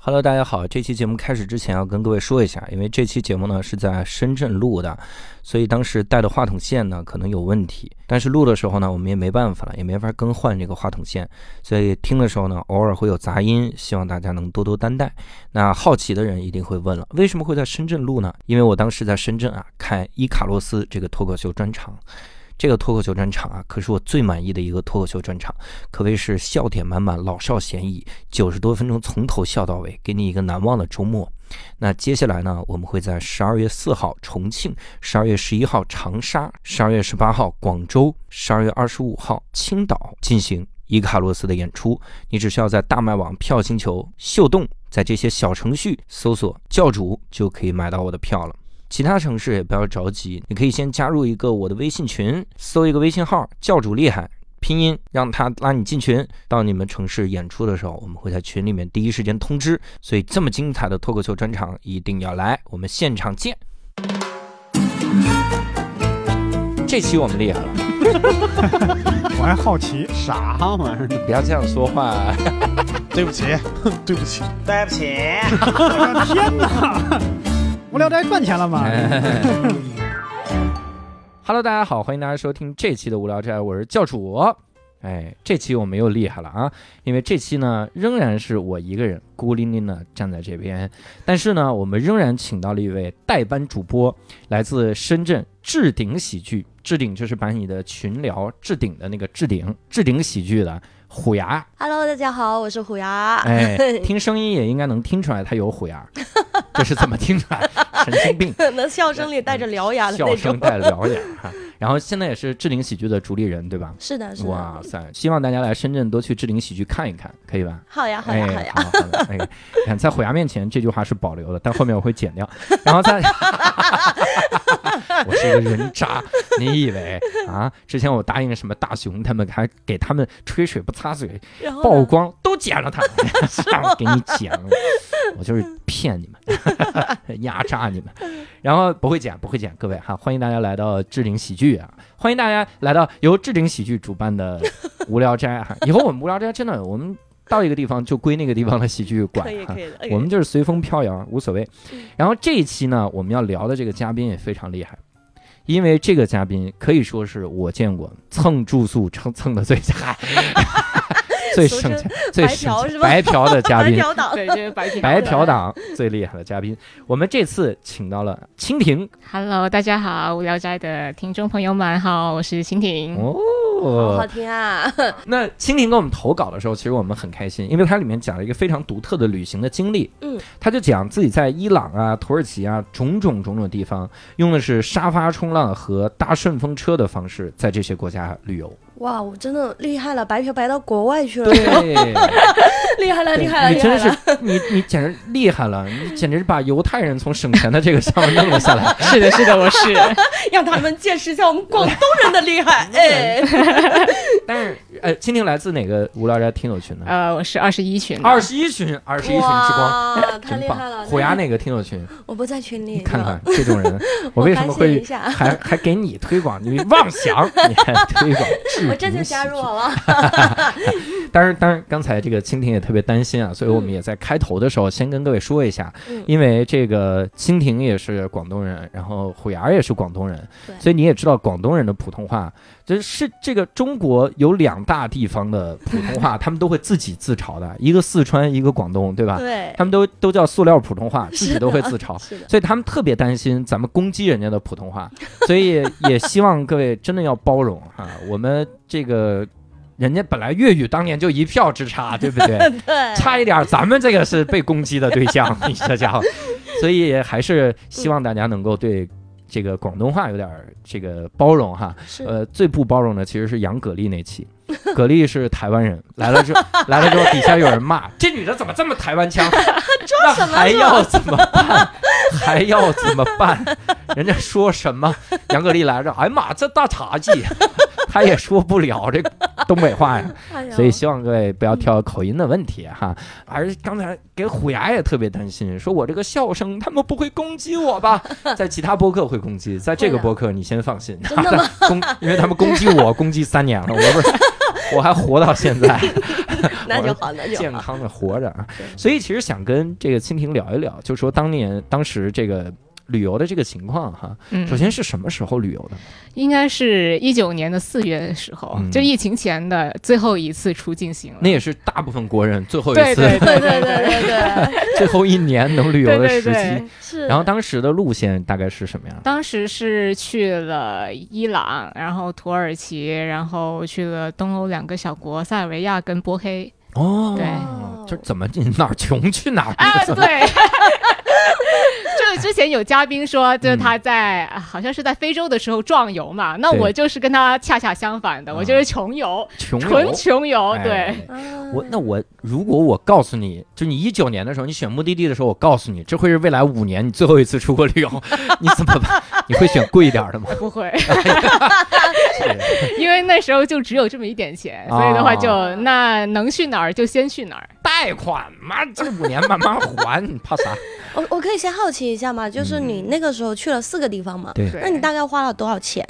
Hello，大家好。这期节目开始之前要跟各位说一下，因为这期节目呢是在深圳录的，所以当时带的话筒线呢可能有问题。但是录的时候呢，我们也没办法了，也没法更换这个话筒线，所以听的时候呢，偶尔会有杂音，希望大家能多多担待。那好奇的人一定会问了，为什么会在深圳录呢？因为我当时在深圳啊开伊卡洛斯这个脱口秀专场。这个脱口秀专场啊，可是我最满意的一个脱口秀专场，可谓是笑点满满，老少咸宜，九十多分钟从头笑到尾，给你一个难忘的周末。那接下来呢，我们会在十二月四号重庆，十二月十一号长沙，十二月十八号广州，十二月二十五号青岛进行伊卡洛斯的演出。你只需要在大麦网、票星球、秀动，在这些小程序搜索“教主”就可以买到我的票了。其他城市也不要着急，你可以先加入一个我的微信群，搜一个微信号“教主厉害”，拼音让他拉你进群。到你们城市演出的时候，我们会在群里面第一时间通知。所以这么精彩的脱口秀专场一定要来，我们现场见。这期我们厉害了，我还好奇，啥玩意儿？不要这样说话。对 不起，对不起，对不起，我的哎天哪！无聊斋赚钱了吗？ 哎 Hello，大家好，欢迎大家收听这期的无聊斋，我是教主。哎，这期我们又厉害了啊！因为这期呢，仍然是我一个人孤零零的站在这边，但是呢，我们仍然请到了一位代班主播，来自深圳置顶喜剧。置顶就是把你的群聊置顶的那个置顶，置顶喜剧的虎牙。 Hello，大家好，我是虎牙。 哎，听声音也应该能听出来他有虎牙，这是怎么听出来？神经 病。可能笑声里带着獠牙的那笑种。声带獠牙。哈然后现在也是志玲喜剧的主理人，对吧？是的，是哇的。塞！希望大家来深圳多去志玲喜剧看一看，可以吧？好呀，好哎，呀，好好呀。好的哎，你看在虎牙面前这句话是保留的，但后面我会剪掉。然后 在，我是一个人渣，你以为啊？之前我答应什么大熊他们，还给他们吹水不擦嘴，然后曝呢光都剪 了他，给你剪了，我就是骗你 们，压榨你们，然后不会剪，不会剪，各位哈，欢迎大家来到置顶喜剧啊，欢迎大家来到由置顶喜剧主办的无聊斋啊，以后我们无聊斋真的我们。到一个地方就归那个地方的喜剧馆啊可以，哈可以的。我们就是随风飘摇，无所谓哎嗯。然后这一期呢，我们要聊的这个嘉宾也非常厉害，因为这个嘉宾可以说是我见过蹭住宿蹭蹭的最 嗨、最省钱、最省白嫖钱是吧白嫖的嘉 白宾。嫖党。对，这是白嫖。白嫖党最厉害的嘉宾，我们这次请到了蜻蜓 Hello，大家好，无聊斋的听众朋友们好，我是蜻蜓。好好哦。听啊！那蜻蜓给我们投稿的时候，其实我们很开心，因为它里面讲了一个非常独特的旅行的经历。嗯，他就讲自己在伊朗啊、土耳其啊种种种种地方，用的是沙发冲浪和搭顺风车的方式，在这些国家旅游。哇，我真的厉害了，白嫖白到国外去了， 对。厉害了，对厉害了，你厉害真是了！你你简直厉害了，你简直把犹太人从省钱的这个项目弄了下来。 是的，是的，我是。让他们见识一下我们广东人的厉害。哎，但是呃，蜻蜓来自哪个无聊斋听友群呢？呃，我是二十一群的。二十一群，二十一群之光。哇，太真厉害了！棒！虎牙那哪个听友群？我不在群里，你看看这种 人，我为什么我反省会一下还还给你推广？你妄想，你还推 广？我这就加入好了。当然，当然，刚才这个蜻蜓也特别担心啊，所以我们也在开头的时候先跟各位说一下，嗯因为这个蜻蜓也是广东人，然后虎牙也是广东人，对所以你也知道广东人的普通话，就是这个中国有两大地方的普通话，他们都会自己自嘲的，一个四川，一个广东，对吧？对，他们都都叫塑料普通话，自己都会自嘲。是的，所以他们特别担心咱们攻击人家的普通话， 所以也希望各位真的要包容哈、我们这个人家本来粤语当年就一票之差，对不对？对，差一点儿，咱们这个是被攻击的对象，你这家伙，所以还是希望大家能够对。这个广东话有点儿这个包容哈，是呃，最不包容的其实是杨葛丽那期， 葛丽是台湾人，来了之 后来了之后底下有人骂 这女的怎么这么台湾腔，那什么还要怎么办？还要怎么 办？人家说什么？杨葛丽来着，哎呀妈，这大茶几， 他也说不了这东北话呀。哎呦所以希望各位不要挑口音的问题哈。啊 而刚才给虎牙也特别担心，说我这个笑声他们不会攻击我 吧？在其他播客会攻击，在这个会的 播客你先放心，真的吗 攻，因为他们攻击我攻击三年了，我不是我还活到现在，那就好，那就健好。康的活着啊。所以其实想跟这个蜻蜓聊一聊，就说当年当时这个旅游的这个情况哈。嗯，首先是什么时候旅游的呢？应该是一九年的四月的时候，嗯就疫情前的最后一次出境行了。那也是大部分国人最后一对次、对对 对对对 对，最后一年能旅游对的对时期。对，嗯是。哎然后当时的路线大概是什么样？当时是去了伊朗，然后土耳其，然后去了东欧两个小国塞尔维亚跟波黑。哦对就是怎么你哪儿穷去哪儿。 啊，对， 就之前有嘉宾说，就是他在、啊好像是在非洲的时候壮游嘛，那嗯对嗯我就是跟他恰恰相反的，我就是穷游，穷游纯穷游，对。哎啊我那我如果我告诉你，就你一九年的时候，你选目的地的时候，我告诉你，这会是未来五年你最后一次出国旅游， 你怎么办？你会选贵一点 的吗？不会，因为那时候就只有这么一点钱，所以的话就、啊哦那能去哪儿就先去哪儿。贷款嘛，这五年慢慢还，你怕啥？我我可以先好奇一下嘛，就是你那个时候去了四个地方嘛，嗯对那你大概花了多少钱？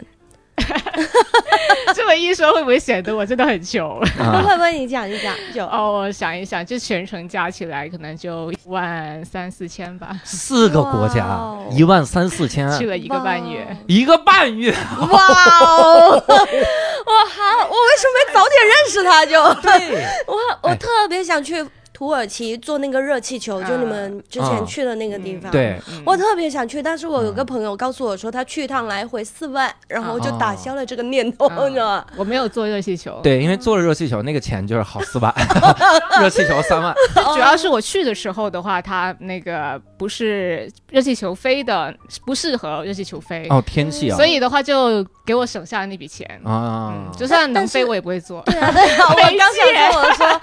这么一说，会不会显得我真的很穷？ 啊，会不会你讲一讲？就哦，我想一想，这全程加起来可能就一万三四千吧，四个国哇家哦一万三四千，去了一个半月。一个半月，哇哦！我好，我为什么没早点认识他就？ 对，哎我我特别想去土耳其坐那个热气球，就你们之前啊去的那个地方。嗯对嗯嗯我特别想去，但是我有个朋友告诉我说他去一趟来回四万，然后我啊就打消了这个念头，啊你知道吗？我没有坐热气球，，对，因为坐了热气球，那个钱就是好四万， 热气球三万，主要是我去的时候的话，它那个不是热气球飞的，不适合热气球飞，哦，天气啊，所以的话就给我省下了那笔钱。啊嗯，，就算能但飞是我也不会坐。对啊，对啊，我没刚想见说，我说，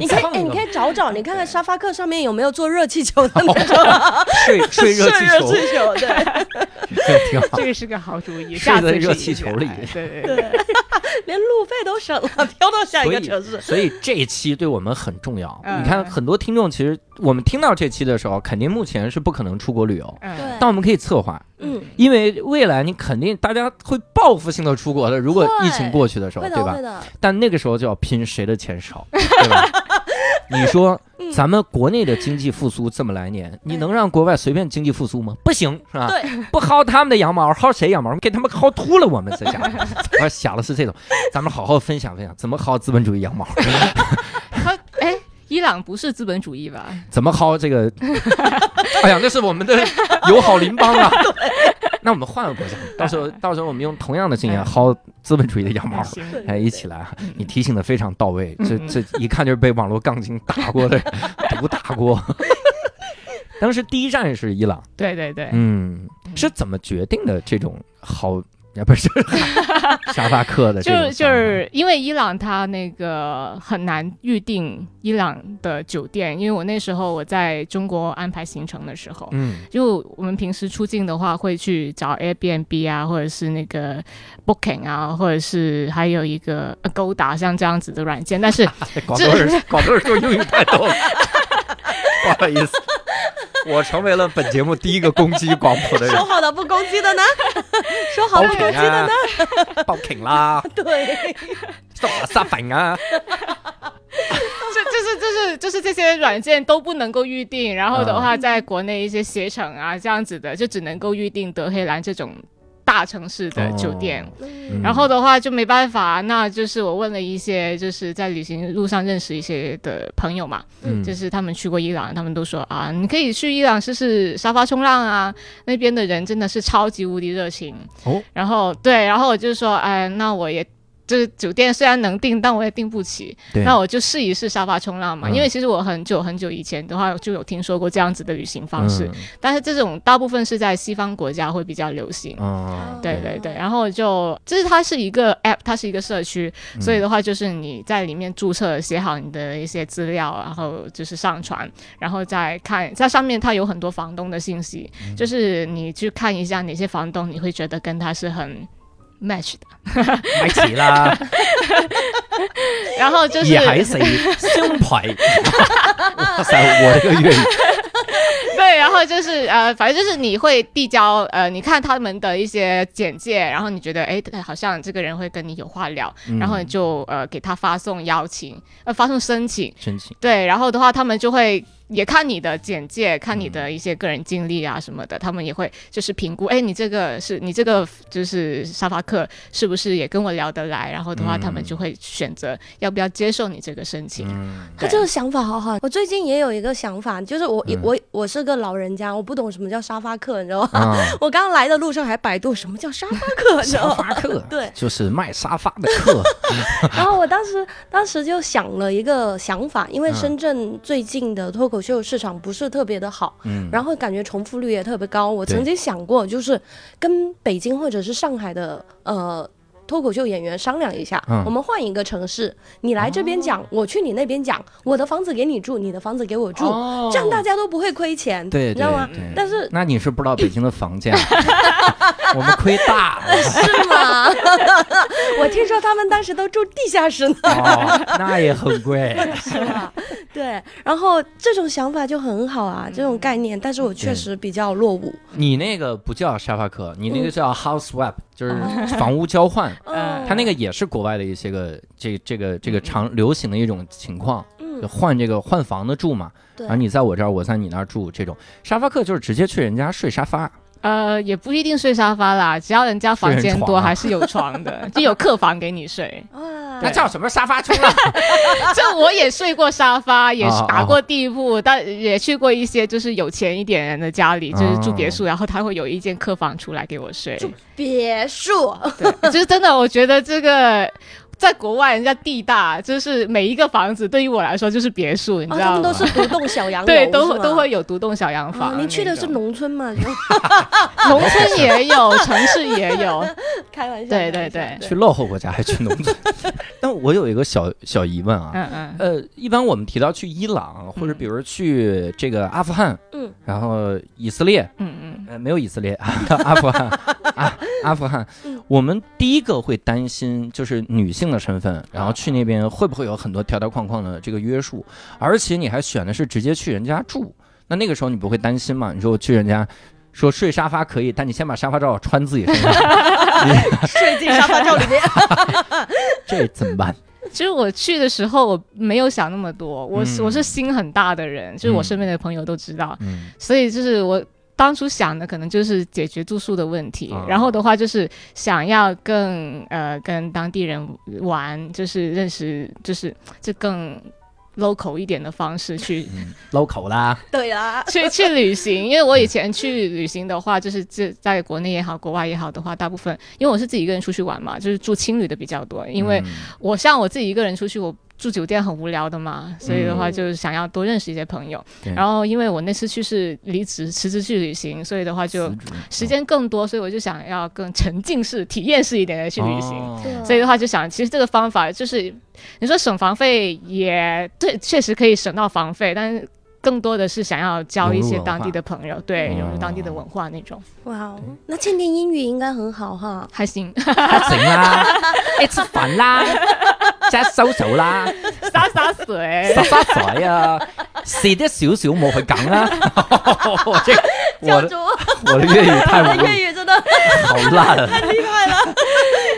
你可以，上哎，个你哦可以找找，你看看沙发客上面有没有坐热气球的那种睡 睡热气球气球， 对，挺 好。这个是个好主意，睡下在次热试一气下球里对对对，对连路费都省了，飘到下一个城市。所以这一期对我们很重要。嗯你看，很多听众其实我们听到这期的时候，肯定目前是不可能出国旅游， 嗯，对但我们可以策划，嗯，因为未来你肯定大家会报复性的出国的。如果疫情过去的时候，会对的，吧会？的，但那个时候就要拼谁的钱少， 对吧？你说咱们国内的经济复苏这么来年，你能让国外随便经济复苏吗？不行，是吧？对，不薅他们的羊毛，薅谁羊毛？给他们薅秃了，我们这家伙。 我想的是这种，咱们好好分享分享，怎么薅资本主义羊毛， 他哎，伊朗不是资本主义吧？怎么薅这个。 哎呀，那是我们的友好邻邦啊。那我们换个国家，到时候到时候我们用同样的经验薅资本主义的 羊毛。行，对哎，一起来啊！你提醒的非常到位，这嗯这一看就是被网络杠精打过的毒打过。 当时第一站是伊朗，对对对，嗯，是怎么决定的这种好？啊，不 是沙发客的这就种就想法是因为伊朗它那个很难预定伊朗的酒店，因为我那时候我在中国安排行程的时候。 嗯就我们平时出境的话，会去找 Airbnb 啊，或者是那个 Booking 啊，或者是还有一个 Agoda 像这样子的软件。但是 哎广东人广东人说英语太逗了，不好意思，我成为了本节目第一个攻击广普的人说，好的不攻 击的呢？说好包的不攻挺击的啊呢？，包挺啦，对，什么撒粉啊，就就是就是就是这些软件都不能够预定，然后的话，在国内一些携程啊这样子的，就只能够预定德黑兰这种大城市的酒店。哦嗯然后的话就没办法，那就是我问了一些就是在旅行路上认识一些的朋友嘛，嗯就是他们去过伊朗，他们都说啊，你可以去伊朗试试沙发冲浪啊，那边的人真的是超级无敌热情。哦，然后对，然后我就说，哎，那我也。就是酒店虽然能订，但我也订不起。对那我就试一试沙发冲浪嘛，嗯因为其实我很久很久以前的话就有听说过这样子的旅行方式，嗯但是这种大部分是在西方国家会比较流行。哦对对对，然后就就是它是一个 app，它是一个社区，嗯所以的话就是你在里面注册，写好你的一些资料，然后就是上传，然后再看在上面它有很多房东的信息，就是你去看一下哪些房东你会觉得跟他是很 match 的，买齐啦。然后就是也还是胸牌。哇塞，我这个粤语对对，然后就是呃，反正就是你会递交呃，你看他们的一些简介，然后你觉得哎，好像这个人会跟你有话聊，然后你就呃给他发送邀请，呃发送申请，申请。对，然后的话，他们就会也看你的简介，看你的一些个人经历啊什么的，他们也会就是评估，哎，你这个是你这个就是沙发客是不是也跟我聊得来？然后的话，他们就会选择要不要接受你这个申请。嗯他对这个想法好好。我最近也有一个想法，就是我、嗯我我是个老人家，我不懂什么叫沙发客，你知道吗？啊，我刚来的路上还百度什么叫沙发客，你知道沙吗？发客对就是卖沙发的客。 然后我当时当时就想了一个想法，因为嗯深圳最近的脱口秀市场不是特别的好，嗯，然后感觉重复率也特别高。我对曾经想过，就是跟北京或者是上海的呃脱口秀演员商量一下，嗯我们换一个城市，你来这边讲，我去你那边讲，我的房子给你住，你的房子给我住，哦这样大家都不会亏钱，对你知道吗？对对但是 那你是不知道北京的房价，我们亏大了。是啊吗？ 我听说他们当时都住地下室呢。哦，那也很贵。是吧？ 对，然后这种想法就很好啊，这种概念，但是我确嗯实比较落伍。你那个不叫沙发客，你那个叫 house swap，就是房屋交换。哦嗯它那个也是国外的一些个这这个这个常流行的一种情况，就嗯，换这个换房子住嘛。对然啊啊后，你在我这儿，我在你那儿住，这种沙发客就是直接去人家睡沙发。呃，也不一定睡沙发啦，只要人家房睡人间床多，啊还是有床的，就有客房给你睡。哇那叫什么沙发冲浪？就我也睡过沙发，也是啊打过地铺，但也去过一些就是有钱一点人的家里，就是住别墅，然后他会有一间客房出来给我睡。别墅，对， 就是真的，我觉得这个在国外人家地大，就是每一个房子对于我来说就是别墅，你哦，知他道们吗？都是独栋小 洋楼，对，都是吗都。会有独栋小洋啊房、，你去的是农农村嘛？就农村也有，城市也有， 开玩笑。对开玩对笑去落后国家还去农村？ 但我有一个小小疑问啊，嗯嗯。呃，一般我们提到去伊朗，或者比如去这个阿富汗，嗯，然后以色列，嗯嗯，呃，没有以色列， 阿富汗，啊，阿富汗嗯，我们第一个会担心就是女性的身份，然后去那边会不会有很多条条框框的这个约束，而且你还选的是直接去人家住，那那个时候你不会担心吗？你说我去人家。说睡沙发可以，但你先把沙发罩穿自己身上， 睡进沙发罩 里面。这怎么办？其实我去的时候我没有想那么多，我是、嗯我是心很大的人，就是我嗯身边的朋友都知道，嗯，所以就是我当初想的可能就是解决住宿的问题，啊然后的话就是想要更呃跟当地人玩，就是认识，就是就更 local 一点的方式去。 捞口啦，对啊啦，去去旅行，因为我以前去旅行的话，就是这在国内也好，国外也好的话，大部分因为我是自己一个人出去玩嘛，就是住青旅的比较多。因嗯为我像我自己一个人出去，我住酒店很无聊的嘛，所以的话嗯就是想要多认识一些朋友。对然后因为我那次去是离职辞职去旅行，所以的话就辞职嗯时间更多，所以我就想要更沉浸式、体验式一点的去旅行。哦对啊所以的话，就想其实这个方法就是，你说省房费也对，确实可以省到房费，但是更多的是想要交一些当地的朋友，对，哦融入当地的文化那种，哇哦，那鉴定英语应该很好哈。还 行。还行 啦，爱吃饭啦， 加收手啦，洒洒水十，八仔啊，蝕得少少冇去梗 啦。这个我教的主， 我的粤语太你的侮辱，粤语真的好烂了，太厉害了！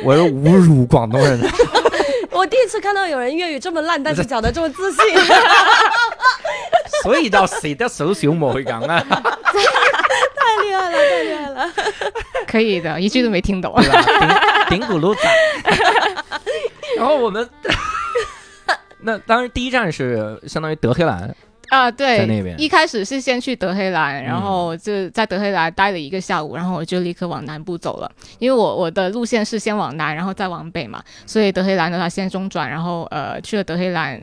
我是侮辱广东人的。我第一次看到有人粤语这么烂，但是讲的这么 自信。所以就蝕得少少冇去梗啊啦。太厉害了，太厉害了！可以的，一句都没听懂。对吧？顶顶骨噜仔。然后我们。 那当然，第一站是相当于德黑兰，啊，对，在那边一开始是先去德黑兰，然嗯后就在德黑兰待了一个下午，然后我就立刻往南部走了，因为我我的路线是先往南，然后再往北嘛，所以德黑兰的话先中转，然后呃去了德黑兰。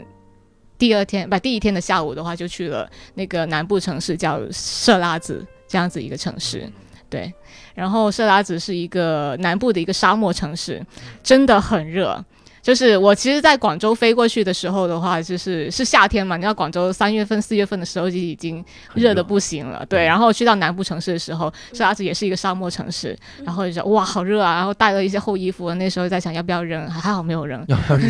第二天不，第一天的下午的话，就去了那个南部城市叫色拉子这样子一个城嗯市，对。然后色拉子是一个南部的一个沙漠城市，真的很热。就是我其实，在广州飞过去的时候的话，就是是夏天嘛，你知道广州三月份、四月份的时候就已经热的不行了，对。然后去到南部城市的时候，色拉子也嗯是一个沙漠城市，然后就说哇 好热啊，然后带了一些厚衣服，那时候在想要不要扔，还好没有扔，要扔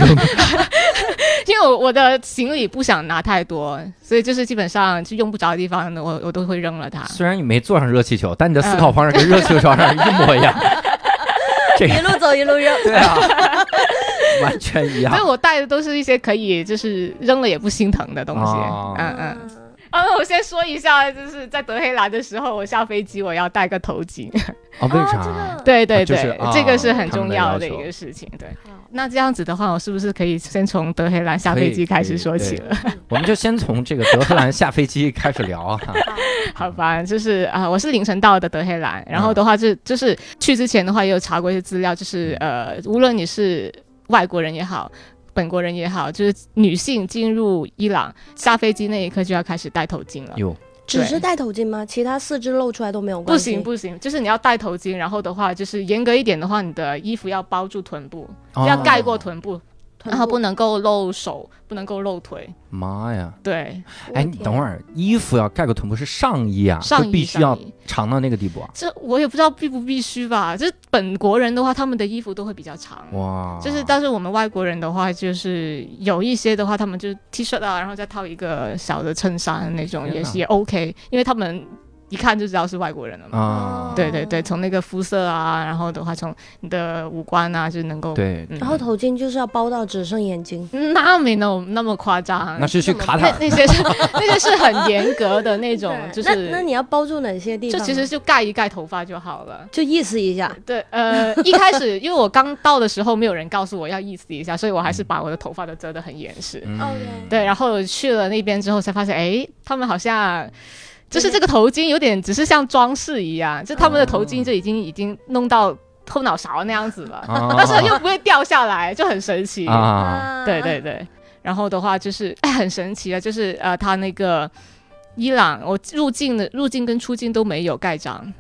因为我我的行李不想拿太多，所以就是基本上就用不着的地方，我我都会扔了它。虽然你没坐上热气球，但你的思考方式跟热气球上一模一样。哎这一个路走一路扔。对啊，完全 一样所以。我带的都是一些可以就是扔了也不心疼的东西。哦嗯嗯。 啊，我先说一下，就是在德黑兰的时候，我下飞机我要戴个头 巾。哦，为啥？啊这个对对就对，是啊这个是很他们重的要要的求一个事情。对，好那这样子的话，我是不是可以先从德黑兰下可以飞机开始可以说起对了？我们就先从这个德黑兰下飞机开始聊啊。 好吧，就是啊、我是凌晨到的德黑兰，然后的啊话就、就是去之前的话也有查过一些资料，就是嗯呃，无论你是外国人也好。本国人也好，就是女性进入伊朗下飞机那一刻就要开始戴头巾了。哟，只对是戴头巾吗？其他四肢露出来都没有不关系？行不行，就是你要戴头巾，然后的话就是严格一点的话，你的衣服要包住臀部，哦要盖过。臀部，臀部然后啊不能够露手，不能够露腿。妈呀！对，我的哎，天你等会儿，衣服要盖个臀部是上衣啊，上就衣必须要上衣长到那个地步啊。这我也不知道必不必须吧。就是本国人的话，他们的衣服都会比较长。哇，就是，但是我们外国人的话，就是有一些的话，他们就是 T 恤啊，然后再套一个小的衬衫那种，天也哪是也 OK，因为他们一看就知道是外国人了嘛。啊，对对对，从那个肤色啊，然后的话，从你的五官啊，就能够。对，嗯然后头巾就是要包到只剩眼睛，那没那么那么夸张，那是去么卡塔尔 那那些是那些是很严格的那种，就那那是你要包住哪些地就方呢？其实就盖一盖头发就好了。就意思一下，对，呃，一开始因为我刚到的时候，没有人告诉我要意思一下，所以我还是把我的头发都遮得很严实。嗯 OK 哦对，然后我去了那边之后才发现，哎，他们好像就是这个头巾有点只是像装饰一样，就他们的头巾就已经已经弄到后脑勺那样子了，哦啊 但是又不会掉下来，就很神奇。啊，对对对，然后的话就是、 哎、很神奇啊，就是呃，他那个。伊朗，我入境的入境跟出境都没有盖章，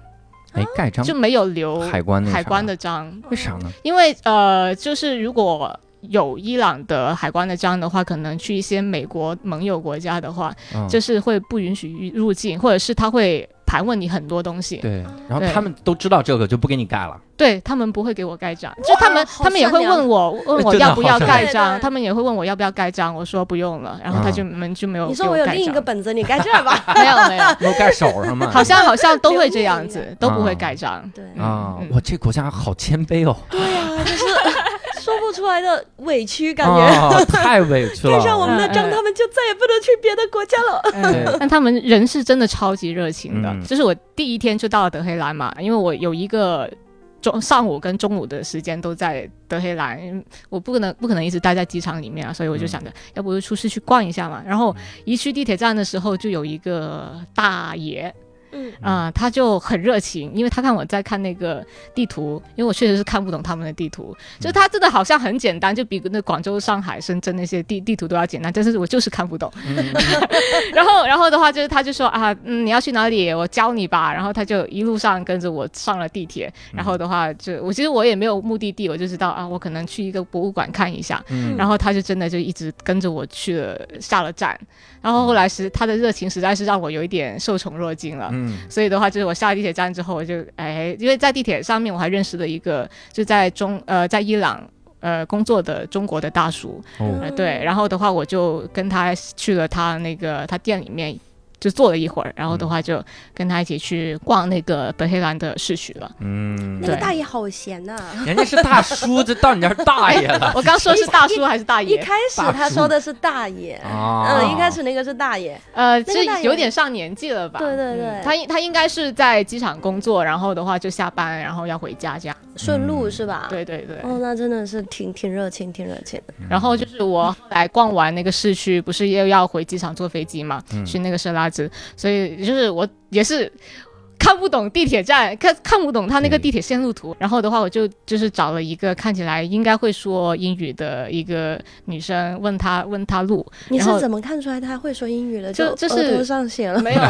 哎，盖章就没有留海关那海啥关的章，为啥呢？因为呃，就是如果有伊朗的海关的章的话，可能去一些美国盟友国家的话，嗯就是会不允许入境，或者是他会盘问你很多东西。对，然后对他们都知道这个，就不给你盖了。对他们不会给我盖章，就他们好他们也会善良问我问我真的要不好要善盖良对章，对他们也会问我要不要盖章，我说不用了，然后啊他就们就没有你给说我有盖另一个章本子，你盖这儿 吧。没有没有，都盖手上嘛。好像好像都会这样留子，都不会啊盖章。对嗯啊嗯，哇，这国家好谦卑哦，对呀，就是 说不出来的委屈感觉。 啊，太委屈 了。盖上我们的章，嗯嗯他们就再也不能去别的国家了。对嗯，但他们人是真的超级热情的。嗯就是我第一天就到了德黑兰嘛，因为我有一个中上午跟中午的时间都在德黑兰，因为我不可能不可能一直待在机场里面啊，所以我就想嗯着，要不就出去去逛一下嘛。然后一去地铁站的时候，就有一个大爷。嗯啊、他就很热情，因为他看我在看那个地图，因为我确实是看不懂他们的地图，就他真的好像很简单，就比那广州、上海、深圳那些地地图都要简单，但是我就是看不懂。 嗯然后，然后的话就是他就说啊，嗯，你要去哪里，我教你吧。然后他就一路上跟着我上了地铁，然后的话就我其实我也没有目的地，我就知道啊，我可能去一个博物馆看一下。嗯 然后他就真的就一直跟着我去了下了站，然后后来是他的热情实在是让我有一点受宠若惊了。嗯所以的话，就是我下了地铁站之后，我就哎，因为在地铁上面我还认识了一个就在中呃在伊朗呃工作的中国的大叔，哦 呃嗯对，然后的话我就跟他去了他那个他店里面。就坐了一会儿，然后的嗯话就跟他一起去逛那个德黑兰的市区了。嗯那个对大爷好闲呐、人家是大叔，这到你这儿大爷 了 我刚说是大叔还是大哎一爷？开始他说的是大爷，啊！嗯，一开始那个是大爷，呃，个这大爷有点上年纪了吧？对对对嗯他应他应该是在机场工作，然后的话就下班，然后要回家这样。顺嗯路是吧？。对对对。哦，那真的是挺挺热情，挺热情的。然后就是我后来逛完那个市区，不是又要回机场坐飞机嘛，嗯去那个设拉兹，所以就是我也是。看不懂地铁站，看看不懂他那个对地铁线路图，然后的话，我就就是找了一个看起来应该会说英语的一个女生，问她问她路，你然是后怎么看出来他会说英语的？就呃就是额头上写了。没有，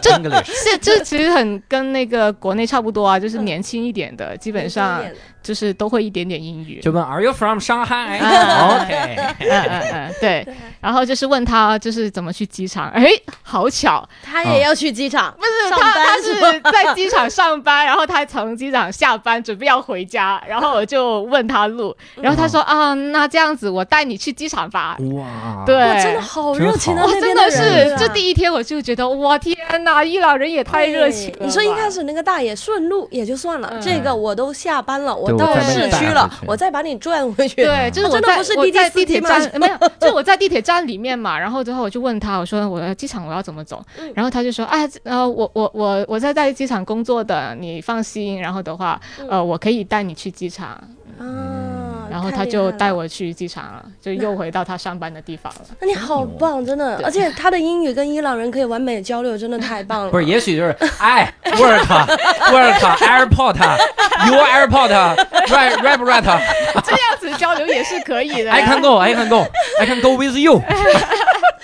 这个 这这其实很跟那个国内差不多啊，就是年轻一点的，基本上有点就是都会一点点英语。就问 Are you from 上海啊？OK，嗯嗯嗯，对。然后就是问他就是怎么去机场，哎，好巧，他也要去机场，不是上他班他是是吗在机场上班，然后他从机场下班，准备要回家，然后我就问他路，然后他说嗯啊，那这样子我带你去机场吧。 哇，对，哇，真的好热情啊！真哇那真边的人是，啊这第一天我就觉得，哇天呐，伊朗人也太热情了吧。对你说一开始那个大爷顺路也就算了，嗯这个我都下班了，我对到我再把市你区带了回，去我再把你转回去。对，就是啊我真的在不是我滴滴在司地机铁吗站，没有，就是我在地铁站里面嘛。然后之后我就问他，我说我在机场我要怎么走嗯？然后他就说，哎，呃，我我我我在在机场工作的，你放心。然后的话，嗯呃，我可以带你去机场。啊，嗯然后太他厉就害了带。我去机场了， 就又回到他上班的地方了。那你好棒，真的！对而且他的英语跟伊朗人可以完美交流，真的太 棒了。不是，也许就是哎，work work airport your airport right right right 这样子交流也是可 以的。 I can go I can go I can go with you，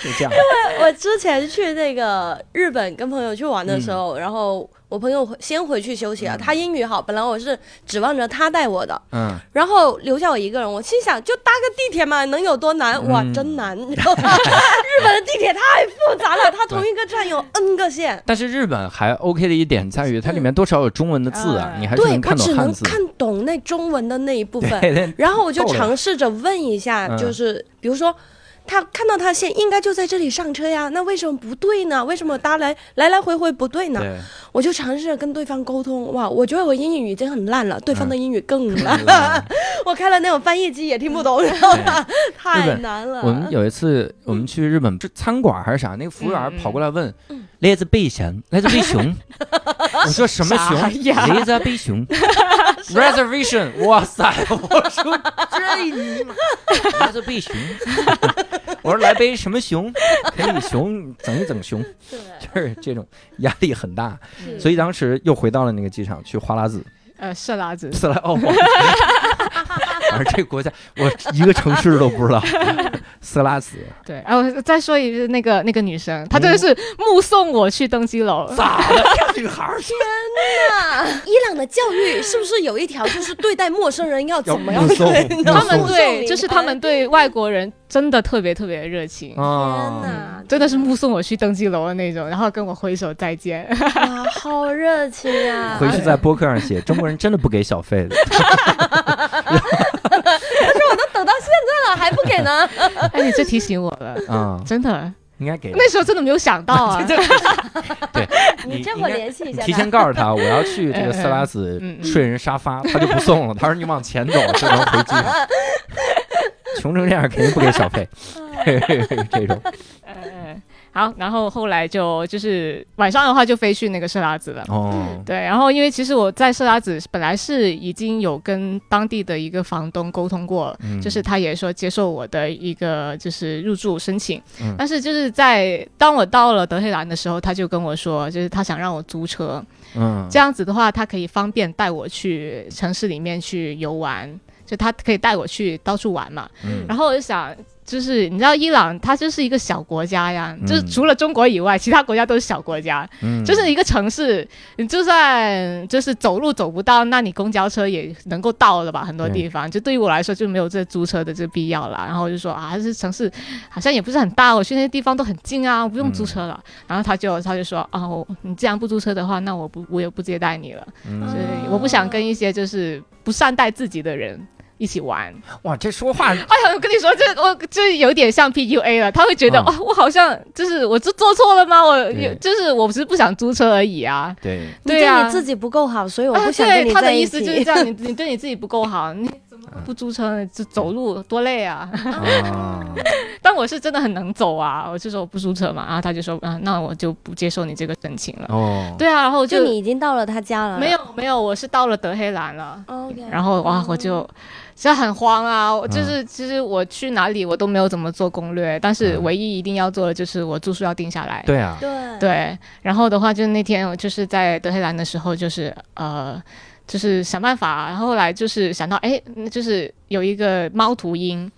就这样。 我之前去那个日本跟朋友去玩嗯的时候，然后我朋友先回去休息了，他英语好，本来我是指望着他带我的， 嗯，然后留下我一个人，我心想就搭个地铁嘛，能有多难？哇，嗯真难！ 你知道吗？日本的地铁太复杂了，它同一个站有 N 个线，但是日本还 OK 的一点在于它里面多少有中文的字啊，嗯你还是对能我看懂只汉能字。看懂那中文的那一部分。对，然后我就够了尝试着问一下，嗯就是比如说。他看到他线应该就在这里上车呀，那为什么不对呢？为什么搭来来来回回不对呢？对，我就尝试着跟对方沟通，哇，我觉得我英语已经很烂了，对方的嗯英语更烂， 我开了那种翻译机也听不嗯懂，然后 太难嗯了。我们有一次我们去日本，这餐馆还是啥，那个服务员嗯跑过来问：“来自北熊，来自北熊。” 我说什么熊啥？哎呀啊来自北熊。Reservation，哇塞！我说这你妈，来自北熊。 我说来杯什么熊？给你熊整一整熊，就是这种压力很大，对，所以以当时又回到了那个机场去花剌子呃，色拉子。斯莱奥 王。而这个国家，我一个城市都不知道，斯拉斯。对，然后再说一次，那个那个女生，她真的是目送我去登机楼。咋的？这女孩儿伊朗的教育是不是有一条就是对待陌生人要怎么样要目送对呢？他们目送对，你就是他们哎对外国人真的特别特别热情，天啊，哪，真的是目送我去登机楼的那种，然后跟我挥手再见。 哇，好热情啊！回去在播客上写，中国人真的不给小费 的。等到现在了 还不给呢？哎，你这提醒我了，啊，真的，应该给。那时候真的没有想到啊。你 你这应会该联系一你下提他前。告诉他，我要去这个色拉子嗯嗯睡人沙发，他就不送了。他说你往前走就能回机场。穷成这样，肯定不给小 费。这种嗯，好，然后后来就就是晚上的话就飞去那个色拉子了。哦，对，然后因为其实我在色拉子本来是已经有跟当地的一个房东沟通过，嗯就是他也说接受我的一个就是入住申请，嗯但是就是在当我到了德黑兰的时候，他就跟我说，就是他想让我租车，嗯，这样子的话，他可以方便带我去城市里面去游玩，就他可以带我去到处玩嘛。嗯然后我就想，就是你知道伊朗它就是一个小国家呀，嗯就是除了中国以外，其他国家都是小国家，嗯就是一个城市，你就算就是走路走不到，那你公交车也能够到的吧？很多对地方，就对于我来说就没有这租车的这必要了。然后我就说啊，这城市好像也不是很大，我去那些地方都很近啊，我不用租车了。嗯然后他就他就说啊，我你既然不租车的话，那我不我也不接待你了，嗯所以我不想跟一些就是不善待自己的人。一起玩，哇，这说 话哎呀，我跟你说，这我这有点像 PUA 了。他会觉得，嗯哦，我好像就是我这做错了吗？我对就是我只是不想租车而已啊。对。你对对啊你自己不够好，所以我啊，不对，想跟你他在的一意起。嗯思就是这样，你你对你自己不够好，你怎么不租车呢？就走路多累啊！ 啊，但我是真的很能走啊，我就说我不租车嘛，然后他就说，啊，那我就不接受你这个申请了。哦，对啊，然后我就你已经到了他家了，没有没有，我是到了德黑兰了。 ？OK。然后哇，我就这很慌啊！我就是其实我去哪里我都没有怎么做攻略，但是嗯唯一一定要做的就是我住宿要定下来。对啊，对对，然后的话，就是那天我就是在德黑兰的时候，就是呃，就是想办法，然后后来就是想到，哎，那就是有一个猫头鹰，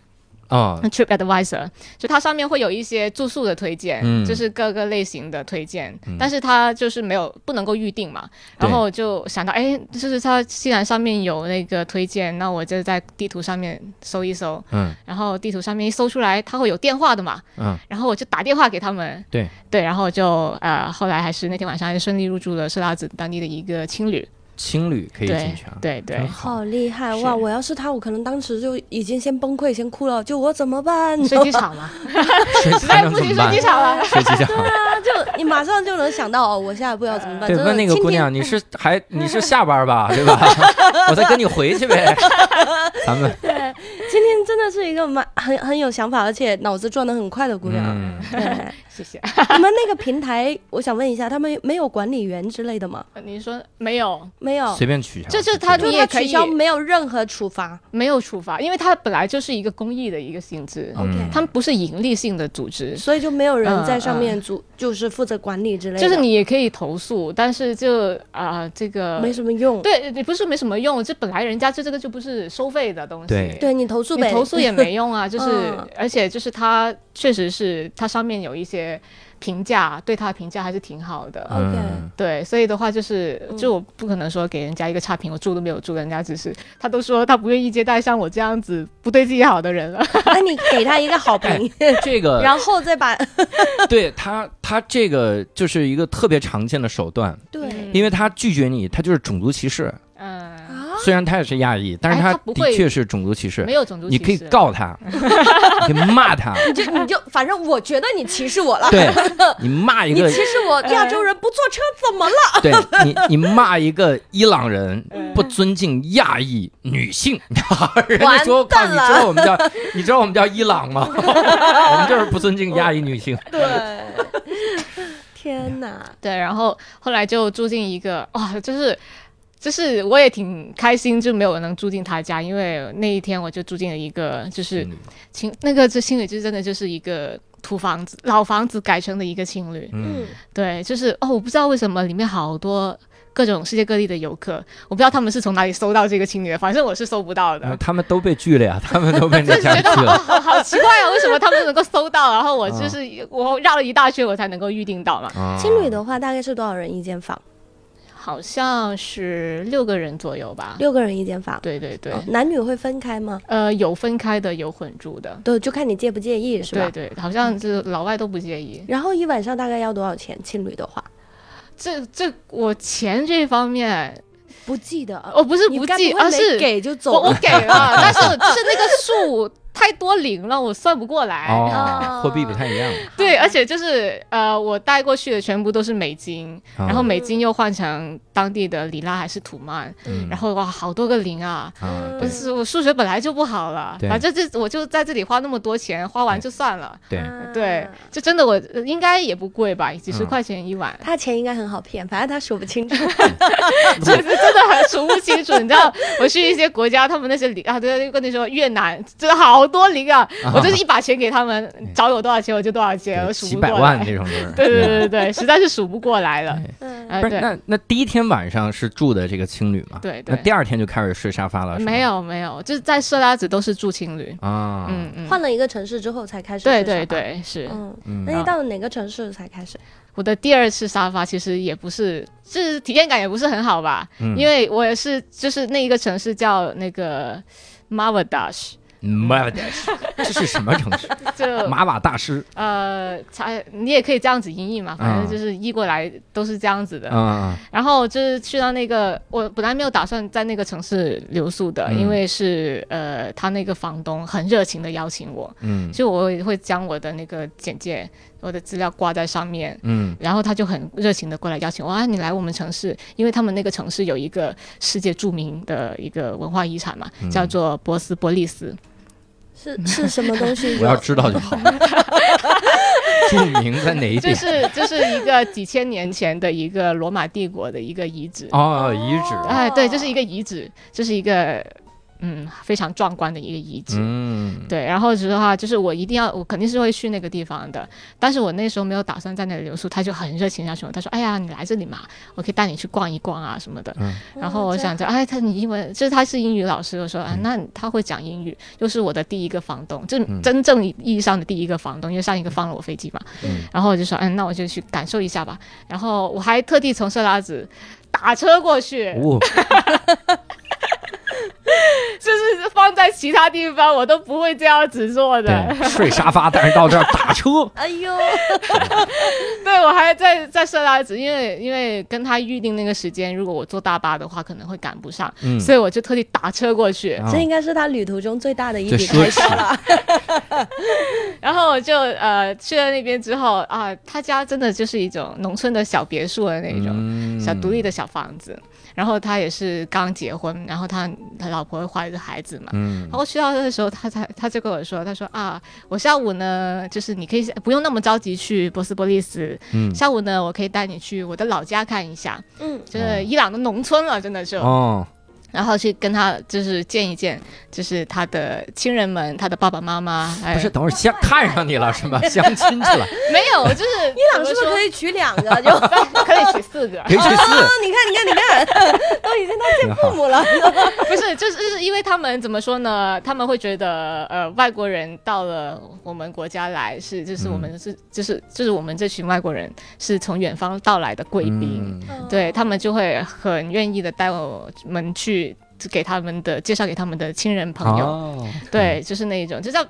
啊， Trip Advisor，就它上面会有一些住宿的推荐，嗯就是各个类型的推荐，但是它就是没有不能够预定嘛。对然后就想到，哎，就是它既然上面有那个推荐，那我就在地图上面搜一搜，嗯然后地图上面一搜出来，它会有电话的嘛，嗯，然后我就打电话给他们，对对，然后就呃，后来还是那天晚上还是顺利入住了设拉子当地的一个青旅，青旅可以进对去啊，对对真，好，好厉害是哇！我要是他，我可能当时就已经先崩溃，先哭了，就我怎么办？ 睡机场嘛，谁实还在能不怎么行睡办机？场了，谁机场？就你马上就能想到哦，我现在不知道怎么办。对，真的问那个今姑天 娘，你是还你是下班吧，对吧？ 我再跟你回去 呗。咱们，对，今天真的是一个蛮很很有想法，而且脑子转得很快的姑娘。嗯，对， 谢 谢。你们那个平台，我想问一下，他们没有管理员之类的吗？你说没有？没有，随便取一下。哦就是随他便就你他也可取以消没有任何处罚。没有处罚，因为它本来就是一个公益的一个性质，嗯 OK，他们不是盈利性的组织，所以就没有人嗯在上嗯面组，就是负责管理之类的，就是你也可以投诉，但是就啊、这个没什么用。对，你不是没什么用，这本来人家这这个就不是收费的东西，对对你投诉你呗，投诉也没用啊，就是、嗯而且就是它确实是它上面有一些评价，对它的评价还是挺好的。嗯 OK 嗯对，所以的话就是，就我不可能说给人家一个差评，我住都没有住，人家只是他都说他不愿意接待像我这样子不对自己好的人 了。 那你给他一个好 评，这个然后再把对他，他这个就是一个特别常见的手段，对因为他拒绝你，他就是种族歧视。嗯，啊，虽然他也是亚裔，但是哎他他不的会确是种族歧视没。有种族歧你视，可以告 他，你可以骂他，你就你就反正我觉得你歧视我了，对你骂一你个，歧视我嗯亚洲人不坐车怎么了？对你你骂一个伊朗 人嗯不尊敬亚裔女性，人家完说我靠，蛋你了知道我们叫你知道我们叫伊朗 吗？我们就是不尊敬亚裔女性。对， 天哪，对，然后后来就住进一个哇，就是就是我也挺开心，就没有能住进他家，因为那一天我就住进了一个就是青那个这青旅，就真的就是一个土房子老房子改成的一个青旅，嗯，对，就是哦，我不知道为什么里面好多。各种世界各地的游客，我不知道他们是从哪里搜到这个青旅的，反正我是搜不到的嗯然后。他们都被拒了呀， 他们都被人家拒哦，了。 嗯好好奇怪啊，为什么他们能够搜到？然后我就是、我绕了一大圈，我才能够预定到嘛。啊青旅的话大概是多少人一间房？好像是六啊个人左右吧。六个人一间房，对对对，哦男女会分开吗？呃，有分开的，有混住的，对，就看你介不介意是吧对？对，好像就是老外都不介意。然后一晚上大概要多少钱？青旅的话这这我钱这方面，不记得，啊我哦不是你不该记，会而没是给就我走我了。给 了，但是就是那个数太多零了，我算不过来。哦，货币不太一样。对，而且就是呃，我带过去的全部都是美金，啊 然后美金又换成当地的里拉还是土曼，嗯然后哇，好多个零啊！啊，嗯不对是我数学本来就不好了，对反正这我就在这里花那么多钱，花完就算了。对，啊嗯，对，就真的我呃应该也不贵吧，几十嗯块钱一晚他钱应该很好骗，反正他数不清楚。这个真的很数不清楚。你 知道，我去一些国家，他们那些零啊，对，跟你说越南真的好多零啊，我就是一把钱给他们，找我多少钱我就多少钱，我对数几不百过万来。这种都是。 对对对对对，实在是数不过来了。嗯，哎，不是，对那那第一天晚上是住的这个青旅嘛？对那对，第二天就开始睡沙发了？是吗没有没有，就是在色拉子都是住青旅。啊，嗯 嗯，换了一个城市之后才开始。对对。对，是嗯，嗯那你到了哪个城市才开始？我的第二次沙发，其实也不是，就是体验感也不是很好吧，嗯因为我也是就是那一个城市叫那个 Mavadash，马瓦大师， 这是什么 城市？ 就马瓦大师呃，才你也可以这样子音译嗯嘛，反正就是译过来都是这样子的。啊，然后就是去到那个，我本来没有打算在那个城市留宿的，嗯因为是呃，他那个房东很热情的邀请我，嗯就我也会将我的那个简介、我的资料挂在上面，嗯然后他就很热情的过来邀请我啊，你来我们城市，因为他们那个城市有一个世界著名的一个文化遗产嘛，嗯叫做博斯波利斯。是是什么东西？ 我要知道就 好了。著名在 哪一就点？是就是一个几千年前的一个罗马帝国的一个遗址。哦，遗址啊哎，对，就是一个遗址，就是一个嗯非常壮观的一个遗址。嗯，对，然后的话就是我一定要，我肯定是会去那个地方的。但是我那时候没有打算在那里留宿，他就很热情地邀请我，他说：“哎呀，你来这里嘛，我可以带你去逛一逛啊什么的。嗯然后我想着，哎，他你英文，就是他是英语老师，我说啊，嗯那他会讲英语，又是我的第一个房东，就是真正意义上的第一个房东，因为上一个放了我飞机嘛。嗯然后我就说，嗯，那我就去感受一下吧。然后我还特地从色拉子打车过去，哦，就是放在其他地方我都不会这样子做的。对，睡沙发，但是到这儿打 车，哎呦，啊对，我还在在设拉子，因为因为跟他预定那个时间，如果我坐大巴的话，可能会赶不上，嗯，所以我就特地打车过去。啊这应该是他旅途中最大的一这笔奢开侈销了。然后我就呃去了那边之后啊，他家真的就是一种农村的小别墅的那种、嗯小独立的小房子。然后他也是刚结婚，然后他他老婆怀着孩子嘛。嗯然后去到的时候，他才他就跟我说，他说啊，我下午呢，就是你可以呃不用那么着急去博斯波利斯，嗯下午呢，我可以带你去我的老家看一下。嗯，就是伊朗的农村了，真的是。哦，然后去跟他就是见一见，就是他的亲人们，他的爸爸妈妈。哎、不是，等会儿相看上你了 是吗？相亲去了，没有，就是伊伊朗是不是可以娶两 个？就啊，可以娶四个？可以去啊四，你看，你看，你看， 都已经到挺父好。母 了。 不是，就是就是因为他们怎么说呢？他们会觉得呃，外国人到了我们国家来是，就是我们是、就是就是我们这群外国人是从远方到来的贵宾。嗯对他们就会很愿意的带我们去给他们的介绍给他们的亲人朋友，哦，对，就是那一种，就在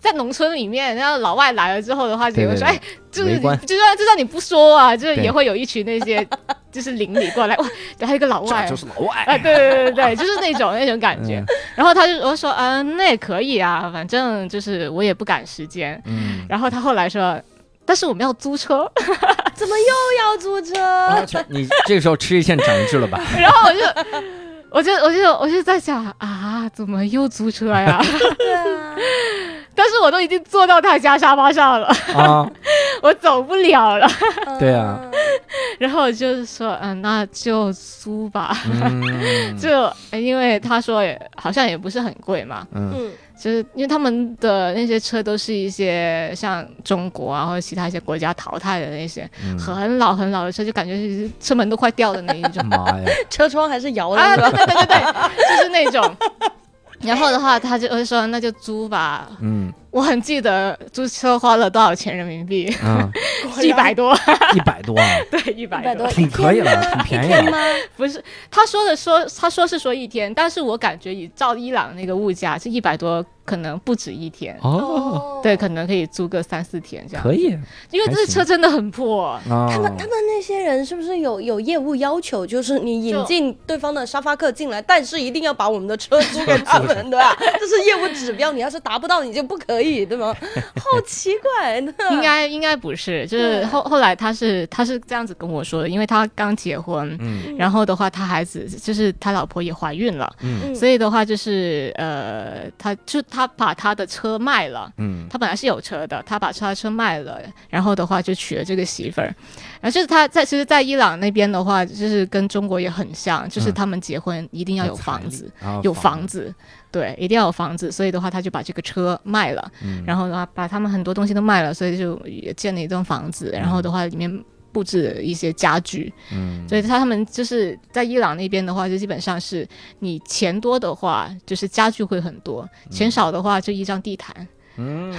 在农村里面，然后老外来了之后的话，就对会说，对对哎，就是围你观就算就算你不说啊，就是对也会有一群那些就是邻里过来，哇，还有一个老外这。就是老外，啊，对对对对，就是那种那种感觉嗯。 然后他就我说，嗯、那也可以啊，反正就是我也不赶时间。嗯，然后他后来说，但是我们要租车。 啊怎么又要租车？我啊去，你这个时候吃一堑长一智了吧？然后我就，我就，我就，我就在想啊，怎么又租车呀？ 对啊，但是我都已经坐到他家沙发上了，啊，我走不了了。对啊然后我就是说，嗯，那就租吧。嗯 就呃因为他说也好像也不是很贵嘛，嗯嗯，就是因为他们的那些车都是一些像中国啊或者其他一些国家淘汰的那些、 嗯很老很老的车，就感觉是车门都快掉的那一种。妈呀，车窗还是摇的 啊，是对吧？对对对对， 就是那种。然后的话，他就会说那就租吧。嗯我很记得租车花了多少钱人民币， 啊，一百多，一百多啊，对，一一百百多多，。挺可以了，挺便宜了。不是他说的说，他说是说一天，但是我感觉以照伊朗那个物价，这一百多可能不止一天。哦，对，可能可以租个三四天这样，可以因为这车真的很破，啊他。们他们那些人是不是有有业务要求，就是你就引进对方的沙发客进来，但是一定要把我们的车租给他们，对吧？这是业务指标，你要是达不到，你就不可以，对吗？好奇怪呢，应该应该不是，就是对后后来他是他是这样子跟我说的，因为他刚结婚，嗯然后的话他孩子就是他老婆也怀孕了，嗯嗯所以的话就是呃，他就他把他的车卖了。嗯他本来是有车的，他把他的车卖了，然后的话就娶了这个媳妇儿。然后就是他在其实，在伊朗那边的话，就是跟中国也很像，就是嗯他们结婚一定要有房子，啊有房子，对，一定要有房子，所以的话他就把这个车卖了，嗯然后的话把他们很多东西都卖了，所以就也建了一栋房子，然后的话里面布置了一些家具，嗯所以他们就是在伊朗那边的话，就基本上是你钱多的话，就是家具会很多，钱少的话就一张地毯，嗯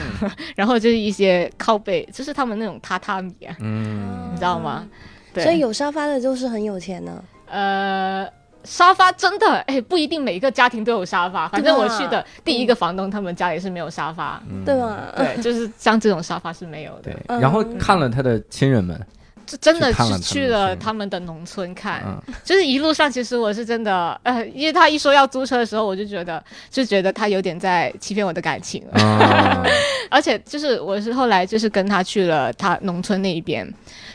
然后就是一些靠背，就是他们那种榻榻米啊，嗯你知道吗？对，所以有沙发的就是很有钱呢。呃，沙发真的，哎，不一定每一个家庭都有沙发。反正对我吧去啊的第嗯一个房东，他们家里是没有沙发，对吧？ 对，啊嗯就是像这种沙发是没有的对。，然后看了他的亲人们，就真的去看了是他们去了是他们的农村看，嗯就是一路上其实我是真的，呃，因为他一说要租车的时候，我就觉得就觉得他有点在欺骗我的感情了。 啊，而且就是我是后来就是跟他去了他农村那一边，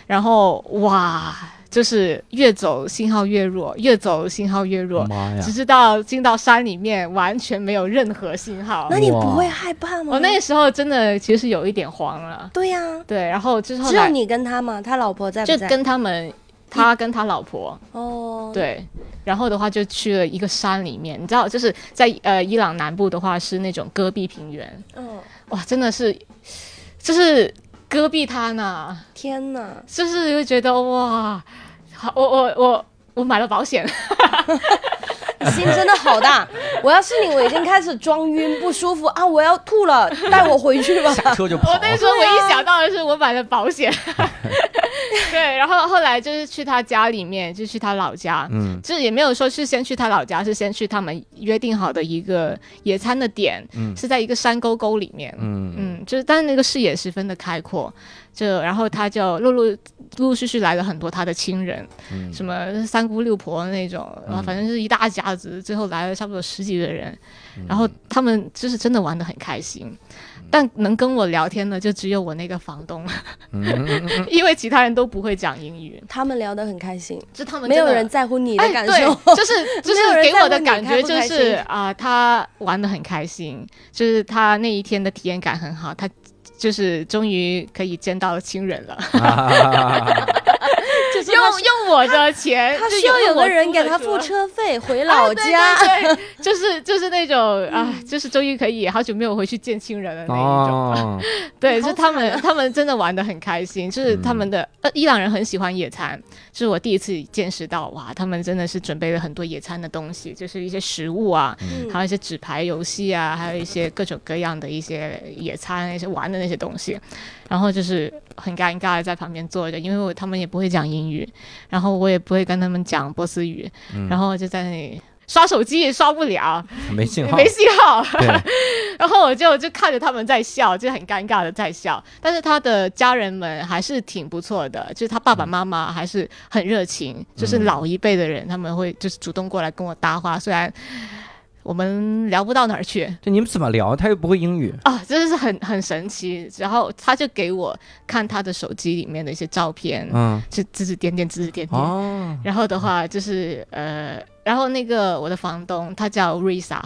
然后哇，就是越走信号越弱，越走信号越弱，哦妈呀 直！至到进到山里面，完全没有任何信号那。你不会害怕吗？我那时候真的其实有一点慌了，啊对呀，对，然后之后只有来你跟他嘛，他老婆在就不在？跟他们。他跟他老婆，哦，，对，然后的话就去了一个山里面，你知道，就是在呃伊朗南部的话是那种戈壁平原，嗯，哇，真的是，就是戈壁滩呐、天哪，就是会觉得哇，好，我我我我买了 保险，你心真的好 大！我要是你，我已经开始装晕不舒服啊，我要吐 了，带我回去 吧。下车就跑。我那时候我啊一想到的是我买了 保险，对，然后后来就是去他家里面，就去他老家，嗯就是也没有说是先去他老家，是先去他们约定好的一个野餐的点，嗯是在一个山沟沟里面，嗯嗯， 嗯，就是但是那个视野十分的开阔，就然后他就陆陆陆陆续续来了很多他的亲人，嗯什么三姑六婆那种，然后反正就是一大家子，最后来了差不多十几个人，然后他们就是真的玩的很开心。但能跟我聊天的就只有我那个房东，嗯 因为其他人都不会讲英语，他们聊得很开心，就他们没真有的人在乎你的哎，感对受。就是 就没有是人给在我乎的你感开觉不就开是心啊、他玩的很开心，就是他那一天的体验感很好，他就是终于可以见到了亲人了， 啊就是用他需用我的钱，他就需要用有我个人租给的他车付。车费回老家。啊对对对就是就是那种啊，就是终于可以好久没有回去见亲人了那一种。 哦，对，好就他们他们真的玩的很开心，就是他们的、嗯呃伊朗人很喜欢野餐，是我第一次见识到哇，他们真的是准备了很多野餐的东西，就是一些食物啊，嗯还有一些纸牌游戏啊，还有一些各种各样的一些野餐那些玩的那些东西，然后就是很尴尬的在旁边坐着，因为我他们也不会讲英语，然后我也不会跟他们讲波斯语，然后就在那里。刷手机也刷不了，没信号，没信号。对，然后我就就看着他们在笑，就很尴尬的在笑。但是他的家人们还是挺不错的，就是他嗯爸爸妈妈还是很热情，就是老一辈的人他们会就是主动过来跟我搭话，虽然我们聊不到哪儿去这你们怎么聊？他又不会英语。啊，真的是很很神奇。然后他就给我看他的手机里面的一些照片，嗯，就指指点点，指指点点。哦，然后的话就是呃，然后那个我的房东他叫 Risa，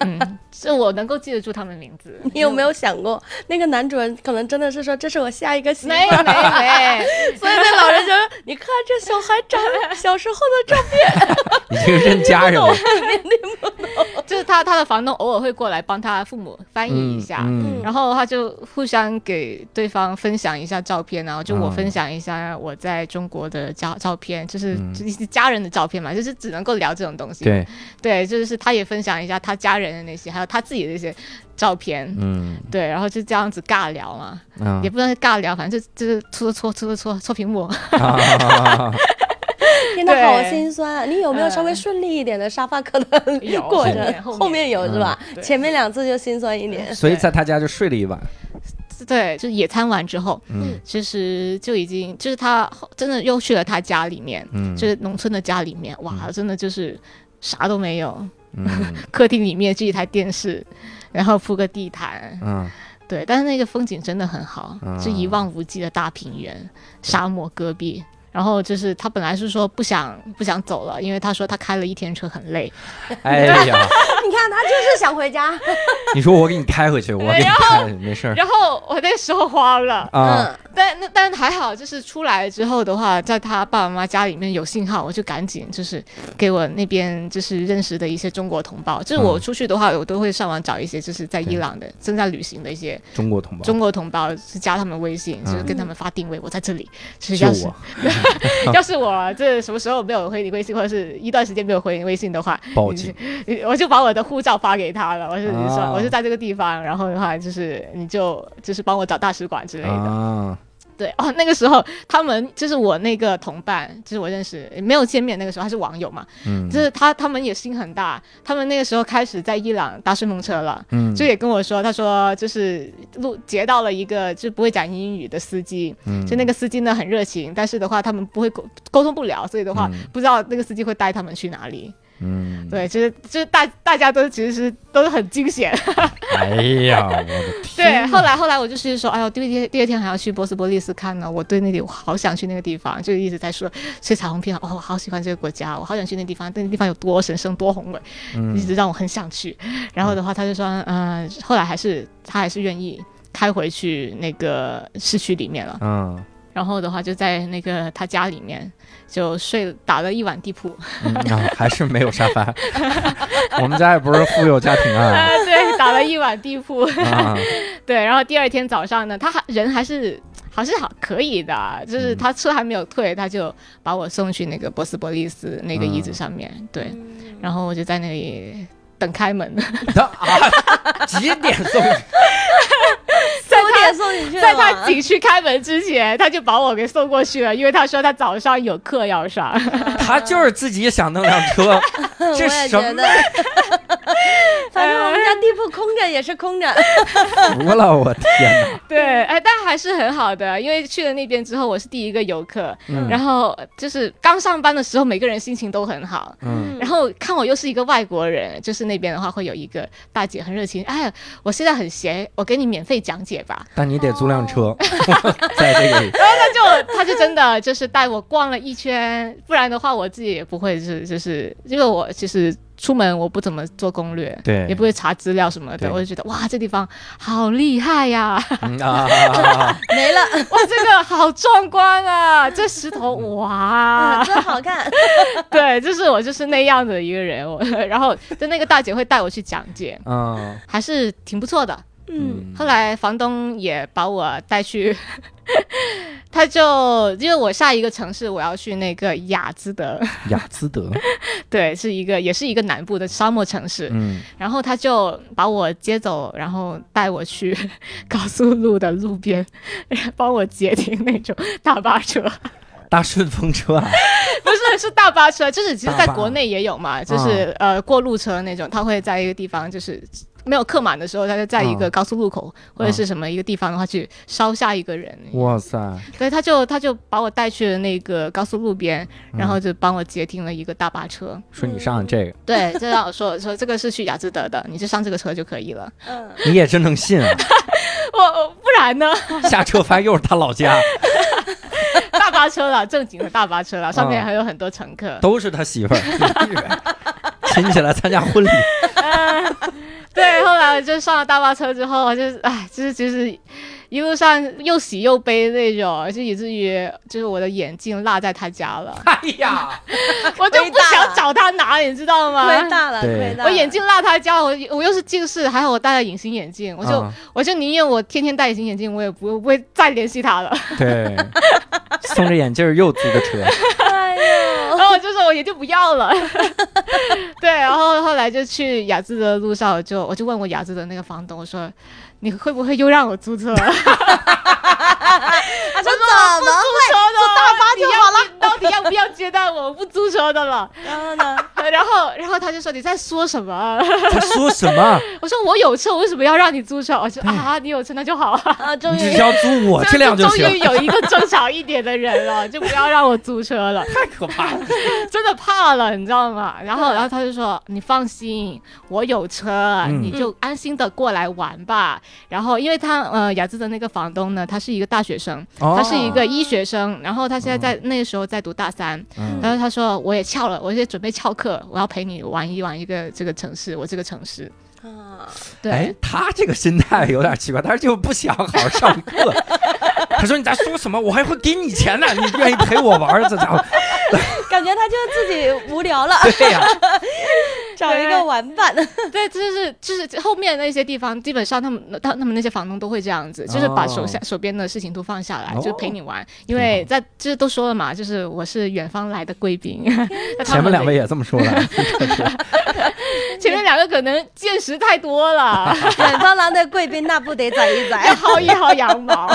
嗯， 这我能够记得住他们名字。你有没有想过，那个男主人可能真的是说这是我下一个媳妇没儿，没没，所以那老人就说：“你看这小孩长得小时候的照已经认家人了，就是他他的房东偶尔会过来帮他父母翻译一下，嗯嗯然后他就互相给对方分享一下照片啊，就我嗯分享一下我在中国的照照片，就是嗯就是家人的照片嘛，就是只能够聊这种东西。对，对，就是他也分享一下他家人的那些，还有他自己的一些照片。嗯对，然后就这样子尬聊嘛，嗯也不算是尬聊，反正就就是搓搓搓搓搓搓屏幕。 啊，片，听得好对心酸啊。”你有没有稍微嗯顺利一点的沙发可能有过后着嗯面？后面后面有是吧？对前面两次就心酸一点。所以在他家就睡了一晚。对，就是野餐完之后，嗯其实就已经就是他后真的又去了他家里面，嗯，就是农村的家里面，哇，真的就是啥都没有，嗯 客厅里面就一台电视，然后铺个地毯，嗯对，但是那个风景真的很好，嗯是一望无际的大平原、沙漠、戈壁。然后就是他本来是说不想不想走了，因为他说他开了一天车很累， 哎呀， 你看他就是想回家。 你说我给你开回去，我给你开，没事儿然后我那时候慌了，啊。嗯，但那但还好，就是出来之后的话，在他爸爸妈妈家里面有信号，我就赶紧就是给我那边就是认识的一些中国同胞，就是我嗯出去的话，我都会上网找一些就是在伊朗的正在旅行的一些中国同胞，嗯中国同胞，是加他们微信，嗯就是跟他们发定位，我在这里。就是救要是我， 要是我这什么时候没有回你微信，或者是一段时间没有回你微信的话， 报警！你我就把我的护照发给他了。我是你说、啊我是在这个地方，然后的话就是你就就是帮我找大使馆之类的。啊！对哦，那个时候他们就是我那个同伴，就是我认识没有见面那个时候，他是网友嘛， 嗯就是他他们也心很大，他们那个时候开始在伊朗搭顺风车了，嗯就也跟我说，他说就是路截到了一个就不会讲英语的司机，嗯就那个司机呢很热情，但是的话他们不会沟沟通不了，所以的话、不知道那个司机会带他们去哪里，嗯，对，就是就是大大家都其实是都是很惊险，哎呀，我的对，天！后来后来我就是说，哎呦，第二天第二天还要去波斯波利斯看呢，我对那里我好想去那个地方，就一直在说吃彩虹屁啊，哦，我好喜欢这个国家，我好想去那地方，那个地方有多神圣多宏伟，嗯 一直让我很想去。然后的话，他就说，嗯、后来还是他还是愿意开回去那个市区里面了。嗯然后的话就在那个他家里面就睡打了一晚地铺，嗯啊，还是没有沙发。 我们家也不是富有家庭啊啊，对，打了一晚地铺， 啊，对，然后第二天早上呢，他还人还是还是好可以的，就是嗯他车还没有退，他就把我送去那个博斯伯利斯那个椅子嗯上面，对，然后我就在那里等开门，他啊几点送？ 在点送你去了在他景区开门之前，他就把我给送过去了，因为他说他早上有课要上，他就是自己想弄辆车， 我这也什觉么得， 反正我们家地铺空着也是空着，服了，我天哪！对，哎，但还是很好的，因为去了那边之后，我是第一个游客，嗯然后就是刚上班的时候，每个人心情都很好，嗯 然后看我又是一个外国人，就是那边的话会有一个大姐很热情，哎呀，我现在很闲，我给你免费讲解吧。但你得租辆车， 在这个里，她就她就真的就是带我逛了一圈，不然的话我自己也不会是就是因为我其实出门我不怎么做攻略。对，也不会查资料什么对的，我就觉得哇，这地方好厉害呀！嗯啊，没了，哇，这个好壮观啊！这石头哇 啊，，真好看。对，就是我就是那样的一个人。我然后就那个大姐会带我去讲解，嗯还是挺不错的。嗯，后来房东也把我带去， 他就因为我下一个城市我要去那个雅兹德，嗯雅兹德，对，是一个也是一个南部的沙漠城市，嗯，然后他就把我接走，然后带我去 高速路的路边，帮我截停那种大巴车， 搭顺风车啊，不是是大巴车，就是其实大在巴嗯国内也有嘛，就是、呃过路车那种，他会在一个地方就是。没有客满的时候，他就在一个嗯高速路口、或者是什么一个地方的话，去捎下一个人。哇塞，对，他就他就把我带去了那个高速路边，然后就帮我截停了一个大巴车。说你上这个，对，就让我说说这个是去雅兹德的，你就上这个车就可以了。嗯，你也真能信啊！ 我我不然呢？ 下车发现又是他老 家，大巴车了，正经的大巴车了，上面还有很多乘客。都是他媳妇儿， 亲戚来参加婚礼， 对，后来就上了大巴车之后，就是哎，就是就是一路上又喜又悲那种，就以至于就是我的眼镜落在他家了， 哎呀，我就不想找他拿，你知道吗？亏大了，对亏大了。我眼镜落他家，我我又是近视，还好我戴了隐形眼镜，我就、啊我就宁愿我天天戴隐形眼镜，我也不我不会再联系他了。 对，送着眼镜儿又租个车，哎呦，然后我就说我也就不要 了。对，然后后来就去雅致的路上，我就我就问我雅致的那个房东，我说你会不会又让我租车？他说怎么租车的，大巴就好了。你到底要不要接待我？我不租车的了。然后呢？然后然后他就说你在说什么？他说什么？我说我有车，我为什么要让你租车？我说啊，你有车那就好啊。啊，终你只于需要租我这辆就行终于，有一个正常一点的人了，就不要让我租车 了。太可怕了。真的怕了，你知道吗？然后，然后他就说：“你放心，我有车，嗯你就安心的过来玩吧。”然后，因为他呃雅致的那个房东呢，他是一个大学生，哦他是一个医学生，然后他现在在、那个时候在读大三。嗯然后他说：“我也翘了，我也准备翘课，我要陪你玩一玩一个这个城市，我这个城市。啊，”对。哎，他这个心态有点奇怪，他就不想好好上 课。他说：“你在说什么？我还会给你钱呢！你愿意陪我玩儿，这家伙。感觉他就自己无聊了”，对呀、找一个玩伴。对，就是就是后面那些地方，基本上他们他他们那些房东都会这样子，就是把手下、哦手边的事情都放下来，就陪你玩。因为在就是都说了嘛，就是我是远方来的贵宾。那他前面两位的，也这么说 了。前面两个可能见识太多 了， 远方来的贵宾，那不得宰一宰？要 薅一薅羊毛。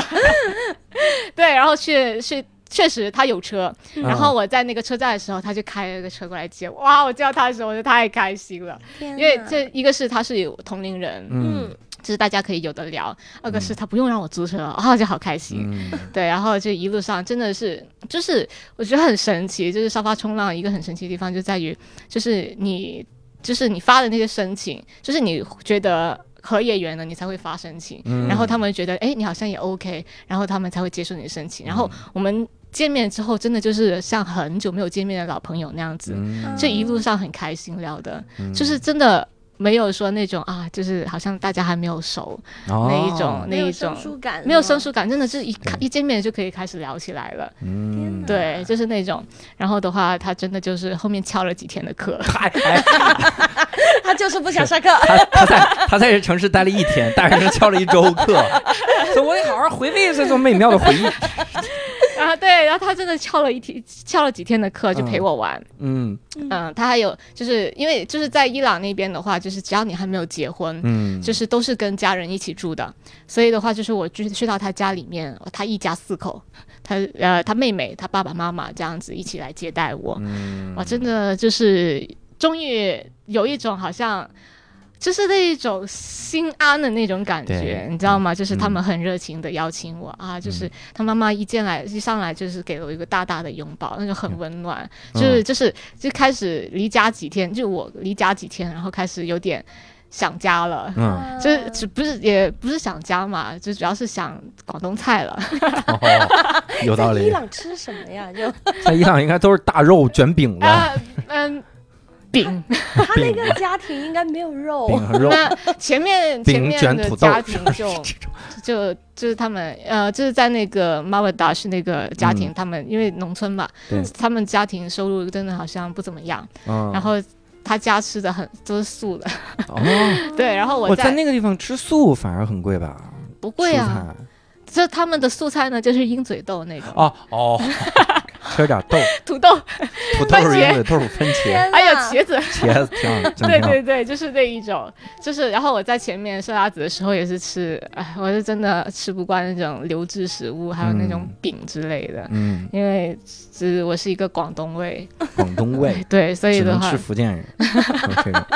对，然后去去。确实，他有车，嗯然后我在那个车站的时候，他就开了个车过来接我。哇，我见到他的时候，我就太开心了，因因为这一个是他是有同龄人，嗯就是大家可以有的聊。二个是他不用让我租车，啊、 就好开心。嗯，对，然后就一路上真的是，就是我觉得很神奇，就是沙发冲浪一个很神奇的地方就在于，就是你就是你发的那些申请，就是你觉得。合业员呢，你才会发申请，嗯然后他们觉得，哎，你好像也 OK，然后他们才会接受你的申请。然后嗯我们见面之后，真的就是像很久没有见面的老朋友那样子，嗯这一路上很开心聊的，就是真的没有说那种啊，就是好像大家还没有熟，哦那一种没有那一生种疏感，没有生。疏感，真的是一对一见面就可以开始聊起来了。嗯，天哪对，就是那种。然后的话，他真的就是后面翘了几天的课， 他哎他就是不想上课，他他在他在这城市待了一天，但是翘了一周课， 所以我得好好回味这种美妙的回忆。 啊，对，然后他真的翘了一天，翘了几天的课就陪嗯我玩。嗯嗯他还有就是因为就是在伊朗那边的话，就是只要你还没有结婚。嗯，就是都是跟家人一起住的，所以的话，就是我去去到他家里面，他一家四口，他呃他妹妹、他爸爸妈妈这样子一起来接待嗯我，我真的就是终于有一种好像。就是那一种心安的那种感觉对，你知道吗？就是他嗯们很热情的邀请我、啊，就是他妈妈一进来一上来就是给了我一个大大的拥抱，那就很温暖。嗯就是就是就开始离家几天，就我离家几天，然后开始有点想家了。 嗯，就是只不是也不是想家嘛，就主要是想广东菜了。哦有道在伊理。朗吃什么呀？就在伊朗应该都是大肉卷饼了，啊，嗯， 饼，他那个家庭应该没有肉，饼和肉。那前 面饼前面卷的土豆家庭就 就就是他们呃，就是在那个 m a w a d a 是那个家庭，嗯他们因为农村嘛对，他们家庭收入真的好像不怎么样，嗯，然后。他家吃的很都是素的，哦， 对，然后我我在在那个地方吃素反而很贵吧？不贵蔬啊，菜这他们的素菜呢就是鹰嘴豆那种哦哦， 吃点 豆，土豆，土豆番是茄鹰嘴豆是番茄，天 还有哪茄子，茄子挺好， 真啊 对挺好。对对，就是那一种，就是然后我在前面设鸭子的时候也是吃，哎，我是真的吃不惯那种流质食物，还有那种嗯饼之类的，嗯，因为是我是一个广东胃，广东味对，所以只的能话吃，福建 人，就这个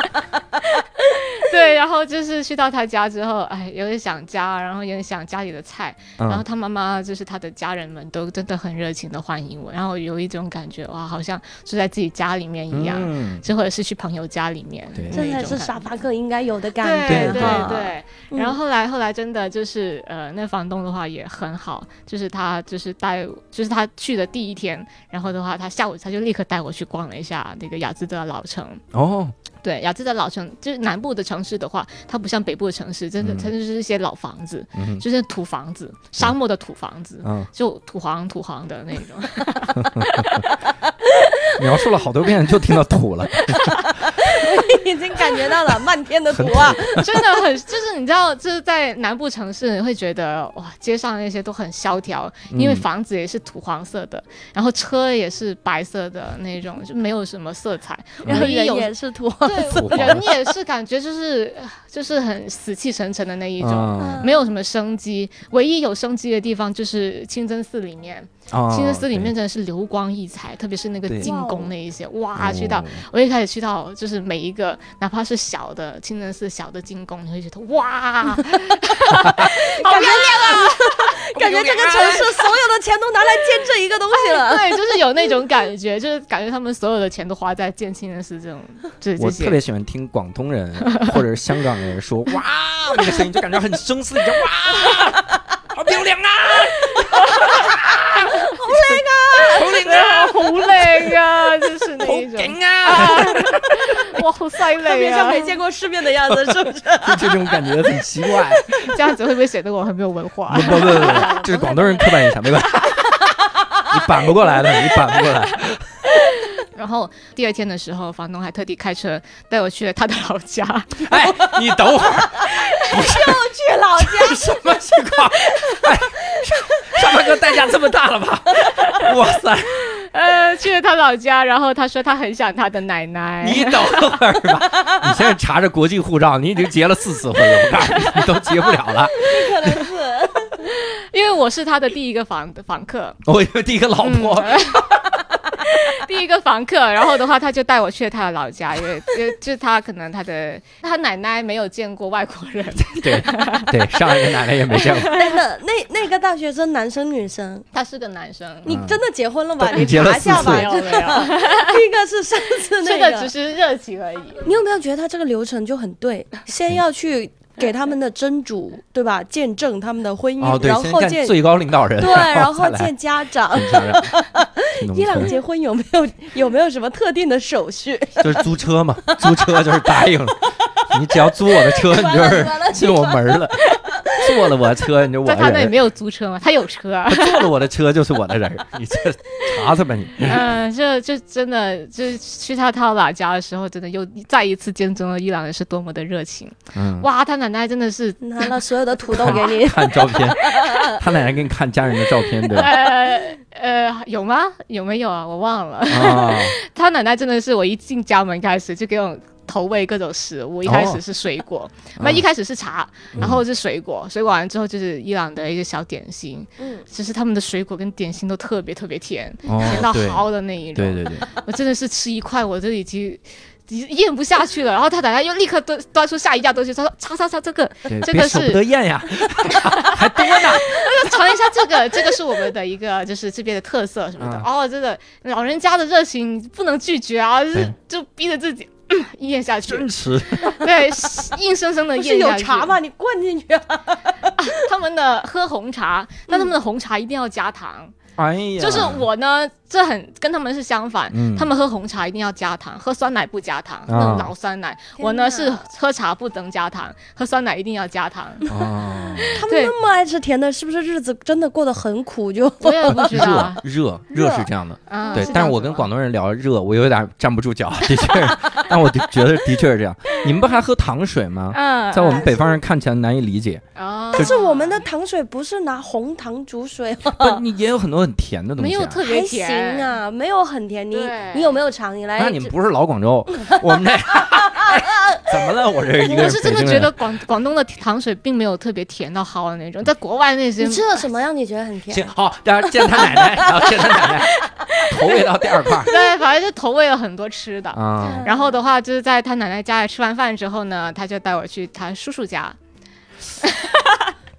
对，然后就是去到他家之后，哎，有点想家，然后有点想家里的菜，然后嗯，他妈妈就是他的家人们都真的很热情的欢迎我，然后有一种感觉哇，好像住在自己家里面一样，嗯就或者是去朋友家里面对，那这一才种是感沙觉发客应该有的感对觉对哈。对，嗯然后后来后来真的就是呃，那房东的话也很好，就是他就是带就是他去的第一天，然后的话他下午他就立刻带我去逛了一下那个雅兹德老城。哦，对，雅兹德老城就是南部的城市的话，它不像北部的城市，真的嗯它就是一些老房子，嗯就是土房子，沙漠的土房子。嗯，就土黄土黄的那种，描述了好多遍，就听到土了。 已经感觉到了漫天的图啊， 真的很就是你知道，就是在南部城市你会觉得哇，街上那些都很萧条，因为嗯房子也是土黄色的，然后车也是白色的那种，就没有什么色彩， 然后人人有。也是 图。嗯 土对，黄人也是感觉就是就是很死气沉沉的那 一种，嗯没有什么生机。唯一有生机的地方就是清真寺里面，哦清真寺里面对真的是流光溢彩，特别是那个对进哇哦宫那一些，哇，去到哦我一开始去到就是每一个哪怕是小的清真寺小的进宫，你会觉得哇， 感觉这啊个城市所有的钱都拿来建这一个东西了。 对，就是有那种感觉，就是感觉他们所有的钱都花在建清真寺这种，这这我些。特别喜欢听广东人或者是香港人说“哇”那个声音，就感觉很声嘶力竭，“哇，好漂亮啊，好靓啊， 好靓啊，就是那好一靓啊，好种，劲啊 哇，好犀特利别像啊！没见过世面的样子，是不是？”，就这种感觉很奇 怪。 这样子会不会显得我很没有文化不？不不不，这是广东人刻板印象，没关系。你扳不过来的，你扳不过来。 然后第二天的时候，房东还特地开车带我去了他的老家， 哎，你等会儿，又去老家，这是什么情况？哎，沙发哥代价这么大了 吧？哇塞！呃，去了他老家，然后他说他很想他的奶奶。 你等会儿吧，你现在查着国际护照，你已经结了四次婚了，我告诉你，你都结不了了。可能是因为我是他的第一个房房客，嗯我有第一个老婆，嗯 第一个房客，然后的话他就带我去了他的老家，因为 就就他可能他的他奶奶没有见过外国人，对对，上海人奶奶也没见 过，等等， 那那个大学生男生女生， 他是个男生。你真的结婚了吧？嗯你结查了一下四次吧 没。有没 有，这个是上次那这个只是热情而已。你有没有觉得他这个流程就很 对？先要去给他们的真主，对吧？见证他们的婚姻，哦，对，然先后见见最嗯高领导人， 对，然后再来见 家长。正常人。农 伊朗村结婚 有没有有没有什么特定的手续？ 就是租车嘛，租车就是答应了，你只要租我的车，你就完了是完了进我门儿了；坐了我的车，你就我在的他那里人没有租车吗？他有车啊。儿；坐了我的车，就是我的人儿。你这查查吧你。嗯，这这真的，就是去他他老家的时候，真的又再一次见证了伊朗人是多么的热情。嗯，，哇，他奶奶真的是，拿了所有的土豆给你 看照 片，他奶奶给你看家人的照片，对吧？呃呃，有吗？有没有啊？我忘了。啊，他奶奶真的是，我一进家门开始就给我投喂各种食物，一开始是水果，哦那、一开始是茶，嗯然后是水果，水果完之后就是伊朗的一些小点心，嗯，就是他们的水果跟点心都特别特别甜，甜哦到，对，齁的那一种。对对 对，我真的是吃一块，我这已经。已经咽不下去了，然后他奶奶又立刻端端出下一样东西，他说：“擦擦擦，这个对，真别的舍不是得咽呀，还多呢。尝一下这个， 这个是我们的一个就是这边的特色什么嗯的。哦，真的，老人家的热情不能拒绝啊，就是对就逼着自己嗯咽下去，真 吃，对，硬生生的不咽是有下去。茶吗？你灌进去啊，他们的喝红嗯茶，但他们的红茶一定要加糖。哎呀，就是我呢，这很跟他们是相反，嗯啊他们喝红茶一定要加糖，喝酸奶不加糖，那种老酸奶。我呢是喝茶不能加糖，喝酸奶一定要加糖。啊，他们对那么爱吃甜的，是不是日子真的过得很苦？就我也不知道热啊，热热热是这样的，啊对是，这但样是我子跟吗广东人聊热，我有点站不住脚， 的确是，但我的觉得的确是这样。你们不还喝糖水吗？嗯，在我们北方人看起来难以理解，啊，但是我们的糖水不是拿红糖 煮水吗？不，你也有很多很甜的东嗯没西有啊。特别还行甜啊，没有很甜。你对你有没有尝？你来，那你们不是老广 州，我 们这哎怎么了？我这一个我人是北真的京觉人啊得广广东的糖水并没有特别甜到齁的那种，在国外那些你吃了什么让你觉得很行甜？好，大家见他奶奶，然后见他奶奶，头喂到第二块儿对，反正就投喂了很多吃的。嗯啊。然后的话，就是在他奶奶家里吃完饭之后呢，他就带我去他叔叔家。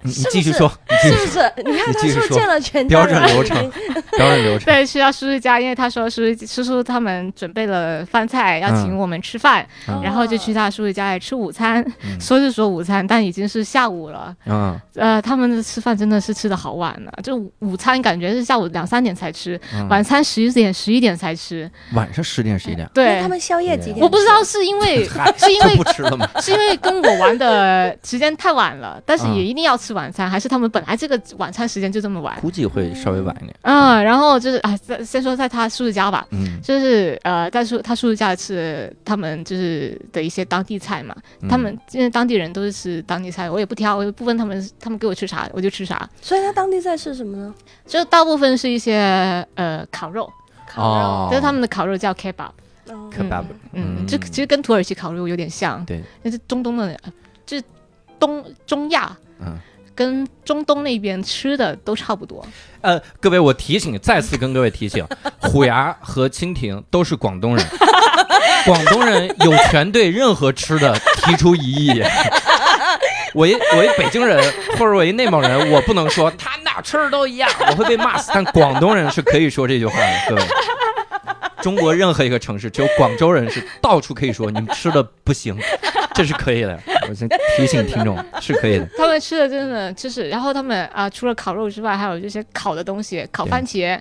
你你不继续是说，你继是续不说是？ 你看你他继是续不是说见了全家标准人流程， 标准流程对，去他叔叔家，因为他说叔叔叔叔他们准备了饭菜要请我们吃饭，嗯然后就去他叔叔家里吃午餐。嗯说是说午餐，但已经是下午了。嗯呃，他们的吃饭真的是吃的好晚了，就午午餐感觉是下午两三点才吃，嗯晚餐十一点十一点才吃。晚上十点十一点，对，那他们宵夜几点吃？我不知道是因 为嗨是因这为不吃了吗？ 是因为跟我玩的时间太晚了，但是嗯也一定要吃晚餐，还是他们本来这个晚餐时间就这么晚？估计会稍微晚一点。嗯，然后就是哎，在先说在他叔叔家吧，嗯，就是呃，在叔他叔叔家吃他们就是的一些当地菜嘛，嗯他们因为当地人都是吃当地菜，我也不挑，我也不问他们，他们给我吃啥我就吃啥，所以他当地菜是什么呢？就大部分是一些呃烤肉，哦，就是他们的烤肉叫 kebab，哦 Kebab 嗯，嗯这其实跟土耳其烤肉有点像，对，那是中东的，呃就是东中亚嗯。跟中东那边吃的都差不多，呃，各位，我提醒，再次跟各位提 醒，虎牙和蜻蜓都是广东人， 广东人有权对任何吃的提出异议。我一我一北京人或者我一内蒙人，我不能说他们俩吃的都一样，我会被骂死。但广东人是可以说这句话的，各位。中国任何一个城市，只有广州人是到处可以说你们吃的不行，这是可以的。我先提醒听众，是可以的。他们吃的真的就是，然后他们啊、除了烤肉之外，还有这些烤的东西，烤对番茄、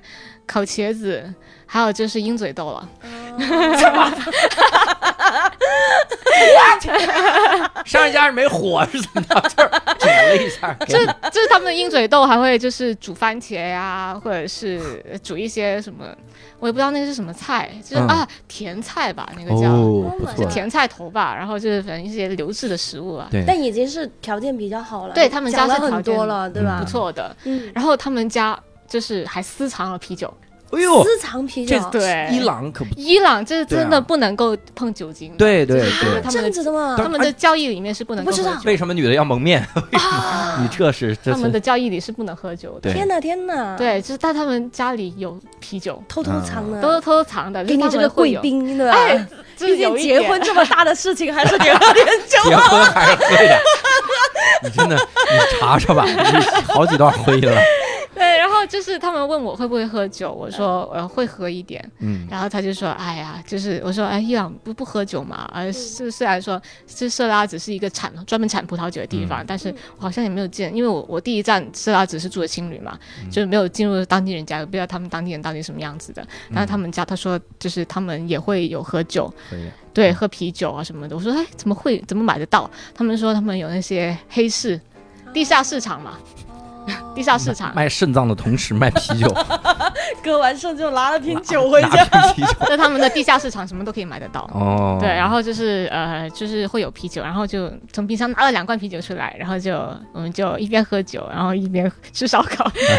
烤茄子，还有就是鹰嘴豆了。上一家是没火是怎么着？ 就是煮了一下，这这是他们的鹰嘴豆，还会就是煮番茄呀、或者是呃煮一些什么，我也不知道那个是什么菜，就是、嗯啊甜菜吧，那个叫、哦，不就错就，甜菜头吧，然后就是反正一些流质的食物啊，对，但已经是条件比较好了，对他们家讲了是条很件多了，对不吧？错的。嗯，然后他们家就是还私藏了啤酒，哎呦，私藏啤酒这，对伊朗可不，伊朗这真对的啊不能够碰酒精的，对对就是对他这样们的子的吗？他们的教义里面是不能我够不喝知道酒的，为什么女的要蒙 面？你这是这啊他们是的教义里是不能喝酒的。对天哪，天哪！，对，就是在他们家里有啤酒，偷偷藏的，都是偷偷藏的，嗯给你就是这他个们会贵有，宾，对哎吧？，就是毕有竟一结点婚这么大的事情，还是得喝点结酒。 婚还是喝一点？你真的，你查查吧，你好几段婚姻了。对，然后后就是他们问我会不会喝酒，我说呃会喝一点， 嗯，然后他就说哎呀，就是我说哎伊朗不不喝酒嘛，呃是虽然说这色拉只是一个产专门产葡萄酒的地方，但是我好像也没有见，因为我我第一站色拉只是住的青旅嘛，就是没有进入当地人家，不知道他们当地人到底什么样子的。然后他们家他说就是他们也会有喝酒，可以，对，喝啤酒啊什么的。我说，哎，怎么会怎么买得到？他们说他们有那些黑市、地下市场嘛，地下市场。卖肾脏的同时卖啤 酒，割完肾就拿了瓶酒回拿家。瓶啤酒。在他们的地下市场什么都可以买得 到。哦，对，然后就是呃，就是会有啤酒，然后就从冰箱拿了两罐啤酒出来，然后就我们就一边喝酒，然后一边吃烧烤。啊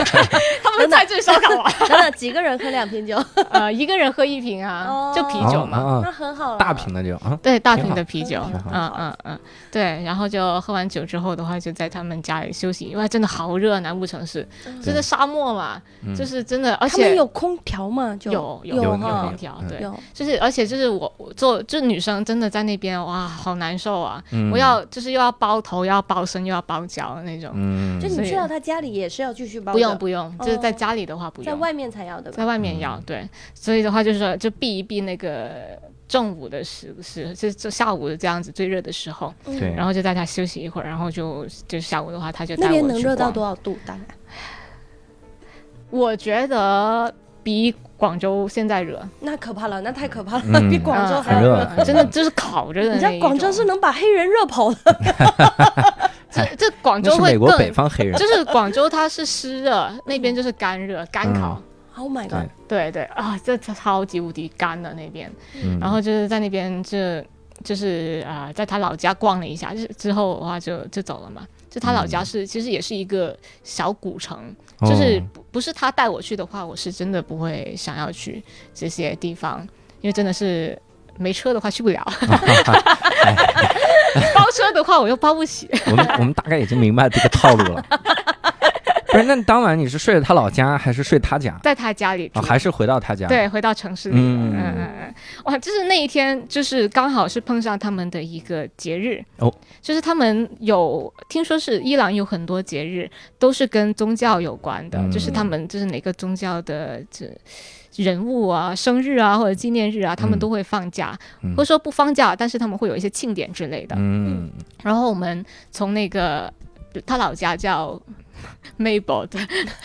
他们在这里烧 烤啊，等等，几个人喝两瓶酒？呃，一个人喝一瓶啊，就啤酒嘛。哦，哦那很好了。大瓶的就啊，对，大挺瓶好的啤酒挺好，嗯嗯嗯，对，然后就喝完酒之后的话，就在他们家里休息，因为真的好热，南部城市，真的沙漠嘛，嗯就是真的，而嗯他们且有空调吗？就有有有有哈空，调嗯，对，有。就是而且就是我我做就是女生真的在那边哇，好难受啊，嗯我要就是又要包头，又要包身，又要包脚的那种，嗯，就所你以去到他家里也是要继续包的，不用不用，就是在哦家里的话不在用，外面才要的吧？在外嗯面要对，所以的话就是说就避一避那个正午的时时，就就下午这样子最热的时候。嗯对，然后就带他休息一会儿，然后就就下午的话，他就带那我边能去热到逛多少度？大概我觉得比广州现 在热，那可怕了，那太可怕了，嗯比广州还要很热热。嗯真的就是烤着的啊你知那道一广州种是能把黑人热跑的，这这广那州是会美国北更，方 黑人，就是广州它是湿热，那边就是干热干烤。 Oh my 对 god！对对啊，这超级无敌干的那边，嗯然后就是在那边这就是啊、在他老家逛了一下，就是之后的话就就走了嘛。就他老家是、其实也是一个小古城，就是哦不不是他带我去的话，我是真的不会想要去这些地方，因为真的是没车的话去不了，包车的话我又包不起。我们我们大概已经明白这个套路了。不是，那当晚你是睡他老家还是睡他家？在他家里住、啊，还是回到他家？对，回到城市里了。嗯嗯嗯嗯，哇，就是那一天，就是刚好是碰上他们的一个节日哦，就是他们有听说是伊朗有很多节日都是跟宗教有关的，嗯就是他们就是哪个宗教的这。人物啊，生日啊，或者纪念日啊，他们嗯都会放假，嗯或者说不放假，但是他们会有一些庆典之类的。嗯，然后我们从那个他老家叫 Mabel 的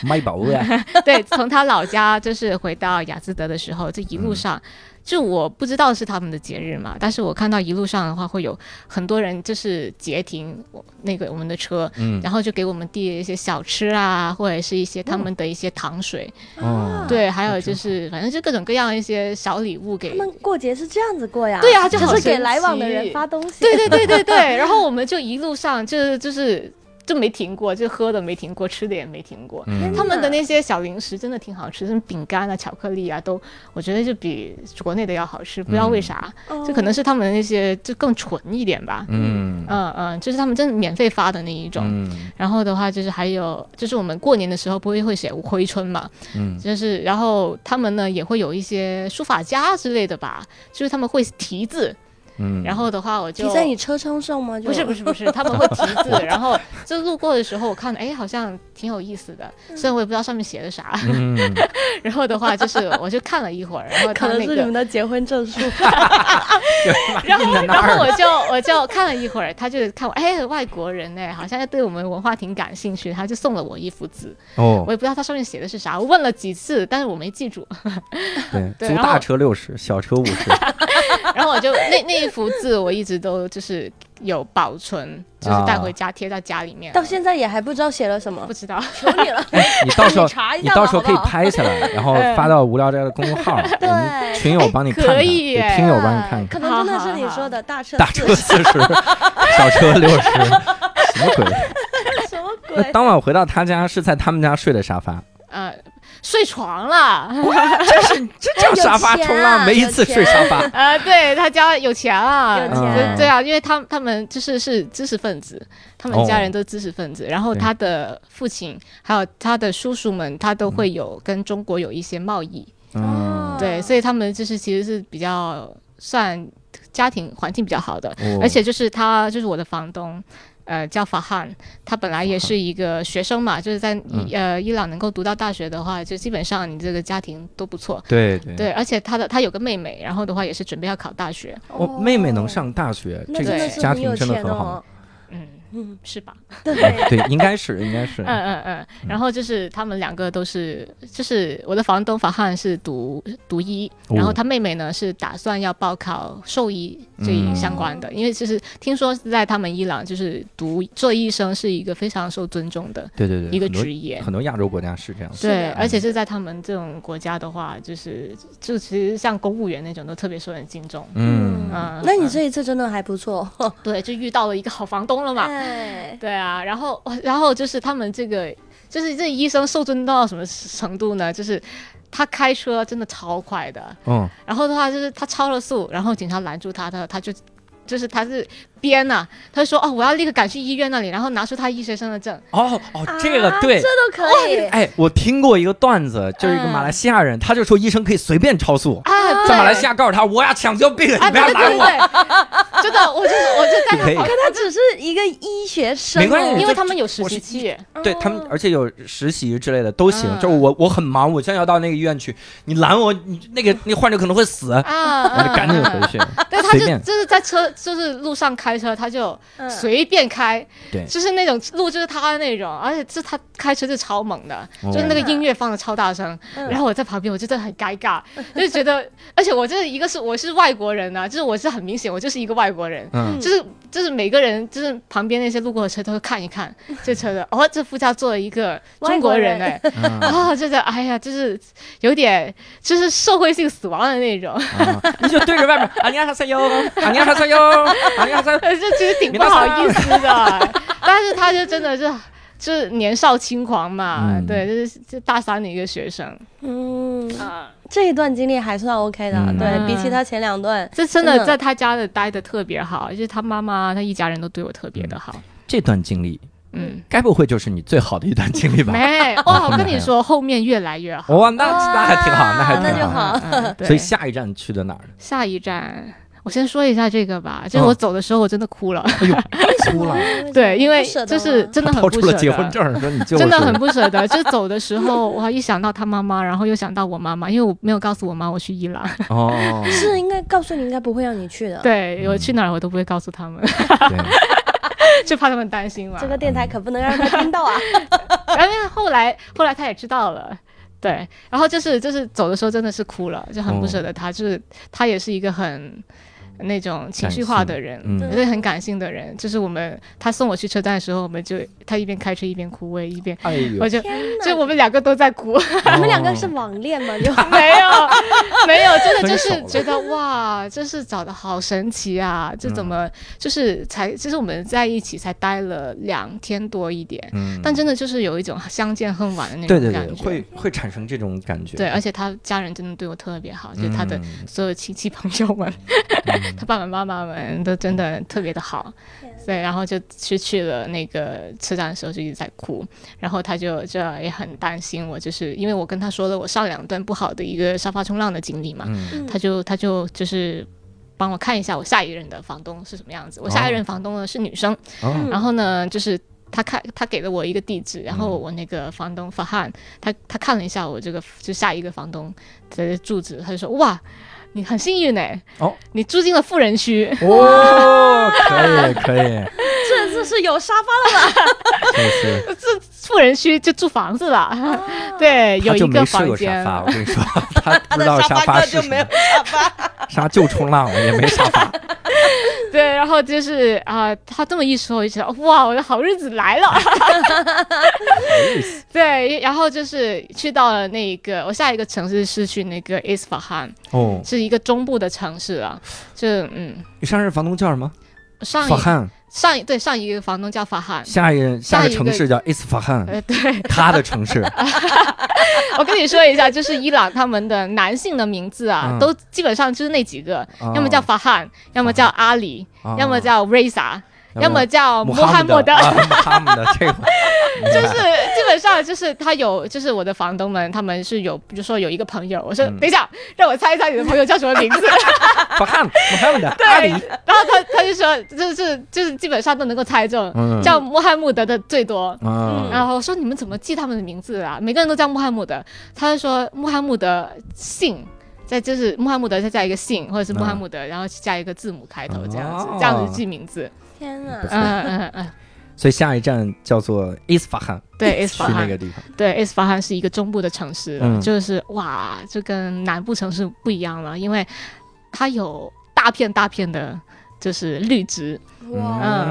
卖宝物 呀，对，从他老家就是回到雅兹德的时候，这一路上，就我不知道是他们的节日嘛，但是我看到一路上的话，会有很多人就是截停我那个我们的车， 嗯然后就给我们递一些小吃啊，或者是一些他们的一些糖水，啊哦，对，还有就是反正就各种各样一些小礼物给他。们过节是这样子过呀？对啊就好只是给神来往的奇人发东西。对对对对对，然后我们就一路上就是就是就没停过，就喝的没停过，吃的也没停过。嗯他们的那些小零食真的挺好吃，什么饼干啊、巧克力啊，都我觉得就比国内的要好吃，不知道为啥，哦，就可能是他们那些就更纯一点吧。嗯嗯嗯，就是他们真的免费发的那一种。嗯然后的话就是还有，就是我们过年的时候不会会写回春嘛，嗯就是然后他们呢也会有一些书法家之类的吧，就是他们会题字，嗯，然后的话我就提在你车窗上吗？就不是不是不是，他们会题字， 然后就路过的时候，我看哎，好像挺有意思的，嗯虽然我也不知道上面写的啥。嗯然后的话就是，我就看了一会儿，然后可他能那是你个们，的结婚证书。 然后印在那然后儿我就我就看了一会儿，他就看我，哎，外国人呢，好像对我们文化挺感兴趣，他就送了我一幅字，我哦，也不知道他上面写的是啥，我问了几次，但是我没记住。 对，对租然后大车六十，小车五 十，然后我就那那一幅字，我一直都就是有保存，就是带回家贴在家里面了，到现在也还不知道写了什么不，知道。求你了，你到时候你查一你下到吧时候可以好不好拍下 来，然后发到无聊斋的公众号，我们群友帮你看看，嗯哎可以对耶听友帮你看看。可能真的是你说的大车大 车四十，小车六 十，什么鬼？什么那鬼？当晚 回到他家是在他们家睡的沙 发，呃，睡床了，这叫沙发有钱啊冲浪，没一次睡沙 发。 呃，对他家有钱啊，有钱对对啊，因为他他们就是是知识分子，他们家人都是知识分子，然后嗯对他的父亲还有他的叔叔们，他都会有跟中国有一些贸易，嗯，哦对，所以他们就是其实是比较算家庭环境比较好的，哦而且就是他就是我的房东。呃叫法汉，他本来也是一个学生嘛，就是在嗯伊、呃伊朗能够读到大学的话，就基本上你这个家庭都不错。对对对，而且他的他有个妹妹，然后的话也是准备要考大学，我妹妹能上大学，哦那这真个的对是家很有庭真的钱很好哎哦。。嗯，嗯，是吧？ 对， 对，应该是应该是。嗯嗯嗯。然后就是他们两个都是，就是我的房东法汉是读读医，哦然后他妹妹呢是打算要报考兽医这一相关嗯的，因为就是听说在他们伊朗就是读做医生是一个非常受尊重的对对对，一个很多职业。很多亚洲国家是这样。是对，的而且是在他们这种国家的话，就是就其实像公务员那种都特别受人敬重。嗯，嗯，那你嗯这一次真的还不 错，对就遇到了一个好房东了嘛？哎，对啊，然后 哇然后就是他们这个，就是这医生受尊到什么程度呢？就是他开车真的超快的，哦，然后的话就是他超了速，然后警察拦住他，他他就。就是他是编呐、他就说哦，我要立刻赶去医院那里，然后拿出他医学生的证。哦哦，这个对啊这。嗯都可以，哎，我听过一个段子，就是一个马来西亚人，他就说医生可以随便超速，啊，在对马来西亚告诉他我要抢救病人，哎啊，你不对要对拦对我。对，真的，我就我就在就可以他旁边，他只是一个医学生哦，哎哦没关系因就为他们有实哎我是习期，对他们，而且有实习之类的都行。嗯就是我我很忙，我现在要到那个医院去，你拦我，你那个那患者可能会死，啊，我就啊赶紧啊回去。对，他随就便就是在车，就是路上开车，他就嗯随便开，对就是那种路就是他的那种，而且是他开车是超猛的，哦就是那个音乐放的超大声，嗯然后我在旁边，我就真的很尴尬，就觉得，而且我这一个是我是外国人啊，就是我是很明显我就是一个外国人。嗯，就是就是每个人就是旁边那些路过的车都会看一看这车的，哦，这副驾坐了一个中国人哎、嗯啊，就是哎呀，就是有点就是社会性死亡的那种，啊你就对着外面，啊你好三幺，啊你好三幺，啊你好 三。呃，这其实挺不好意思的， 但是他就真的是就是年少轻狂嘛，嗯对，就是就大三的一个学生嗯，啊，这一段经历还算 OK 的，嗯对嗯比起他前两段，这真真的的在他家里待的特别好，就是他妈妈他一家人都对我特嗯别的好，这段经历，嗯，该不会就是你最好的一段经历吧？没 哦，我跟你说，后面越来越好，哇，那那还挺好，哇还 那挺就好。好嗯， 所嗯以对，下一站去的哪儿？下一站。我先说一下这个吧，嗯就是我走的时候我真的哭了，哎呦， 哭了，对，因为不舍得就吗是真的很掏不出舍了得。结婚证，说你就是真的很不 舍得。就走的时候，哇，一想到他妈妈，然后又想到我妈妈，因为我没有告诉我妈我去伊朗，哦，是应该告诉你，应该不会让你去的。，嗯对我去哪儿我都不会告诉他们，对， 就怕他们担心嘛这。个电台可不能让他听到啊。然后后来后来他也知道了。对，然后就是就是走的时候真的是哭了，就很不舍得哦他，就是他也是一个很那种情绪化的人，嗯也是很感性的人。就是我们他送我去车站的时候，我们就他一边开车一边哭，我也一边，哎呦 我，就天哪，就我们两个都在哭，你们两个是网恋吗？ 就没有，没有，真的就分手是了觉得哇，真是找的好神奇啊！这怎嗯么、就是才，其实我们在一起才待了两天多一点，嗯但真的就是有一种相见恨晚的那对种对感对，觉。会会产生这种感觉。对而且他家人真的对我特别好，就是嗯他的所有亲戚朋友们， 他爸爸妈妈们都真的特别的好，对，然后就去去了那个车站的时候就一直在哭，然后他就就也很担心我，就是因为我跟他说了我上两段不好的一个沙发冲浪的经历嘛，嗯，他就他就就是。帮我看一下我下一任的房东是什么样子。我下一任房东呢是女生，嗯哦，然后呢，就是他看他给了我一个地址，然后我那个房东法汉，他他看了一下我这个就下一个房东的住址，他就说哇，你很幸运哎、哦，你住进了富人区， 哦，可以可以， 这次是有沙发真 是富人区就住房子了，对，有他就一没睡个房过沙间，发，我跟你 说，他他不的知道沙发根是本就什没有么，沙发，沙就冲浪了，也没沙发。对，然后就是啊、他这么一说，我就觉得哇，我的好日子来 了。 对，然后就是去到了那一个，我下一个城市是去那个 Isfahan，哦，是一个中部的城市啊，就嗯，你上任房东叫什么？上一法汉，上一对上一个房东叫法汉。下一任下下个一城个市叫 Is 法汉，呃，对他的城 市。我跟你说一下，就是伊朗他们的男性的名字啊，嗯都基本上就是那几个，哦要么叫法汉，要么叫阿里，哦要么叫 Reza，、要么叫穆穆罕默默德，，德啊穆罕默德这个 就明是白基本上就是他有，就是我的房东们，他们是有，比如说有一个朋友，我说、嗯等一下，让我猜一猜你的朋友叫什么名字，巴汉穆罕默德， 阿对里，然后他他就说，就是就是基本上都能够猜中，嗯叫嗯穆罕默德的最多。啊然后我说你们怎么记他们的名字啊？每个人都叫穆罕默德，他就说穆罕默德姓。再就是穆罕默德，再加一个姓，或者是穆罕嗯默德，然后加一个字母开头，这样子，哦这样子记名字。天哪不！错嗯嗯嗯，所以下一站叫做伊斯法罕，对 ，is 去法那汗个，地方。对，is 法汗是一个中部的城市，嗯就是哇，就跟南部城市不一样了，因为它有大片大片的，就是绿植，哇，嗯，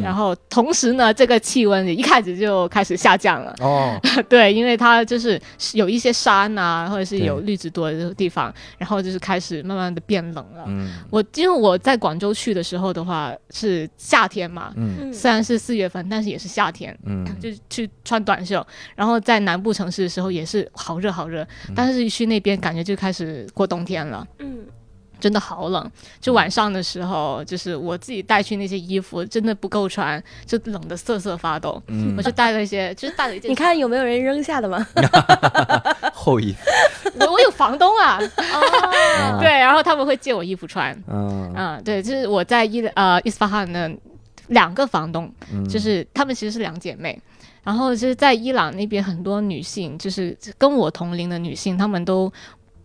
嗯然后同时呢，这个气温也一开始就开始下降了，哦，对，因为它就是有一些山啊，或者是对有绿植多的地方，然后就是开始慢慢的变冷了。嗯我因为我在广州去的时候的话是夏天嘛，嗯嗯虽然是四月份，但是也是夏天，嗯，就是去穿短袖，然后在南部城市的时候也是好热好热，嗯但是一去那边感觉就开始过冬天了。嗯，真的好冷，就晚上的时候，就是我自己带去那些衣服真的不够穿，就冷得瑟瑟发抖。嗯我就 带了一些，就是带了一件。你，看有没有人扔下的吗？后裔，我我有房东啊，啊 对，，然后他们会借我衣服穿。嗯嗯，对，就是我在伊呃伊斯法罕的两个房东，嗯就是她们其实是两姐妹。然后就是在伊朗那边，很多女性就是跟我同龄的女性，她们都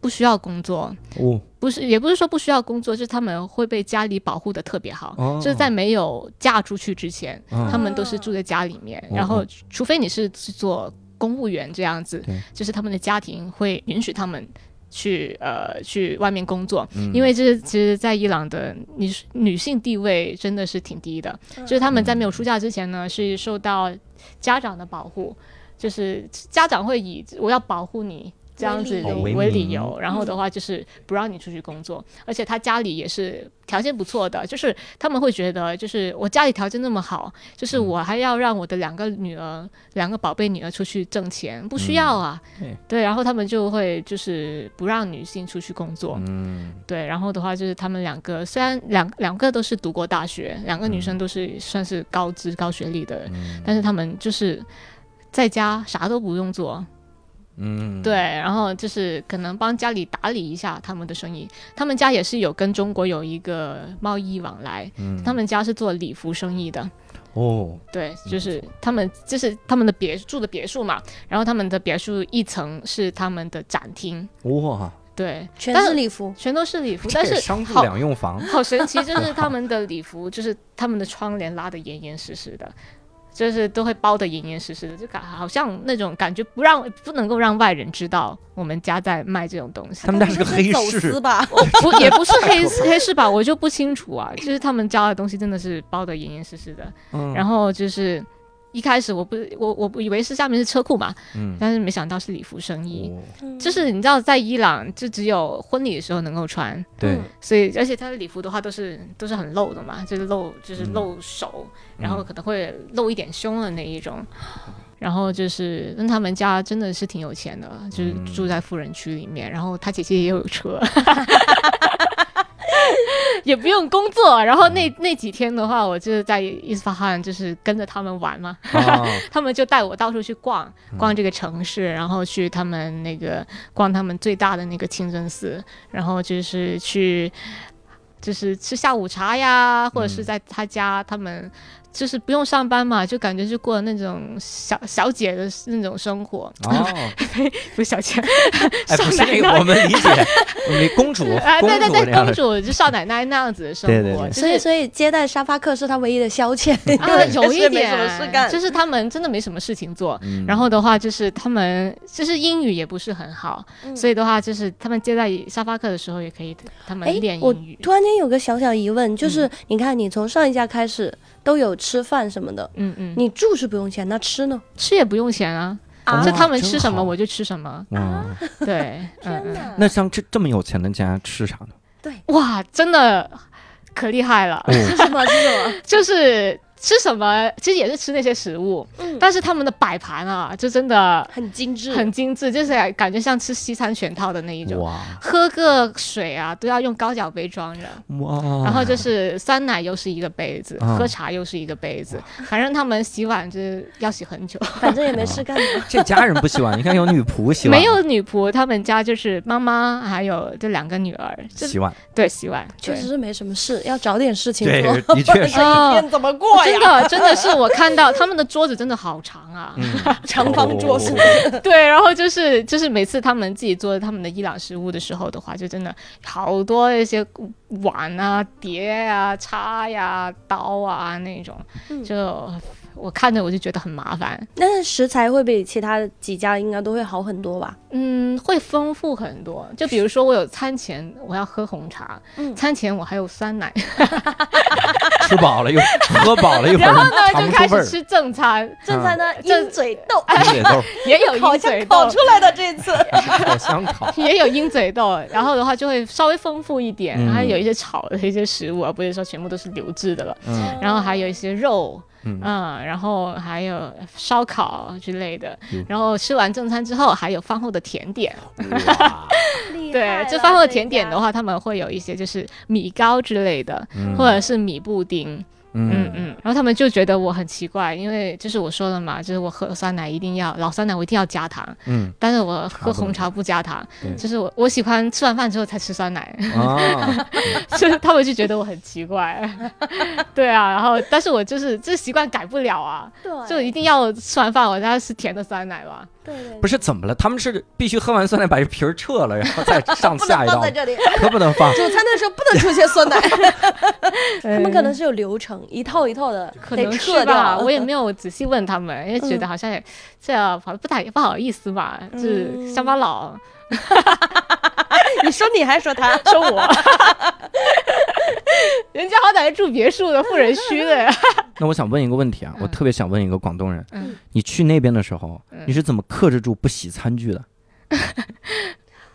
不需要工作，哦，不是也不是说不需要工作，就是她们会被家里保护的特别好。哦就是在没有嫁出去之前，嗯她们都是住在家里面，哦然后除非你是做公务员这样子对，就是他们的家庭会允许他们。去呃去外面工作，嗯因为这是其实，在伊朗的女女性地位真的是挺低的，嗯就是他们在没有出嫁之前呢，是受到家长的保护，就是家长会以我要保护你这样子为理由为理哦为由，然后的话就是不让你出去工作，嗯而且他家里也是条件不错的，就是他们会觉得就是我家里条件那么好，就是我还要让我的两个女儿、两个宝贝女儿出去挣钱，不需要啊，对对，然后他们就会就是不让女性出去工作，嗯对，然后的话就是他们两个，虽然两两个都是读过大学，两个女生都是算是高知高学历的，嗯但是他们就是在家啥都不用做，嗯，对，，然后就是可能帮家里打理一下他们的生意。他们家也是有跟中国有一个贸易往来，嗯他们家是做礼服生意的，哦，对，就是他们就是他们的别住的别墅嘛，然后他们的别墅一层是他们的展厅，哇，对，全但是是礼服，全都是礼服，这但也是商住好两用房，好神奇，就是他们的礼服，就是他们的窗帘拉得严严实实的，就是都会包得严严实实的，就感好像那种感觉不让不能够让外人知道我们家在卖这种东西他，们家是个黑走市私，吧？不也不是 黑黑市吧，我就不清楚啊，就是他们家的东西真的是包得严严实实的，嗯然后就是。一开始我不我我不以为是下面是车库嘛，嗯但是没想到是礼服生意，哦嗯就是你知道在伊朗就只有婚礼的时候能够穿，对，所以而且他的礼服的话都是都是很露的嘛，就是露就是嗯露手，然后嗯可能会露一点胸的那一 种。然后就是，那他们家真的是挺有钱的，就是嗯住在富人区里面。然后他姐姐也有 车，也不用工作。然后那嗯那几天的话，我就是在伊斯法罕，就是跟着他们玩嘛。啊，他们就带我到处去逛嗯逛这个城市，然后去他们那个逛他们最大的那个清真寺，然后就是去就是吃下午茶呀，或者嗯是在他家、他们。就是不用上班嘛，就感觉就过那种小小姐的那种生活， 哦，不是小 姐，哎，不是上那奶个，奶我们理解，你公主， 啊，公对对主这对，样公的，主就少奶奶那样子的生活，对对对就是所以所以接待沙发客是他唯一的消遣， 啊，因为有一确实没什么事点，干，就是他们真的没什么事情做。嗯然后的话，就是他们就是英语也不是很好，嗯所以的话就是他们接待沙发客的时候也可以他们哎练我英语。突然间有个小小疑问，就是你看，你从上一家开始都有吃饭什么的，嗯嗯，你住是不用钱，那吃呢？吃也不用钱啊，啊就哦他们吃什真么好我就吃什么。哇， 对，嗯嗯哪 那像这这么有钱的家吃啥呢？哇，真的可厉害了，哦，啊是什么？是什么？就是。吃什么，其实也是吃那些食物，嗯但是他们的摆盘啊，就真的 很精致，很精致，就是感觉像吃西餐全套的那一种。哇喝个水啊，都要用高脚杯装着，哇，然后就是酸奶又是一个杯子，啊喝茶又是一个杯子，反正他们洗碗就是要洗很久。反正也没事干 嘛。这家人不洗碗，你看有女仆洗碗，没有女仆，他们家就是妈妈还有这两个女儿，就洗碗，对洗碗，确对实是没什么事，要找点事情对做。，的确 哎是。啊一天怎么过 真？的真的是我看到他们的桌子真的好长啊， 嗯长方桌是吧对，然后就是就是每次他们自己做他们的伊朗食物的时候的话，就真的好多一些碗啊、碟啊、叉呀、刀啊那种，嗯就我看着我就觉得很麻烦。但是食材会比其他几家应该都会好很多吧？嗯，会丰富很多。就比如说，我有餐前我要喝红茶，嗯餐前我还有 酸奶，吃饱了又喝饱了，一会然儿后呢尝就不开出味始儿。吃正餐，正餐呢，这鹰嘴豆，鹰嘴豆、 也有烤鹰箱嘴烤豆出，来的这次，烤香肠，也有鹰嘴豆，然后的话就会稍微丰富一点，嗯然后有一些炒的一些食物，而不是说全部都是流质的了。嗯然后还有一些肉，嗯嗯，然后还有烧烤之类的嗯。然后吃完正餐之后，还有饭后的甜点。哇对，就饭后的甜点的话，他们会有一些就是米糕之类的，嗯 或者是米布丁。嗯嗯，嗯。然后他们就觉得我很奇怪，因为就是我说了嘛，就是我喝酸奶一定要老酸奶，我一定要加糖。嗯但是我不喝能红茶不加糖对，就是我我喜欢吃完饭之后才吃酸奶， 啊，所以他们就觉得我很奇怪， 对啊，然后但是我就是这习惯改不了啊，对就一定要吃完饭我再吃甜的酸奶吧，对 不是是怎么了？他们是必须喝完酸奶把这瓶儿撤了，然后再 上不下能一放道在， 这里。可不能放。主餐的时候不能出现酸奶，他他们可能是有流程，一套一套的，可得能撤掉嗯是吧，。我也没有仔细问他们，因为觉得好像也这样好像不太不好意思吧，嗯就是乡巴佬 你说你还说他，说我， 人家好歹是住别墅的富人区的， 那我想问一个问题啊，我嗯特别想问一个广东人，嗯你去那边的时候，嗯你是怎么克制住不洗餐具的？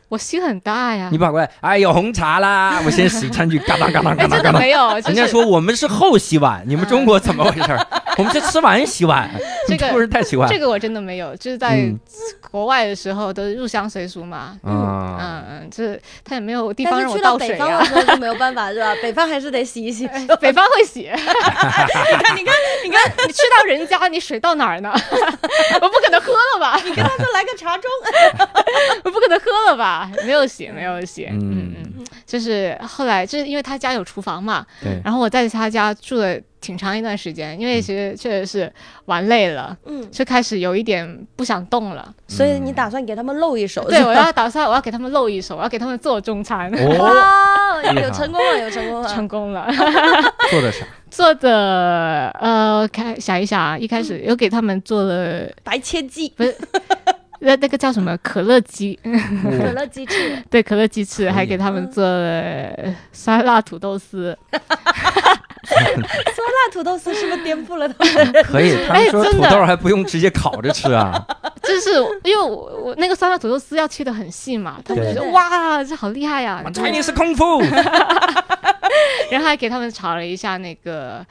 我心很大呀你，跑过来，哎，有红茶啦，我先洗餐具，嘎当嘎当嘎哎，当真嘎的当。没有，就人家是说我们是后洗碗，你们中国怎么回事儿？我们是吃完洗碗，嗯这你个们不是太奇怪这个我真的没有，就是在嗯国外的时候都入乡随俗嘛。啊？嗯嗯，就是他也没有地方但让是我去倒到水北呀、方的时候就没有办法， 是吧？北方还是得洗一洗。哎北方会洗，你看，你看，你看，你去到人家，你水到哪儿呢？ 我不可能喝了吧？你跟他说来个茶盅， 我不可能喝了吧？没有洗，没有洗。嗯嗯嗯，就是后来，就是因为他家有厨房嘛，对，然后我在他家住了挺长一段时间，因为其实确实是玩累了，嗯，就开始有一点不想动了。所以你打算给他们露一手？对， 我要打算我要给他们露一手，我要给他们做中餐，哦，哇，厉害有成功了，有嗯成功了。 成功了。做 的啥？做的呃，开想一想啊，一开始又给他们做了白切鸡、那那个叫什么可乐鸡， 可哦乐鸡翅，对，可乐鸡翅，以还给他们做了酸辣土豆丝，那土豆丝是不是颠覆了他们？可以，他们哎说真土的豆还不用直接烤着吃 啊。就是因为我我那个酸辣土豆丝要切的很细嘛，他们对就觉得哇，这好厉害呀、我嗯 Chinese 功夫，哦然后还给他们炒了一下那个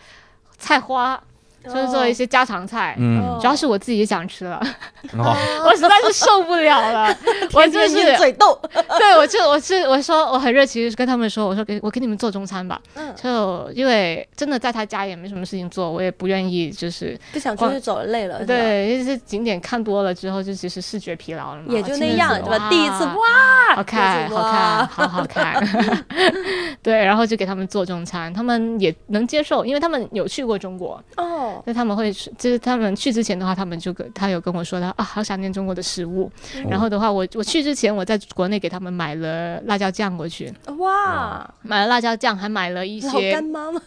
菜花，就是做一些家常菜。嗯，哦主要是我自己想吃了，哦， 我实在是受不了了， 我就是天天鹰嘴豆， 对我就我是我说我很热情，跟他们说我说给我给你们做中餐吧，嗯，就因为真的在他家也没什么事情做，我也不愿意就是不想出去走，累了，是吧，对，因为这景点看多了之后就其实视觉疲劳了嘛，也就那样，其实对是吧？第一次啊哇哇，好看，就是好看，哇，好好看。 对，然后就给他们做中餐，他们也能接受，因为他们有去过中国，哦，但他们会去就是他们去之前的话，他们就跟他有跟我说他啊，好想念中国的食物。嗯然后的话，我我去之前我在国内给他们买了辣椒酱过去，哇，买了辣椒酱，还买了一老干哦些妈吗？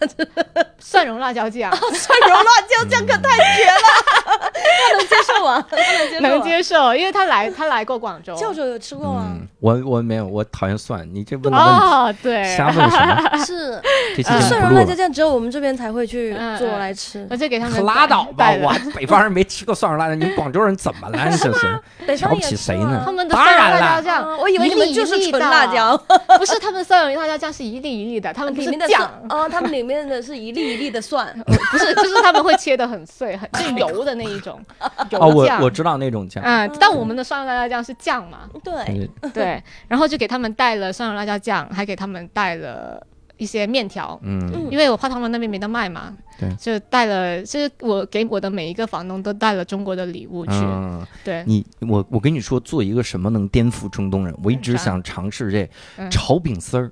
蒜蓉辣椒 酱，蒜蓉辣椒酱可太绝了， 他能接受啊 吗？他能接受吗能接受，啊因为他来他来过广州。教授有吃过吗嗯？，我我没有，我讨厌蒜，你这问的问哦，题对，瞎问什么？ 啊是，这期嗯节蒜目不蓉录辣了椒。酱只有我们这边才会去嗯做来吃我。就给他可们拉倒吧！带的我北方人没吃过蒜蓉辣椒，你 们广州人怎么了？你这是北瞧方不也起吃谁吗呢啊他们的当蒜蓉然辣了椒酱啊我以为一你粒们一就是粒纯的辣椒， 不是他们蒜蓉辣椒酱是一粒一粒的，他们不里是面的酱 蒜，啊，他们里面的是一粒一粒的蒜，不是就是他们会切的很 碎，很哎是油的那一种哦，油我酱。我知道那种酱，嗯，但我们的蒜蓉辣椒酱是酱嘛， 对，嗯对，然后就给他们带了蒜蓉辣椒酱，还给他们带了一些面条，嗯，因为我怕他们那边没得卖嘛，对就带了，就是我给我的每一个房东都带了中国的礼物去，嗯，对，你我我跟你说，做一个什么能颠覆中东人？我一直嗯啥想尝试这嗯炒饼丝儿，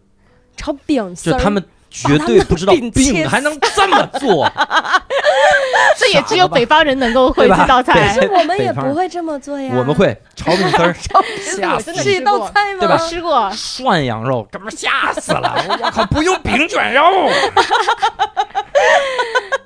炒饼丝就儿，他们绝对不知道把它们饼切饼还能这么做， 这也只有傻了吧北方人能够会对这吧道菜 对。我们也北方不会这么做呀，我们会 炒饼丝儿，吓我死真你的是一吃道过，菜吗？对吧吃 过，涮羊肉，哥们儿吓死了！我靠，不用饼卷肉，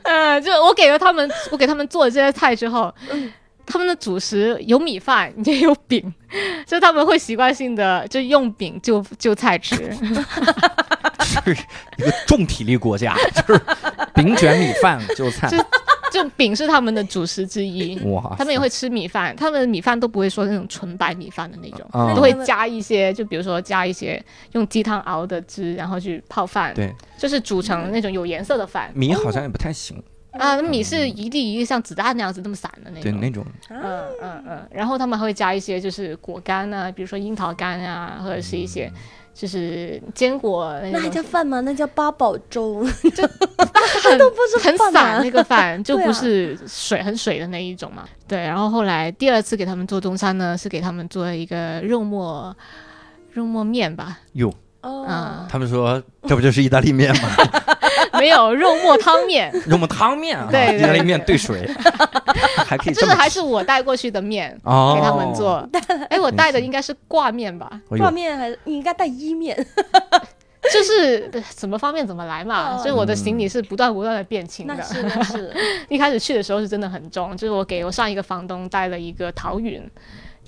呃，就我给了他们，我给他们做了这些菜之后，嗯他们的主食有米饭也有饼， 就他们会习惯性的就用饼就就菜吃。 是一个重体力国家，就是饼卷米饭就菜，，就就饼是他们的主食之一哇塞，他们也会吃米饭，他们的米饭都不会说那种纯白米饭的那种，啊嗯都会加一些，就比如说加一些用鸡汤熬的汁，然后去泡饭，对就是煮成那种有颜色的饭米好像也不太行，嗯啊。那米是一粒一粒像子弹那样子那么散的那对种。那种嗯嗯嗯，然后他们还会加一些就是果干啊，比如说樱桃干啊，或者是一些就是坚果那那还种，叫饭吗？那叫八宝 粥，很都不是很饭啊散那个饭，就对啊不是水很水的那一种嘛。对，然后后来第二次给他们做中餐呢，是给他们做一个肉末肉末面吧， 哟。哦啊，他们说这不就是意大利面吗？没有肉末汤面，用我们汤面啊，对对意大利面兑水，还可以就这是么还是我带过去的面。哦给他们做，哎，我带的应该是挂面吧，哎呦挂面还你应该带伊面， 就是呃怎么方便怎么来嘛，哦所以我的行嗯李是不断不断的变轻的那。是那是 一开始去的时候是真的很重，就是我给我上一个房东带了一个陶云，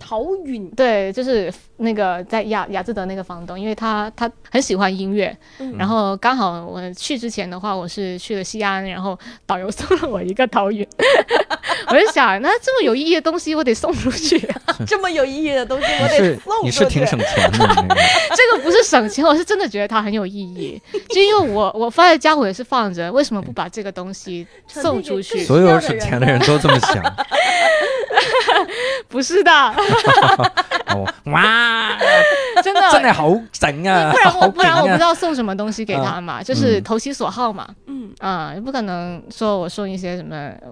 陶允，对，就是那个在雅雅致德那个房东，因为他他很喜欢音乐，嗯然后刚好我去之前的话，我是去了西安，然后导游送了我一个陶云， 我就想那这么有意义的东西我得送出去，这么有意义的东西，我你得是送你是出挺去。 省钱的，你 那个这个不是省钱，我是真的觉得它很有 意义，就因为我我放在家我也是放着，为什么不把这个东西送出去？所有省钱的人都这么 想。不是的， 哦，哇，真的。真系好整啊，不然好我不劲然我不知啊！嗯道送什么东西给他嘛，就是投其所好嘛。嗯啊、不可能说我送一些什么，呃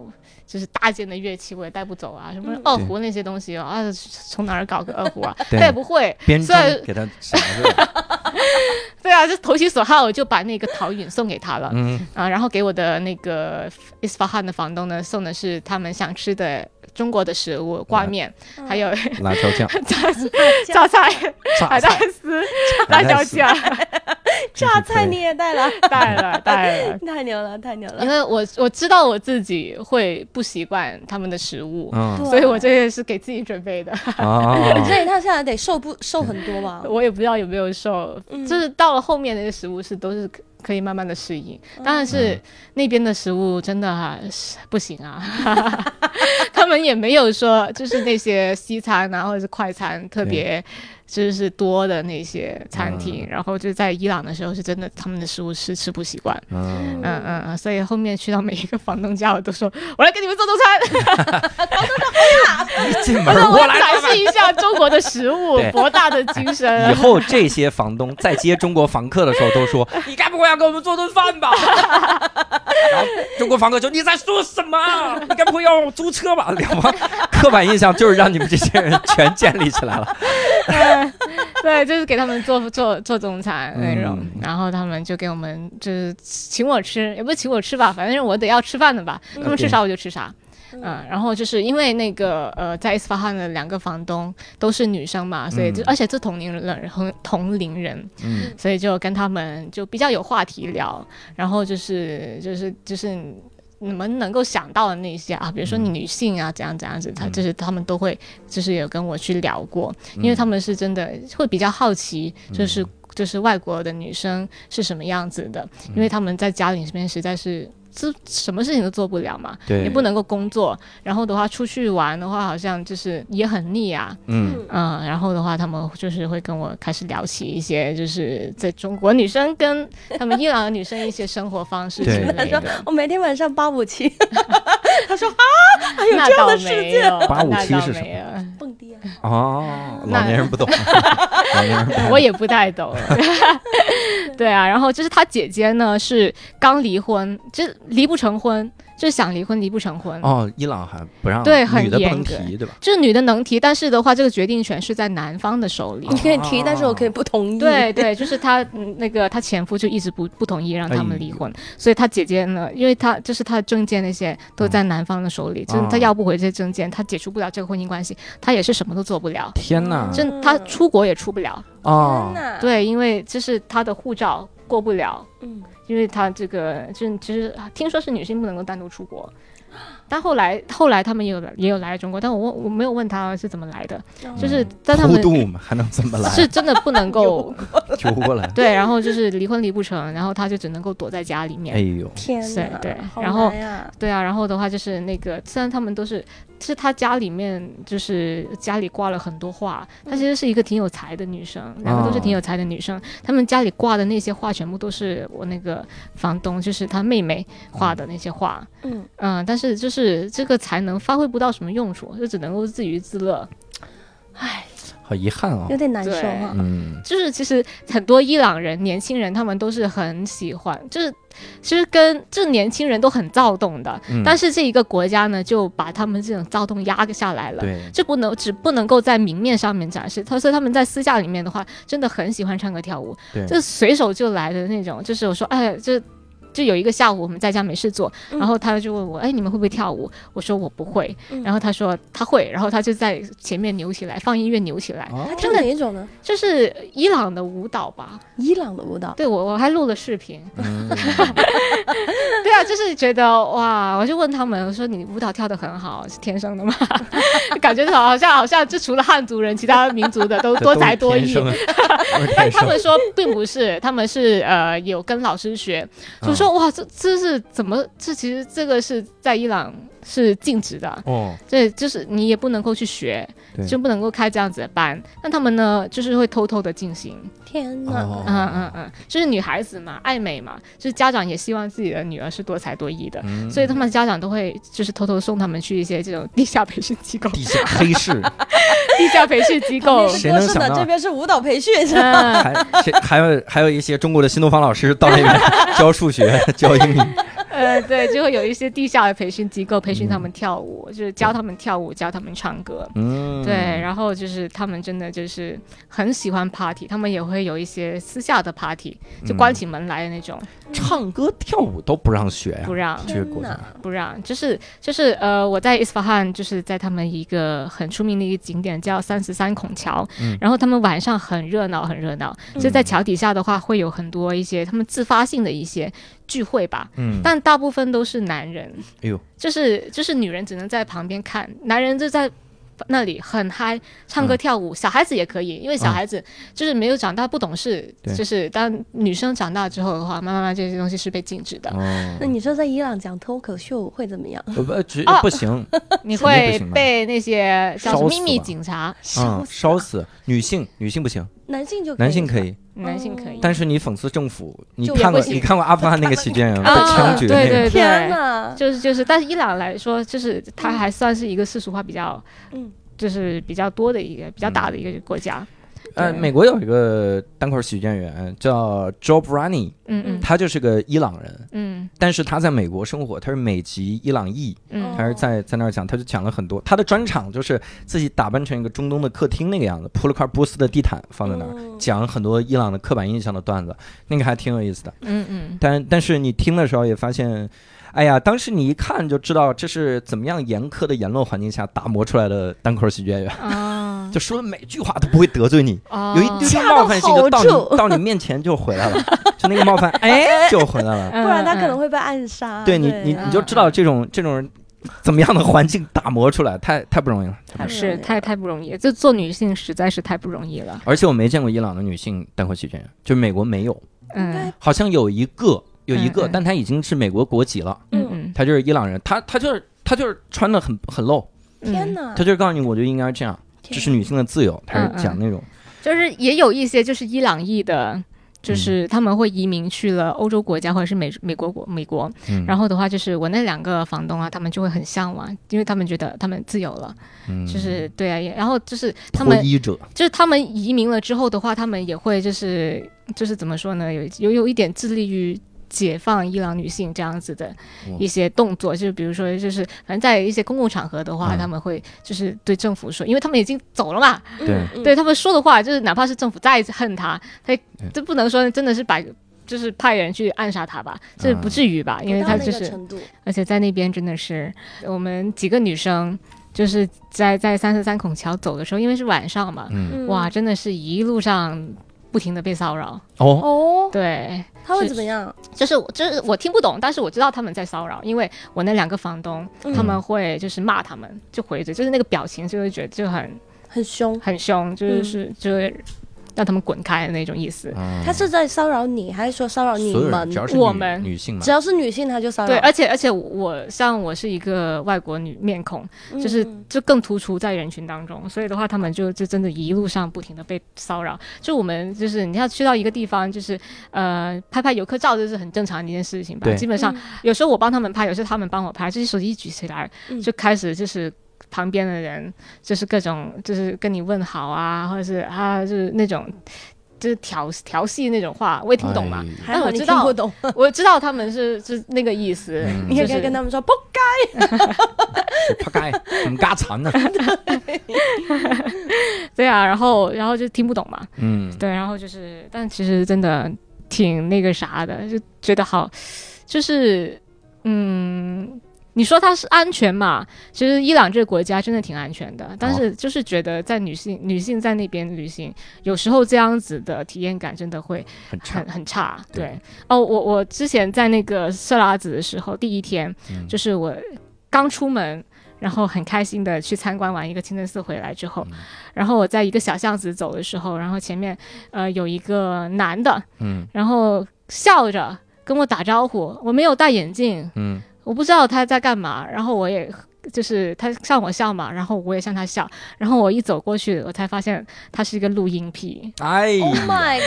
就是大件的乐器我也带不走啊，什么嗯二胡那些东西啊，啊从哪儿搞个二胡啊？对他也不会。编虽然钟给他啥子？对啊，就投其所好，我就把那个陶允送给他了、嗯，啊。然后给我的那个 Isfahan 的房东呢，送的是他们想吃的中国的食物，挂面，还 有辣椒 酱，榨 榨嗯榨菜、榨海带丝、辣椒酱，榨菜你也带了， 带了带 了。 太牛了，太牛了因。为我我知道我自己会不习惯他们的食物， 啊嗯所以我这些是给自己准备的。你哦，这一趟下来得瘦不瘦很多吧？我也不知道有没有瘦，嗯就是到了后面那些食物是都是可可以慢慢的适应，当然是嗯那边的食物真的、啊、是 不行啊， 他们也没有说就是那些西餐啊或者是快餐特别就是多的那些餐嗯厅，然后就在伊朗的时候是真的他们的食物是吃不习惯， 嗯，嗯嗯嗯，所以后面去到每一个房东家我都说我来给你们做中餐。 一进门让我我来展了。示一下中国的食物 对博大的精以深。后这些房东再接中国房客的时候，都说 你该不会要给我们做顿饭吧？ 然后中国房客就你在说什么啊？你该不会要让我租车吧？两方 刻板印象就是让你们这些人全建立起来了。 对，就是给他们做做做中餐那种，嗯然后他们就给我们就是请我吃，也不是请我吃吧，反正我得要吃饭的吧，他们吃啥我就吃啥。嗯，然后就是因为那个呃，在伊斯法罕的两个房东都是女生嘛，所以就、嗯而且是同龄人，同同龄人，嗯，所以就跟他们就比较有话题聊，然后就是就是就是你们能够想到的那些啊，比如说嗯女性啊，怎样怎样子，他就是他们都嗯会就是有跟我去聊过，因为他们是真的会比较好奇，就是就是外国的女生是什么样子的，嗯因为他们在家里面实在是。这什么事情都做不了嘛，对也不能够工作。然后的话，出去玩的话，好像就是也很腻啊，嗯，嗯。然后的话，他们就是会跟我开始聊起一些，就是在中国女生跟他们伊朗的女生一些生活方式之对类的。我每天晚上八五 七，他说啊，还有那这样倒的事没情，有，八五那七倒是什么没有蹦迪啊，哦，那老年人 不懂，老年人不懂 我也不太懂。对啊，然后就是他姐姐呢是刚离婚，就是离不成婚，就是想离婚离不成婚。哦，伊朗还不让对很女的不能严格提，对吧？就是女的能提，但是的话，这个决定权是在男方的手里。你可以提，但是我可以不同意。对对，就是她嗯那个她前夫就一直不不同意让他们离婚，所以她姐姐呢，因为她就是她的证件那些都在男方的手里，就是她要不回这些证件，她解除不了这个婚姻关系，她也是什么都做不了，天哪！真她出国也出不了，哦天，哪，对，因为就是她的护照过不了，嗯，因为她这个就是其实听说是女性不能够单独出国。但后来，后来他们也有也有来中国，但我问我没有问他是怎么来的，就是但他偷们嗯渡嘛，还能怎么来？是真的不能够揪过 来。对，然后就是离婚离不成，然后他就只能够躲在家里面。哎呦，天哪，对对好然后难呀对啊，然后的话就是那个，虽然他们都是，是她家里面就是家里挂了很多画，她其实是一个挺有才的女生，两个都是挺有才的女生，啊她们家里挂的那些画全部都是我那个房东，就是她妹妹画的那些画，嗯嗯，但是就是这个才能发挥不到什么用处，就只能够自娱自乐。唉，好遗憾哦有。点难受对哈。嗯，就是其实很多伊朗人年轻人他们都是很喜欢，就是其实跟这年轻人都很躁动的，嗯但是这一个国家呢就把他们这种躁动压下来了。对，这不能只不能够在明面上面展示，他所以他们在私下里面的话，真的很喜欢唱歌跳舞，对就随手就来的那种。就是我说，哎，这就有一个下午我们在家没事做，嗯然后他就问我，哎，你们会不会跳舞？我说我不会，嗯然后他说他会，然后他就在前面扭起来，放音乐扭起来，哦他跳哪一种呢？就是伊朗的舞蹈吧，伊朗的舞哦蹈，对我我还录了视频，嗯 对啊，就是觉得哇，我就问他们，我说你舞蹈跳得很好，是天生的吗？ 感觉好像好像就除了汉族人，其他民族的都 多才多艺。 这都是天生的但他们说并不是，他们是呃有跟老师学，嗯就说、哇，这这是怎么？这其实这个是在伊朗是禁止的， 哦，对，就是你也不能够去学，对就不能够开这样子的班。那他们呢，就是会偷偷的进行。天哦哪！嗯嗯嗯，就是女孩子嘛，爱美嘛，就是家长也希望自己的女儿是多才多艺的，嗯所以他们家长都会就是偷偷送他们去一些这种地下培训 机构、地下黑市地下培训机构。哦谁能想到这边是舞蹈培训， 嗯，还谁还有还有一些中国的新东方老师到那边教数 学、教英语，呃，对，就会有一些地下的培训机构培训他们跳舞，就是教他们跳舞，教他们唱歌。嗯，对，然后就是他们真的就是很喜欢 party，他们也会有一些私下的 party，就嗯关起门来的那种，唱歌跳舞都不让学呀不，让。这个国家天哪不让，就是就是呃，我在伊斯法罕，就是在他们一个很出名的一个景点叫三十三孔桥，嗯然后他们晚上很热闹，很热闹，就在桥底下的话，会有很多一些他们自发性的一些聚会吧，嗯，但大部分都是男人，哎呦，就是就是女人只能在旁边看，男人就在。那里很嗨，唱歌嗯跳舞，小孩子也可以，因为小孩子就是没有长大不懂事，对就是当女生长大之后的话，慢慢慢这些东西是被禁止的。哦那，你说在伊朗讲脱口秀会怎么样？呃不只哦不行，你肯定不会行吧被那些叫烧什么死秘密吧警察，嗯，烧死女性，女性不行，男性就男性可以，以，男性可以。但是你讽刺政府，你就看也过不行你看过阿富汗那个喜剧演员被啊枪决对那对个，天对，哪！就是就是，但是伊朗来说，就是它还算是一个世俗化比较，嗯，就是比较多的一个比较嗯大的一个国家。呃，对美国有一个单口喜剧演员叫 Joe Brani，嗯嗯他就是个伊朗人，嗯但是他在美国生活，他是美籍伊朗裔，嗯他是在在那儿讲，他就讲了很多。他的专场就是自己打扮成一个中东的客厅那个样子，铺了块波斯的地毯放在那儿，嗯讲很多伊朗的刻板印象的段子，那个还挺有意思的。嗯嗯，但但是你听的时候也发现，哎呀，当时你一看就知道这是怎么样严苛的言论环境下打磨出来的单口喜剧演员，啊就说的每句话都不会得罪你，啊，有一丢丢冒犯性就到恰到好你到你面前就回来了，就那个冒犯哎就回来了。不嗯不然他可能会被暗杀。对你，你啊你就知道这种这种人怎么样的环境打磨出来，太太不容易了。太不容易了是太太不容易，就做女性实在是太不容易了。而且我没见过伊朗的女性单口喜剧演员，就是美国没有，嗯好像有一个有一个，嗯嗯但她已经是美国国籍了，嗯嗯，她就是伊朗人，她她就是她就是穿的很很露，嗯天哪，她就是告诉你我就应该这样，天这是女性的自由，她是讲那种就是也有一些就是伊朗裔的，嗯就是他们会移民去了欧洲国家或者是美美国国美国，嗯，然后的话就是我那两个房东啊，他们就会很向往，因为他们觉得他们自由了，嗯就是对啊，也然后就是他脱们衣者，就是他们移民了之后的话，他们也会就是就是怎么说呢，有有有一点致力于。解放伊朗女性这样子的哇一些动作，就是比如说，就是反正在一些公共场合的话，嗯他们会就是对政府说，因为他们已经走了嘛，对嗯对他们说的话，就是哪怕是政府再恨他，他也对这不能说真的是把就是派人去暗杀他吧，这不至于吧，因为不到他那就个是，程度，而且在那边真的是我们几个女生就是在在三十三孔桥走的时候，因为是晚上嘛，嗯嗯哇，真的是一路上不停的被骚扰，哦，哦，对，他会是怎么样？就是我就是我听不懂，但是我知道他们在骚扰，因为我那两个房东、嗯他们会就是骂他们，就回嘴，就是那个表情就会觉得就很很凶，嗯很凶，就是、就是让他们滚开的那种意思。嗯他是在骚扰你，还是说骚扰你所有们人只？要是我女们女性嘛只，要是女性，他就骚扰。对，而且而且我像我是一个外国女面孔，嗯就是嗯就更突出在人群当中，所以的话，他们就就真的一路上不停的被骚扰。就我们就是你要去到一个地方，就是呃拍拍游客照，这是很正常的一件事情吧。对基本上嗯有时候我帮他们拍，有时候他们帮我拍，就是手机一举起来嗯就开始就是。旁边的人就是各种就是跟你问好啊，或者是啊就是那种就是调调戏那种话，我也听不懂嘛。哎还好我你知听道不懂，我知道他们是是那个意思，嗯你也可就以是跟他们说不我怕该很嘎馋呢，对啊，然后然后就听不懂嘛， 嗯，对，然后就是，但其实真的挺那个啥的，就觉得好，就是嗯，你说它是安全嘛？其实伊朗这个国家真的挺安全的，哦但是就是觉得在女性女性在那边旅行，有时候这样子的体验感真的会很差很，很差。对对，哦，我我之前在那个色拉子的时候，第一天嗯就是我刚出门，然后很开心的去参观完一个清真寺回来之后，嗯然后我在一个小巷子走的时候，然后前面呃有一个男的，嗯然后笑着跟我打招呼，我没有戴眼镜，嗯我不知道他在干嘛，然后我也。就是他向我笑嘛，然后我也向他笑，然后我一走过去，我才发现他是一个录音癖，哎 Oh 呀， my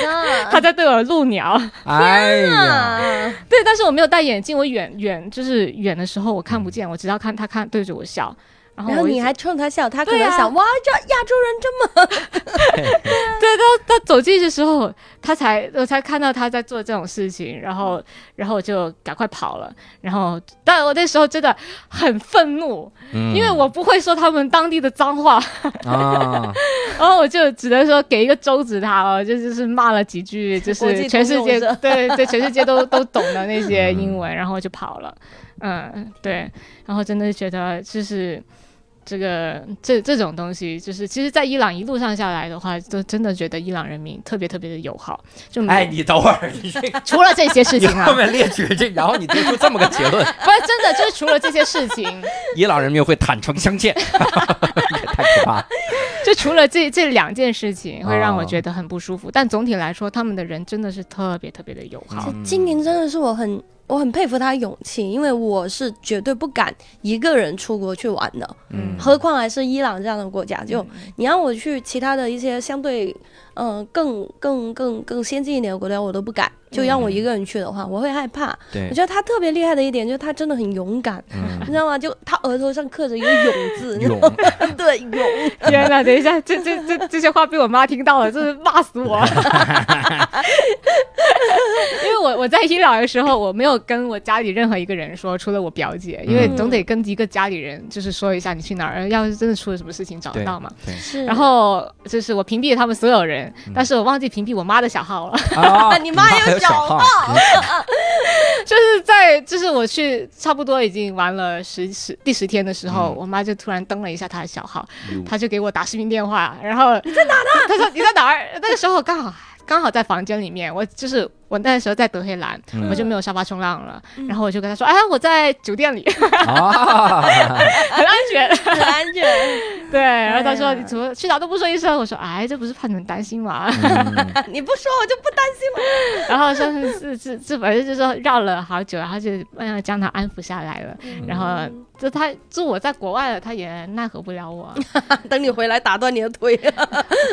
他 god！在对我录鸟。 哎呀，啊对，但是我没有戴眼镜，我远远就是远的时候我看不见，我只要看他看对着我笑，然后然后我一你直还冲他笑，他可能对啊想哇，这亚洲人这 他走进去的时候，他才我才看到他在做这种事情，然后然后我就赶快跑了，然后但我那时候真的很愤怒，因因为我不会说他们当地的脏话，啊， 然后我就只能说给一个周子他哦，就就是骂了几句，就国际是全世通用界是吧 对对全世界 都都懂的那些英文，然后就跑了。嗯，对，然后真的觉得就是这个这这种东西，就是其实，在伊朗一路上下来的话，都真的觉得伊朗人民特别特别的友好，就没有哎，你等会儿，你这个除了这些事你情啊后，面列举这，然后你得出这么个结论： 不是真的，就是除了这些事情，伊朗人民会坦诚相见， 也太可怕了。就除了这这两件事情会让我哦觉得很不舒服，但总体来说，他们的人真的是特别特别的友好。嗯么？今年真的是我很我很佩服他的勇气，因为我是绝对不敢一个人出国去玩的，嗯何况还是伊朗这样的国家。就你让我去其他的一些相对嗯、呃更更更更先进一点的国家，我都不敢。就让嗯我一个人去的话，我会害怕。对我，觉得他特别厉害的一点就是他真的很勇敢，你嗯，知道吗？就他额头上刻着一个勇字，勇， 对勇，天哪！等一下，这这这这些话被我妈听到了，真是骂死我。因为我我在伊朗的时候，我没有跟我家里任何一个人说，除了我表姐，因为嗯总得跟一个家里人就是说一下你去哪儿，要是真的出了什么事情找得到嘛。对是 然后就是我屏蔽了他们所有人，但是我忘记屏蔽我妈的小号了。 啊，你妈还有有小号，就是在就是我去差不多已经玩了十十第十天的时候，嗯我妈就突然登了一下她的小号，哟她就给我打视频 电话，然后你在哪呢？她说你在哪儿？那个时候刚好刚好在房间里面，我就是我那时候在德黑兰，嗯我就没有沙发冲浪了，嗯然后我就跟他说，哎，我在酒店里，哦啊，很安全。很安全。对， 然后他说哎呀你怎么去哪都不说一声，我说哎，这不是怕你们担心嘛。嗯啊你不说我就不担心了。 然后上次是是是，反正就说绕了好久，然后就嗯将他安抚下来了。嗯然后就他就我在国外了，他也奈何不了我。等你回来打断你的 腿，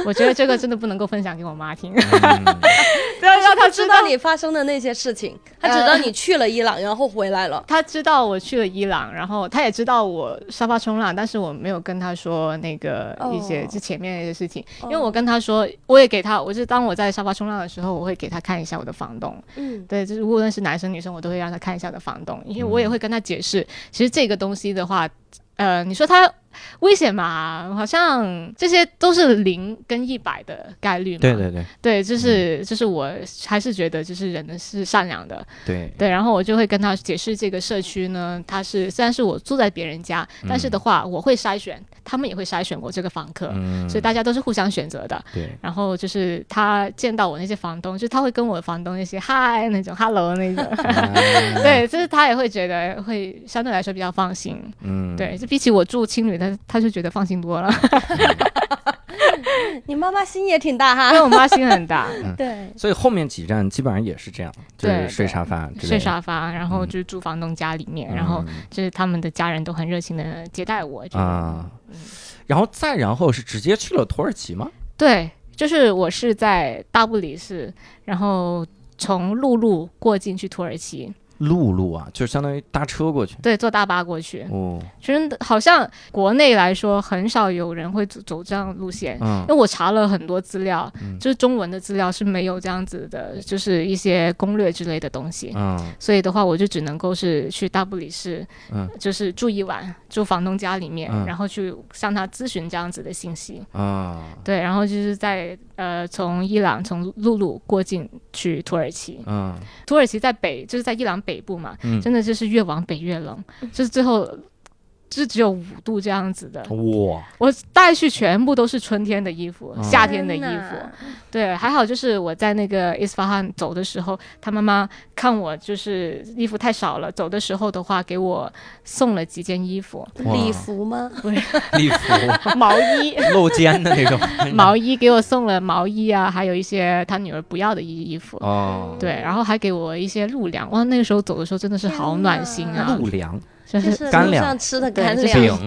我觉得这个真的不能够分享给我妈 听，嗯要让她他知道你发生的那些事情，他只知道你去了伊朗，然后回来了。他知道我去了伊朗，然后他也知道我沙发冲浪，但是我没有跟他说那个哦一些就前面的事情，哦因为我跟他说，我也给他，我是当我在沙发冲浪的时候，我会给他看一下我的房东，嗯，对，就是无论是男生女生，我都会让他看一下我的房东，因为我也会跟他解释，其实这个东西的话，呃，你说它危险嘛，好像这些都是零跟一百的概率嘛， 对对对对，就是就是我还是觉得就是人是善良的，对，对，然后我就会跟他解释这个社区呢，它是虽然是我住在别人家，但是的话我会筛选，他们也会筛选我这个房客，嗯，所以大家都是互相选择的。 对，然后就是他见到我那些房东，就是他会跟我房东那些嗨那种 hello 那种，对，就是他也会觉得会相对来说比较放心。嗯，对，就比起我住青旅，他他就觉得放心多 了，你妈妈心也挺大因为哈。我妈心 很大， 对，所以后面几站基本上也是这样，就是对睡对沙发之类的，睡沙发，然后就住房东家里面，然后嗯就是他们的家人都很热情的接待我。这种啊，然后再然后是直接去了土耳其吗？对，就是我是在大不里士，然后从陆路过境去土耳其，陆路啊，就是相当于搭车过去。对，坐大巴过去。哦，其实好像国内来说，很少有人会走走这样路线。嗯因为我查了很多资料，就是中文的资料是没有这样子的，就是一些攻略之类的东西。嗯所以的话，我就只能够是去大不里士，嗯就是住一晚，住房东家里面，嗯然后去向他咨询这样子的信息。啊对，然后就是在呃从伊朗从陆路过境去土耳其，嗯土耳其在北就是在伊朗北部嘛，嗯真的就是越往北越冷，就是最后就是只有五度这样子哦的。哇，我带去全部都是春天的衣服、哦夏天的衣服。对，还好就是我在那个伊斯法罕走的时候，他妈妈看我就是衣服太少了，走的时候的话给我送了几件衣服，哇礼服吗？礼服 毛衣。 露肩的那种 毛衣给我送了毛衣啊，还有一些他女儿不要的衣衣服，哦，对，然后还给我一些路粮，哇，那个时候走的时候真的是好暖心啊，陆粮就就是是干路粮上吃的对啊干就是饼粮，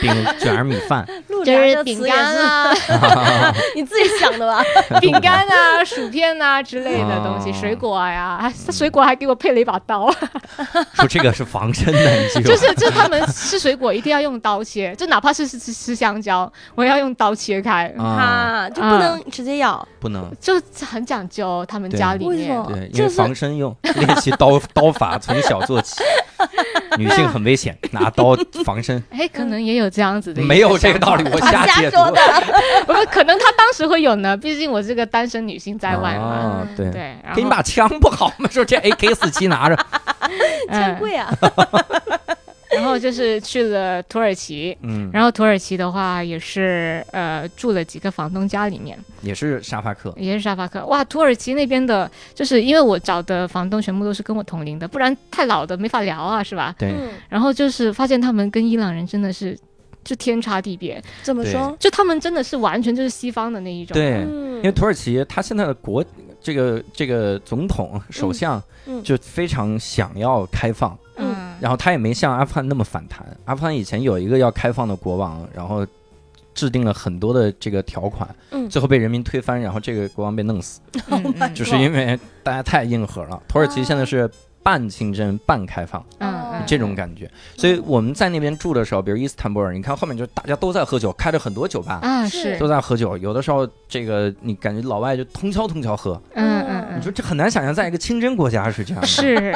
饼卷儿米饭，路就粮是这饼词也干是啊、 你自己想的吧？ 饼干啊、薯片啊之类的东西，哦水果呀、还水果还给我配了一把刀，说这个是防身的，你记住 就。是就是他们吃水果一定要用刀切，就哪怕是吃吃吃香蕉，我也要用刀切开，啊，啊，就不能直接咬。不能就很讲究他们对家里为什面。么？对，因就为是防身用， 练习刀刀法从小做起。女性很危险，拿刀防身，哎，嗯可能也有这样子的一想法，没有这个道理，我瞎啊瞎解读说。的。不是，可能他当时会有呢，毕竟我是个单身女性在外嘛。啊，对，对，然给你后把枪不好吗？说这 AK 四七拿着，真嗯，贵啊！然后就是去了土耳其，嗯，然后土耳其的话也是呃住了几个房东家里面，也是沙发客，也是沙发客。哇，土耳其那边的，就是因为我找的房东全部都是跟我同龄的，不然太老的没法聊啊，是吧？对，嗯，然后就是发现他们跟伊朗人真的是就天差地别，怎么说？就他们真的是完全就是西方的那一种。对，嗯因为土耳其他现在的国这个这个总统首相嗯就非常想要开放，嗯，然后他也没像阿富汗那么反弹。阿富汗以前有一个要开放的国王，然后制定了很多的这个条款，嗯最后被人民推翻，然后这个国王被弄死，嗯嗯嗯就是因为大家太硬核了。土耳其现在是半清真半开放。嗯嗯这种感觉，所以我们在那边住的时候，比如伊斯坦布尔，你看后面就是大家都在喝酒，开着很多酒吧，啊是是都在喝酒，有的时候这个你感觉老外就通宵通宵喝，嗯嗯你嗯说这很难想象在一个清真国家是这样的，是，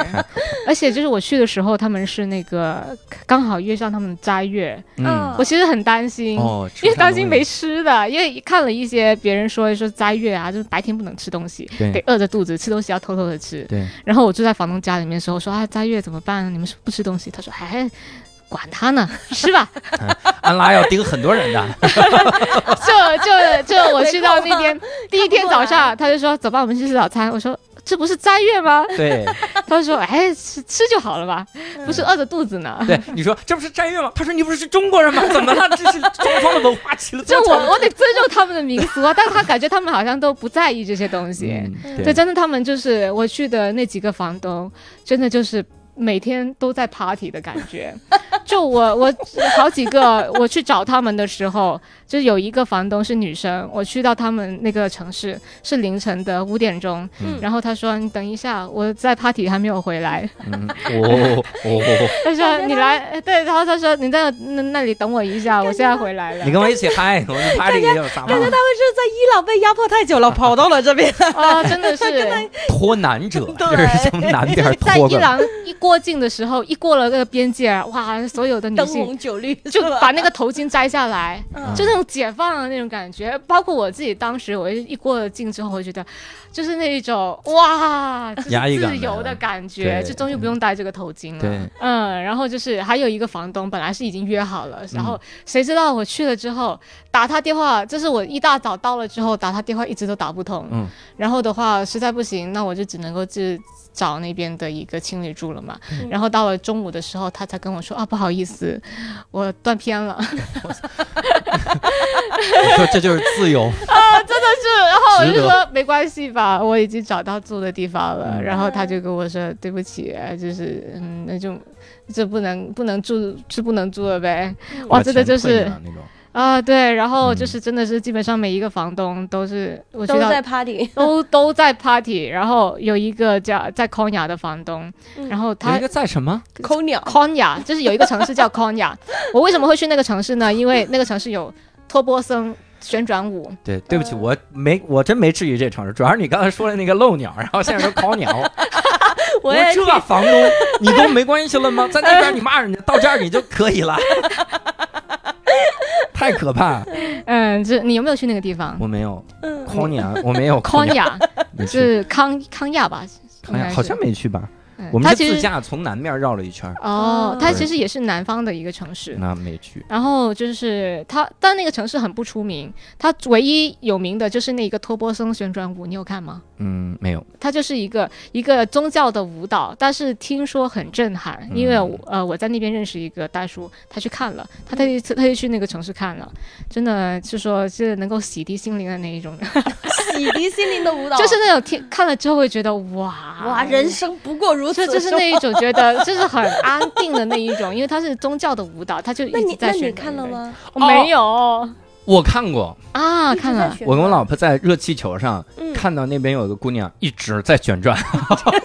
而且就是我去的时候，他们是那个刚好遇上他们斋月，嗯，我其实很担心。哦，因为担当心今没吃的，因为看了一些别人说说斋月啊，就是白天不能吃东西，对得饿着肚子吃东西要偷偷的吃。对，然后我住在房东家里面的时候说啊，斋月怎么办？你们是不吃东西？他说哎，管他呢， 吃吧。安拉要盯很多人的，就就就我去到那边第一天早看不过上，他就说走吧，我们去吃早餐。我说这不是斋月吗？ 对他说，哎，吃吃就好了吧，不是饿着肚子呢。对，你说这不是斋月吗？他说你不是中国人吗？怎么了？这是中方的文化起了就多我少我得尊重他们的民俗啊，但是他感觉他们好像都不在意这些东西。嗯对，真的，他们 就是我去的那几个房东，真的就是每天都在 party 的感 觉。就我我好几个，我去找他们的时候，就有一个房东是女生，我去到他们那个城市是凌晨的五点钟，嗯然后她说你等一下，我在 party 还没有回 来，嗯，哦哦，她说你来，对，然后她说你在那那里等我一下，我现在回来了你。跟我一起嗨，我们 party 也有啥嘛感觉？他们是在伊朗被压迫太久啊了，跑到了这 边来。啊，真的是。脱南者，对就是从南边儿 在脱伊过来。朗一过境的时候，一过了那个边界，哇，所有的女灯性红酒绿，就是吧把那个头巾摘下来，嗯 就那种解放的那种感觉。包括我自己当时，我一过了境之后，我就觉得就是那一种哇，就是压抑感自由的感觉，对嗯就终于不用戴这个头巾了。对，嗯，然后就是还有一个房东，本来是已经约好了，嗯然后谁知道我去了之后打他电话，这是我一大早到了之后打他电话一直都打不通，嗯然后的话实在不行，那我就只能够自找那边的一个青旅住了嘛。嗯然后到了中午的时候，他才跟我说啊，不好意思，我断 片了，你说这就是自 由，是，然后我值就得说没关系吧，我已经找到住的地方了。嗯然后他就跟我说对不起，呃就是嗯，那就这不能不能住是不能住了呗。哇，把真的钱就退是了那种。啊、对，然后就嗯是真的是基本上每一个房东都是我知都道在 party， 都都在 party，然后有一个叫在康雅的房东，嗯然后有他一个在什么？抠鸟，康雅就是有一个城市叫康雅， 我为什么会去那个城市呢？因为那个城市有托波森旋转舞，对，对嗯不起，我没，我真没质疑这城市，主要是你刚才说的那个漏鸟，然后现在说烤鸟，我我说也这房东 你都没关系了吗？在那边你骂人家，到这儿你就可以了， 太可怕了！嗯，这你有没有去那个地方？我没有嗯烤鸟，我没有烤康鸟，雅你去是康康亚吧？烤鸟应该是好像没去吧？嗯我们它是其自实驾从南面绕了一圈，哦哦，它其实也是南方的一个城市。那没去。然后就是它，但那个城市很不出名。它唯一有名的就是那一个托波森旋转舞，你有看吗？嗯，没有。它就是一个一个宗教的舞蹈，但是听说很震撼，因为我、呃我在那边认识一个大叔，他去看了，他特意他特意去那个城市看了，真的是说是能够洗涤心灵的那一种，洗涤心灵的舞蹈，就是那种听看了之后会觉得哇哇，人生不过如就此。就是那一种觉得就是很安定的那一种，因为它是宗教的舞蹈，它就一那直你那在你旋转。看了？吗？我哦没有哦我看过，啊，一直看在了。旋我跟我转老婆在热气球上嗯看到那边有个姑娘一直在旋转，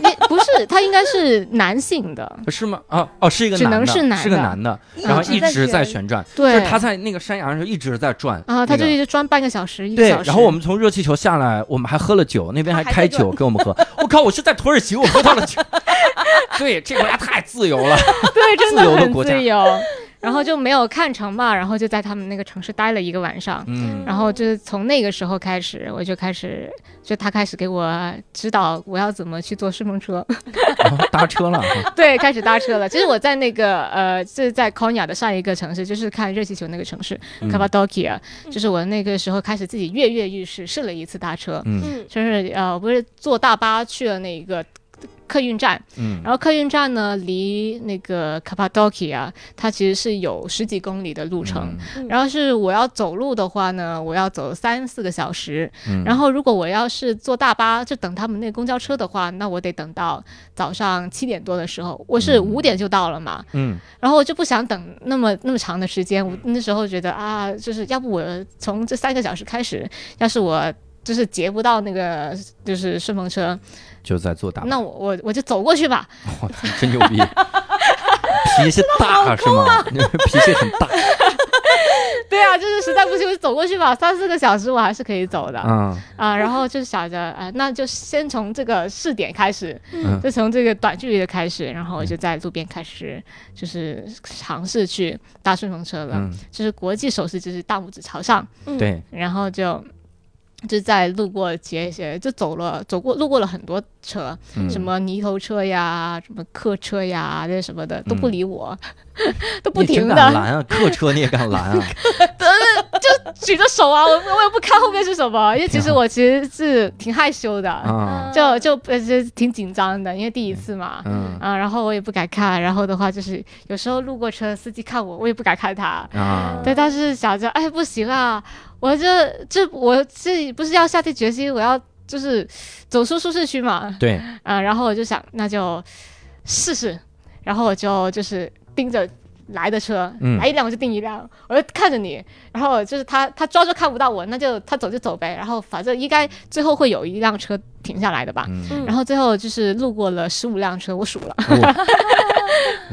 你 不是，它应该是男性的，是吗？啊哦，是一个只男的，能是男是个的嗯男的，然后一直在旋转，对就是他在那个山崖上一直在转啊，他那就个一直转半个小时，一个对小，时。啊然后我们从热气球下来，我们还喝了酒，那边还还在开酒给我 们喝。我靠，我是在土耳其，我喝到了酒。对，这国家太自由 了。对真的自由的很国家自由，然后就没有看成嘛，然后就在他们那个城市待了一个晚上。嗯，然后就是从那个时候开始，我就开始，就他开始给我指导我要怎么去坐顺风车， 然后搭车了。对，开始搭车了。其实我在那个呃，就是在 Konya 的上一个城市，就是看热气球那个城市嗯 k a p a d o k i a 就是我那个时候开始自己跃跃欲试，试了一次搭车，嗯嗯，就是呃，我不是坐大巴去了那个客运站，嗯然后客运站呢离那个 k a p a d o k i a 它其实是有十几公里的路程。嗯然后是我要走路的话呢，我要走三四个小时。嗯然后如果我要是坐大巴，就等他们那个公交车的话，那我得等到早上七点多的时候。我是嗯五点就到了嘛，嗯然后我就不想等那么那么长的时间。我那时候觉得啊，就是要不我从这三个小时开始，要是我。就是截不到那个，就是顺风车，就在做大巴。那我我我就走过去吧。 我操，真牛逼！脾气大是啊吗？ 脾气很 大。对啊，就是实在不行我就走过去吧，三四个小时我还是可以走的。嗯啊，然后就想着啊、那就先从这个试点开始，嗯就从这个短距离的开始，然后我就在路边开始就是尝试去搭顺风车了，嗯，就是嗯国际手势就是大拇指朝上，对，然后就。就在路过节些，就走了走过路过了很多车，嗯什么泥头车呀，什么客车呀，那什么的都不嗯 理我，都不你真停的 敢，拦啊，客车你也敢拦啊？呃，就举着手啊，我我也不看后面是 什么，因为其实我其实是挺害羞的，啊，就就呃就挺紧张的，因为第一次嘛。嗯啊，然后我也不敢看，然后的话就是有时候路过车，司机看我，我也不敢看他。啊，对，但是想着，哎，不行啊，我这这我这不是要下定决心，我要就是走出舒适区嘛。对，啊、然后我就想，那就试试，然后我就就是盯着来的车，嗯来一辆我就盯一辆，我就看着你，然后就是他他抓住看不到我，那就他走就走呗，然后反正应该最后会有一辆车停下来的吧。嗯，嗯然后最后就是路过了十五辆车，我数了哦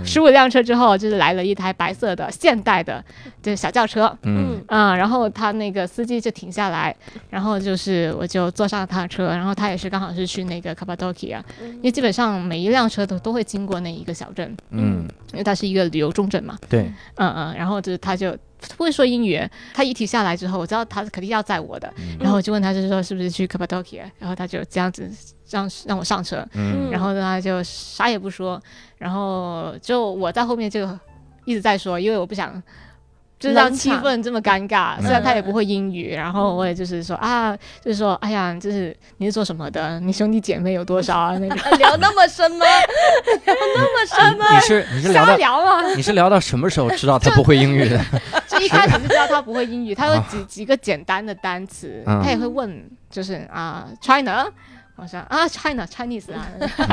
十五辆车之后，就是来了一台白色的现代的，就是小轿车，嗯 嗯，然后他那个司机就停下来，然后就是我就坐上他的车，然后他也是刚好是去那个 Cappadocia，因嗯为基本上每一辆车都都会经过那一个小镇，嗯，因为它是一个旅游重镇嘛，对，嗯嗯，然后就是他就不会说英语，他一停下来之后，我知道他肯定要载我的，然后我就问他就是说是不是去 Cappadocia，然后他就这样子让让我上车，嗯然后呢他就啥也不说，然后就我在后面就一直在说，因为我不想。就是让冷气场氛这么尴尬，虽然他也不会英语，然后我也就是说啊，就是说，哎呀，就是你是做什么的？你兄弟姐妹有多少啊？那个 呃聊那么深 吗？你是你是聊啊瞎到聊嘛， 你是聊到什么时候知道他不会英语的？ 就一开始就知道他不会英语，他有几几个简单的单词，嗯他也会问，就是啊，China，我说啊，China Chinese 啊，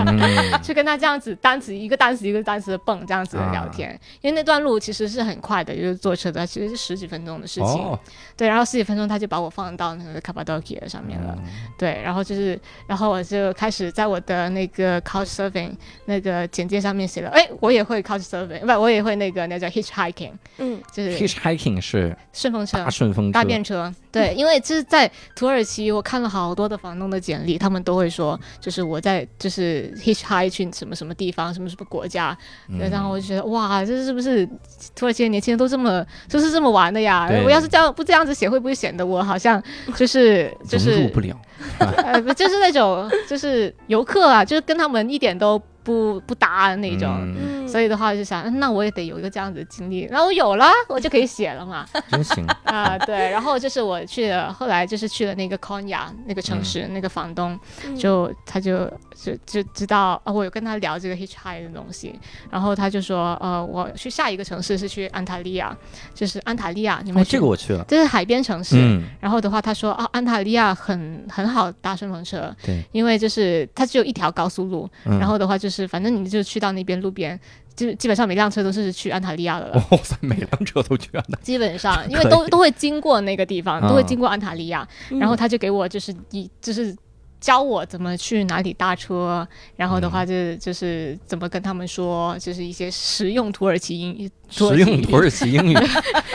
嗯就跟他这样子单词一个单词一个单词的蹦这样子的聊天，因为那段路其实是很快的，就是坐车的，其实是十几分钟的 事情。哦，对，然后十几分钟他就把我放到那个 Cappadocia 上面了。对，然后就是，然后我就开始在我的那个 Couchsurfing 那个简介上面写了，哎，我也会 Couchsurfing，不，我也会那个那叫 hitchhiking，嗯，就是，hitchhiking 是顺风车。大顺风车，大便车，对，因为这是在土耳其，我看了好多的房东的简历，他们都会说，就是我在就是 hitchhike 去什么什么地方，什么什么国家，嗯对然后我就觉得哇，这是不是土耳其的年轻人都这么就是这么玩的呀对？我要是这样不这样子写，会不会显得我好像就是 就融入是不了，呃不就是那种就是游客啊，就是跟他们一点都不不搭那种。嗯嗯所以的话，就想，嗯那我也得有一个这样子的经历，那我有了，我就可以写了嘛。真 行，哦啊，对，然后就是我去了，后来就是去了那个 Konya 那个嗯城市，那个房东嗯就他就就就知道啊、我有跟他聊这个 hitchhike 的东西，然后他就说，呃，我去下一个城市是去安塔利亚，就是安塔利亚，你们哦，去这个我去了，这是海边城市，嗯，然后的话，他说啊，安塔利亚很很好搭顺风车，对，因为就是它只有一条高速路，嗯 然后的话就是反正你就去到那边路边，就基本上每辆车都是去安塔利亚的了。哇塞，哦每辆车都去了，啊基本上，因为可以都都会经过那个地方，啊都会经过安塔利亚，嗯然后他就给我就是一就是教我怎么去哪里搭车，然后的嗯话就是、就是怎么跟他们说，就是一些实用土耳其英土耳实其用土耳其 英语，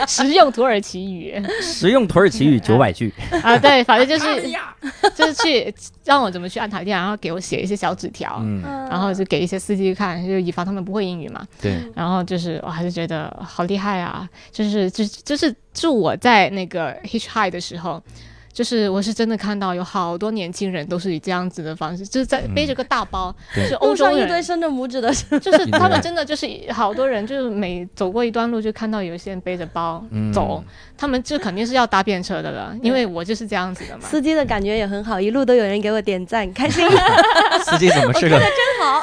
实用土耳其语实用土耳其语九百句，啊，对，反正哎就是 就是去让我怎么去安塔利亚，然后给我写一些小纸条。嗯，然后就给一些司机看，就以防他们不会英语嘛。 对，然后就是我还是觉得好厉害啊！就是就就是就我在那个 hitchhike 的时候，就是我是真的看到有好多年轻人都是以这样子的方式，就是在嗯背着个大包，对就是欧路洲上一堆人，伸着拇指的，就是一堆他们人真的就是好多人，就是每走过一段路就看到有一些人背着包嗯走，他们就肯定是要搭便车的了，因为我就是这样子的嘛。司机的感觉也很好，一路都有人给我点赞，开心。司机怎么是个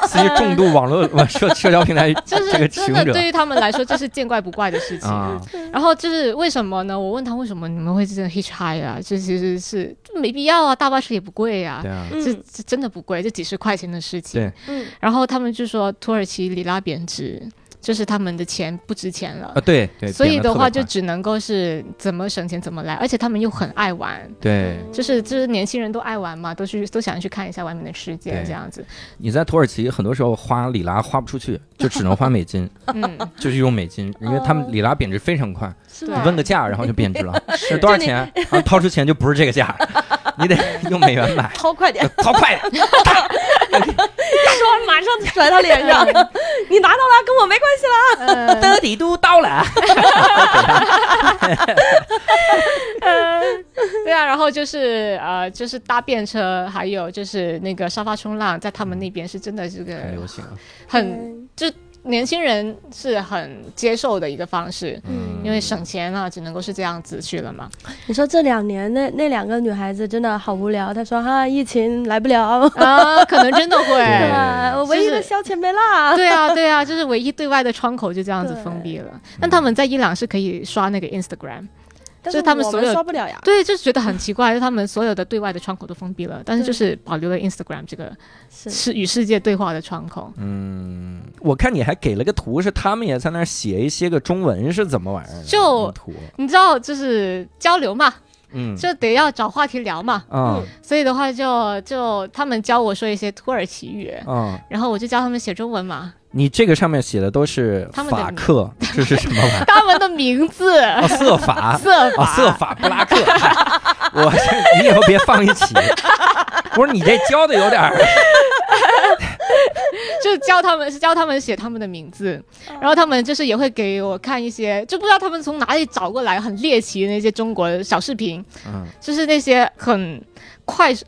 司机重度网络网社社交平台 就这个是使真用的，者对于他们来说，这是见怪不怪的事情。啊，然后就是为什么呢？我问他为什么你们会这样 hitchhike 啊？这其实是就没必要啊，大巴车也不贵啊对， 啊，这嗯这真的不贵，就几十块钱的事情对。嗯然后他们就说土耳其里拉贬值，就是他们的钱不值钱了啊，。对对，所以点得的特话，别就快只能够是怎么省钱怎么来，而且他们又很爱玩，对。就是就是年轻人都爱玩嘛，都去都想去看一下外面的世界对这样子。你在土耳其很多时候花里拉花不出去，就只能花美金，哦嗯，就是用美金，因为他们里拉贬值非常快，是哦对吗？问个价然后就贬值 了，是 多少钱？然后掏出钱就不是这个价， 你得用美元 买，掏快点，掏快点，说完马上甩他脸上，你拿到了跟我没关系了。呃德底都到了。 对啊，然后就是呃，就是搭便车，还有就是那个沙发冲浪，在他们那边是真的这个很流行啊，很就年轻人是很接受的一个方式，嗯因为省钱啊，只能够是这样子去了嘛。你说这两年那那两个女孩子真的好无聊，她说哈、疫情来不了，啊，可能真的对会。吧？我唯一的消遣没啦。对啊，对啊，就是唯一对外的窗口就这样子封闭了。但他们在伊朗是可以刷那个 Instagram，但就是是他们我所有刷不了呀，对，就是觉得很奇怪，就是他们所有的对外的窗口都封闭了，但是就是保留了 Instagram 这个是是与世界对话的窗口。嗯，我看你还给了个图，是他们也在那儿写一些个中文是怎么玩意儿的？就那个图，你知道，就是交流嘛，嗯，就得要找话题聊嘛，啊所以的话就就他们教我说一些土耳其语，啊，然后我就教他们写中 文嘛，你这个上面写的都是他们的法克，这是什么玩意 儿？他们的名字。哦，色法。色啊，法，色法布 拉克，哎我你以后别放一起。不是你这教的有点儿，就教他们是教他们写他们的名字，然后他们就是也会给我看一些，就不知道他们从哪里找过来很猎奇的那些中国小视频，嗯，就是那些很快手，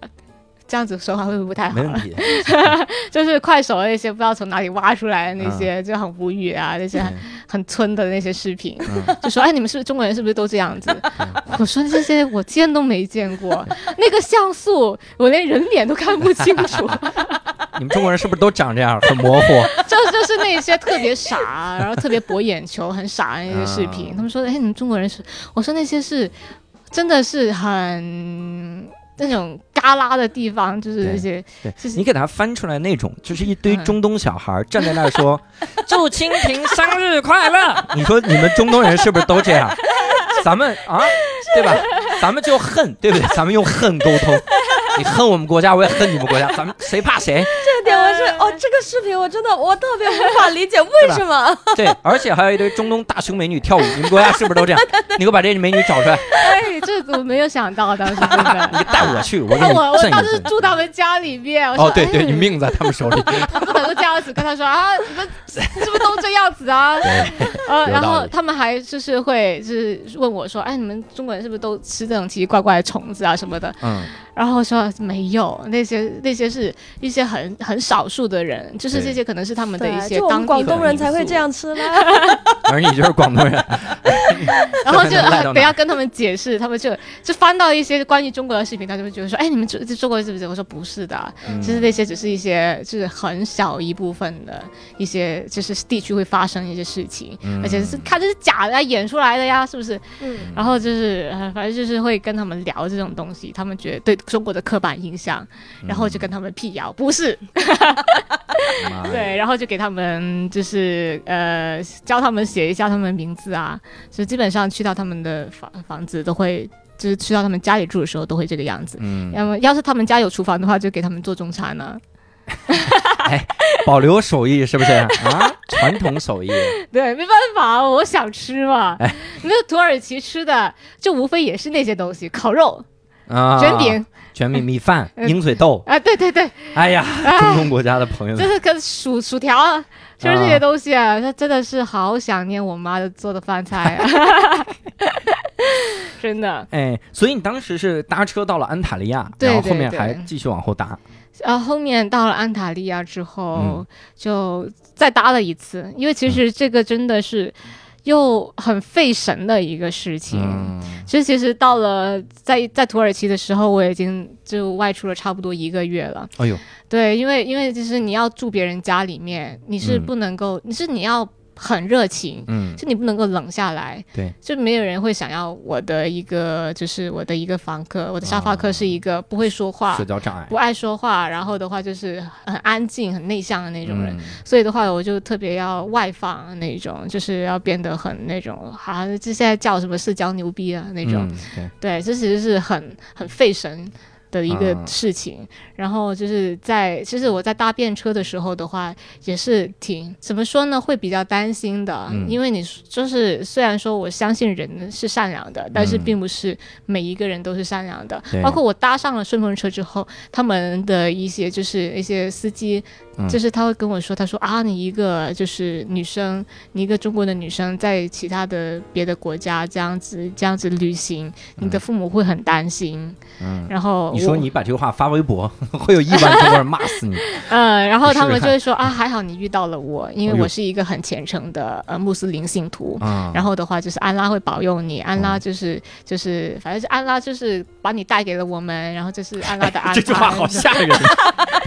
这样子说话会不会不太好没问了？题。 就是快手的那些不知道从哪里挖出来的那些、就很无语啊，那些嗯很村的那些视频，嗯就说哎你们是不是中国人是不是都这样子？ 我说这些我见都没见过，那个像素我连人脸都看不清楚。 你们中国人是不是都长这样，很模糊？就就是那些特别傻，然后特别博眼球、很傻的那些视频。啊他们说：“哎，你们中国人是？”我说：“那些是真的是很那种旮旯的地方，就是对那些对就是 你给他翻出来那种，就是一堆嗯中东小孩儿站在那儿 说“祝蜻蜓生日快乐”， 你说你们中东人是不是都这样？ 咱们啊，对吧？咱们就恨，对不对？咱们用恨沟通，你恨我们国家，我也恨你们国家，咱们谁怕谁？这点我是哦，这个视频我真的我特别无法理解为什么。对，而且还有一堆中东大胸美女跳舞，你们国家是不是都这样？你给我把这美女找出来，哎，这个我没有想到，当 时真你的。带我去，我给但你哎我我震当一时震。住他们家里面，我说哦，对对，哎你命在他们手里。我不能够这样子跟他说啊，你们是不是都这样子啊？ 呃，理然后他们还就是会就是问我说，哎，你们中国人是不是都吃这种奇奇怪怪的虫子啊什么的？嗯，然后说没有，那些那些是一些很很少数的人，就是对这些可能是他们的对一啊，些就我当们地广的东人民才会俗这，样吃啦。而你就是广东人，然后才能 赖到就哪得儿要跟他们解释，他们就就翻到一些关于中国的视频，他就会觉得说，哎，你们中这中国人是不是？我说不是的，啊嗯就是那些只是一些就是很小一部分的一些就是地区会发生一些事情，嗯而且是看这是假的呀，演出来的呀，是不是？嗯，然后就是、呃反正就是会跟他们聊这种东西，他们觉得对中国的刻板印象，然后嗯就跟他们辟谣，不是，妈呀对，然后就给他们就是呃教他们写一下他们名字啊，就基本上去到他们的房房子都会，就是去到他们家里住的时候都会这个样子。嗯，要么要是他们家有厨房的话，就给他们做中餐啊。保留手艺是不是啊？ 传统手艺，对，没办法，我想吃嘛。哎那个土耳其吃的就无非也是那些东西，烤肉、啊，卷饼卷饼、米饭、呃鹰嘴 豆，啊，对对对，哎呀，中东国家的朋友就们，是跟薯薯条啊，就是这些东西啊，那真的是好想念我妈的做的饭菜啊， 真的。哎，所以你当时是搭车到了安塔利亚，对然后后面对对还继续往后搭，呃，后面到了安塔利亚之后，嗯就再搭了一次，因为其实这个真的是又很费神的一个事情。嗯这其实到了在在土耳其的时候，我已经就外出了差不多一个月了。哎呦，对，因为因为就是你要住别人家里面，你是嗯不能够，你是你要很热情，嗯，就你不能够冷下来。对，就没有人会想要我的一个，就是我的一个房客，我的沙发啊客是一个不会说嗯话社、交障碍不爱说话，然后的话就是很安静、很内向的那那种人。，所以的话，我就特别要外放那种，就是要变得很那种，好、啊、像这现在叫什么社交牛逼啊那那种。，嗯对，对，这其实是很很费神的一个啊事情。然后就是在，其实我在搭便车的时候的话，也是挺怎么说呢，会比较担心的，嗯因为你就是虽然说我相信人是善良的，但是嗯并不是每一个人都是善良的。对包括我搭上了顺风车之后，他们的一些就是一些司机，嗯就是他会跟我说，他说啊，你一个就是女生，你一个中国的女生在其他的别的国家这样子这样子旅行，你的父母会很担心。嗯，然后你说我你把这个话发微博， 会有亿万中国人骂死你。嗯，然后他试试们就看会说啊，还好你遇到了我，因哎为呦我是一个很虔诚的呃穆斯林信徒。 嗯，然后的话就是安拉会保佑你，安拉就是、就是反正是安拉就是把你带给了我们，然后这 是安拉的安排。这句话好吓人。啊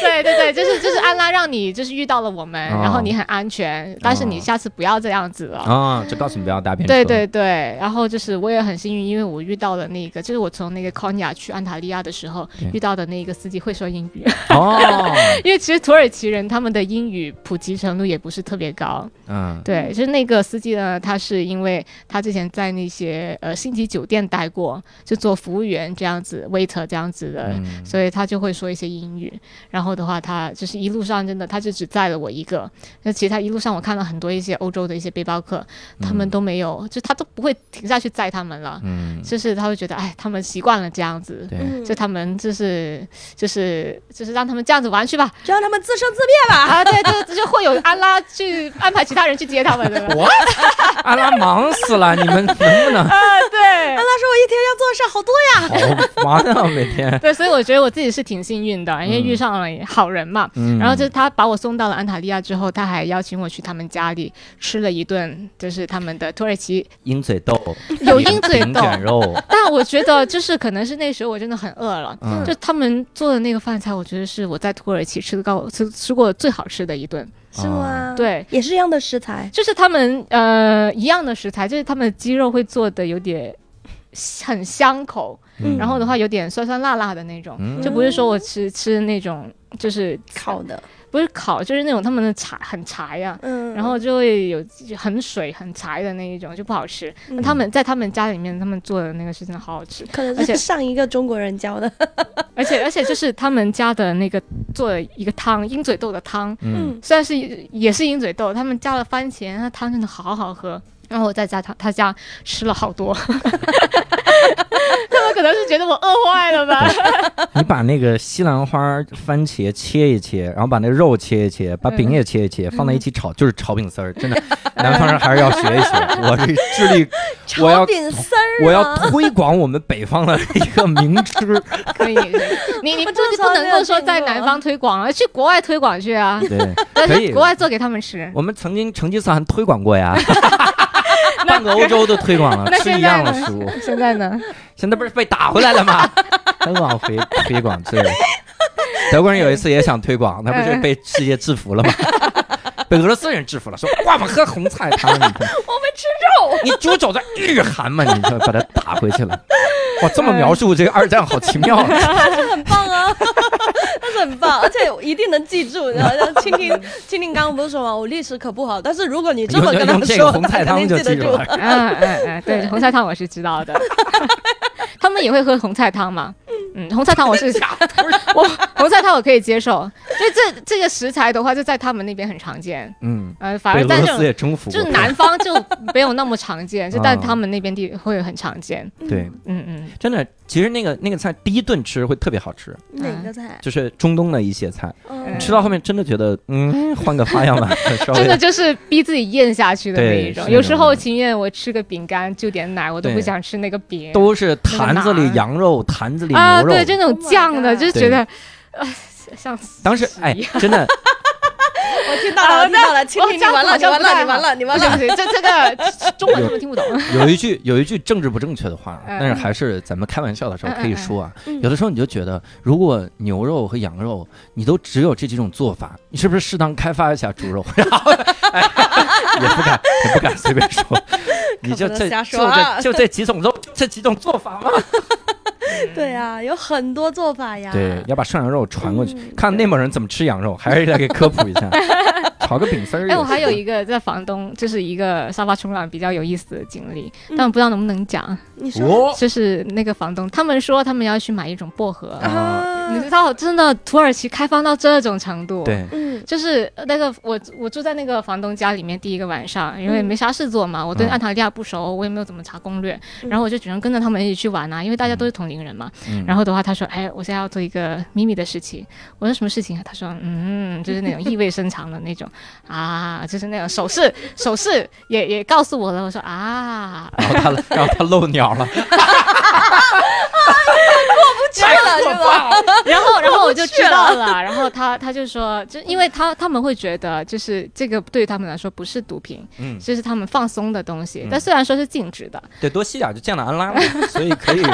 对对对，就是就是安拉让你就是遇到了我们，哦然后你很安全，但是哦你下次不要这样子了。啊，就告诉你不要搭便车。对对对，然后就是我也很幸运，因为我遇到了那个，就是我从那个康雅去安塔利亚的时候对遇到的那个司机会说英语， 哦，因为其实土耳其人他们的英语普及程度也不是特别高。嗯，对，就是那个司机呢，他是因为他之前在那些呃星级酒店待过，就做服务员这样子，waiter 这样子的，嗯所以他就会说一些英语。然后的话，他就是一路上真的，他就只载了我一个。那其实他一路上我看到很多一些欧洲的一些背包客，他们都没有，就他都不会停下去载他们了，嗯， 就是他会觉得，哎，他们习惯了这样子。对，嗯，就他们就是就是就是让他们这样子玩去吧就让他们自生自灭。啊！对，就就会有安拉去安排其他人去接他们的了。我 阿拉忙死了，你们能不 能对他说我一天要做的事好多呀，哦好忙啊？每天，对，所以我觉得我自己是挺幸运的，因为遇上了好人嘛。 嗯，然后就是他把我送到了安塔利亚之后，他还邀请我去他们家里吃了一顿，就是他们的土 耳其。鹰嘴豆，有鹰嘴豆饼卷肉， 但我觉得就是可能是那时候我真的很饿了，嗯就他们做的那个饭菜，我觉得是我在土耳其吃的高吃吃过最好吃的一顿。是吗？，对，嗯也是一样的食材。就是他们呃一样的食材，就是他们的鸡肉会做的有点很香口，嗯然后的话有点酸酸辣辣的那种，嗯就不是说我吃吃那种就是烤的，不是烤，就是那种他们的柴很柴呀、嗯，然后就会有就很水很柴的那一种，就不好吃。那、他们在他们家里面，他们做的那个是真的好好吃，嗯可能而且是上一个中国人教的，而且而且就是他们家的那个做了一个汤，鹰嘴豆的汤，嗯，虽然是也是鹰嘴豆，他们加了番茄，那汤真的好好喝。然后我在家他他家吃了好多， 他们可能是觉得我饿坏了吧？你把那个西兰花、番茄切一切，然后把那肉切一切，把嗯饼也切一切，放在一起炒，就是炒饼丝儿。真的， 南方人还是要学一学。我这智力，啊我要炒饼丝儿啊，我要推广我们北方的一个名吃。 可 以，你你不我真的不从来能没有够说听在过南方推广啊，去国外推广去啊， 对，但可以是国外做给他们吃。我们曾经成吉思汗推广过 呀，半个欧洲都推广了，那吃一现样在的呢食物。现在呢？现在不是被打回来了 吗？推广回推广这个，德国人有一次也想推广，他不是被世界制服了吗？被俄罗斯人制服了，说哇，我们喝红菜汤，我们吃肉，你煮肘子御寒嘛，你就把它打回去了。哇，这么描述这个二战好奇妙 啊！很棒啊， 但是 很棒，而且我一定能记住。然后像蜻蜓，蜻蜓刚刚不是说吗？我历史可不好，但是如果你这么用跟他用们这个说，红他菜肯汤定就记得记住住。了。嗯嗯嗯，对，红菜汤我是知道的。 他们也会喝红菜汤嘛？嗯，红菜汤我是 我红菜汤我可以接受，所以这这个食材的话，就在他们那边很常见。嗯，呃，反被而俄在罗这斯种也征服就过是。南方就没有那么常见，就在 啊他们那边地会很常见。对，嗯嗯，真的，其实那个那个菜第一顿吃会特别好吃，嗯哪个菜？就是中东的一些菜，嗯嗯吃到后面真的觉得，嗯，换个花样吧，稍微这个就是逼自己咽下去的那对一种。是有的时候情愿我吃个饼干就点奶，我都不对想吃那个饼。都是坛子那个里哪儿羊肉，坛子里啊，牛肉。对，这种 Oh my 酱的， God 就是觉得，呃，像当时哎屎一样，真的，我听到了，我听到了，蜻我蜓，你这样完了，好你像完不了，太好你完了，你不完行了不。行，这 这个中文他们听不懂。有一句 有一句政治不正确的话，嗯但是还是咱们开玩笑的时候可以说啊。嗯嗯嗯有的时候你就觉得，如果牛肉和羊肉你都只有这几种做法，你是不是适当开发一下猪肉？ 然后、哎、也不敢也不敢随便 说，你就可不能这瞎就说啊这就这几种肉，这几种做 法嘛。对啊，有很多做法呀。啊对，要把涮羊肉传过去，嗯看内蒙人怎么吃羊肉，还是来给科普一 下，炒个饼丝儿也行。哎，我还有一个在房东，就是一个沙发冲浪比较有意思的经历，嗯但我不知道能不能讲。你说哦就是那个房东，他们说他们要去买一种薄荷，啊啊，你知道，真的土耳其开放到这种程度，，对，嗯，就是呃那个我我住在那个房东家里面第一个晚上，因为没啥事做嘛，我对嗯安塔利亚不熟，我也没有怎么查攻略，嗯然后我就只能跟着他们一起去玩啊，因为大家都是同龄人嘛。嗯然后的话，他说：“哎，我现在要做一个秘密的事情。”我说：“什么事情啊？”他说：“嗯，就是那种意味深长的那种啊，就是那种手势，手势也也告诉我了。”我说：“啊， 然后他然后他漏鸟了，去嗯了是吧？然后，然后我就知道了。然后他他就说，就因为他他们会觉得，就是这个对于他们来说不是毒品，嗯，这是他们放松的东西嗯。但虽然说是禁止的，对，多吸点就降了安拉嘛，所以可以也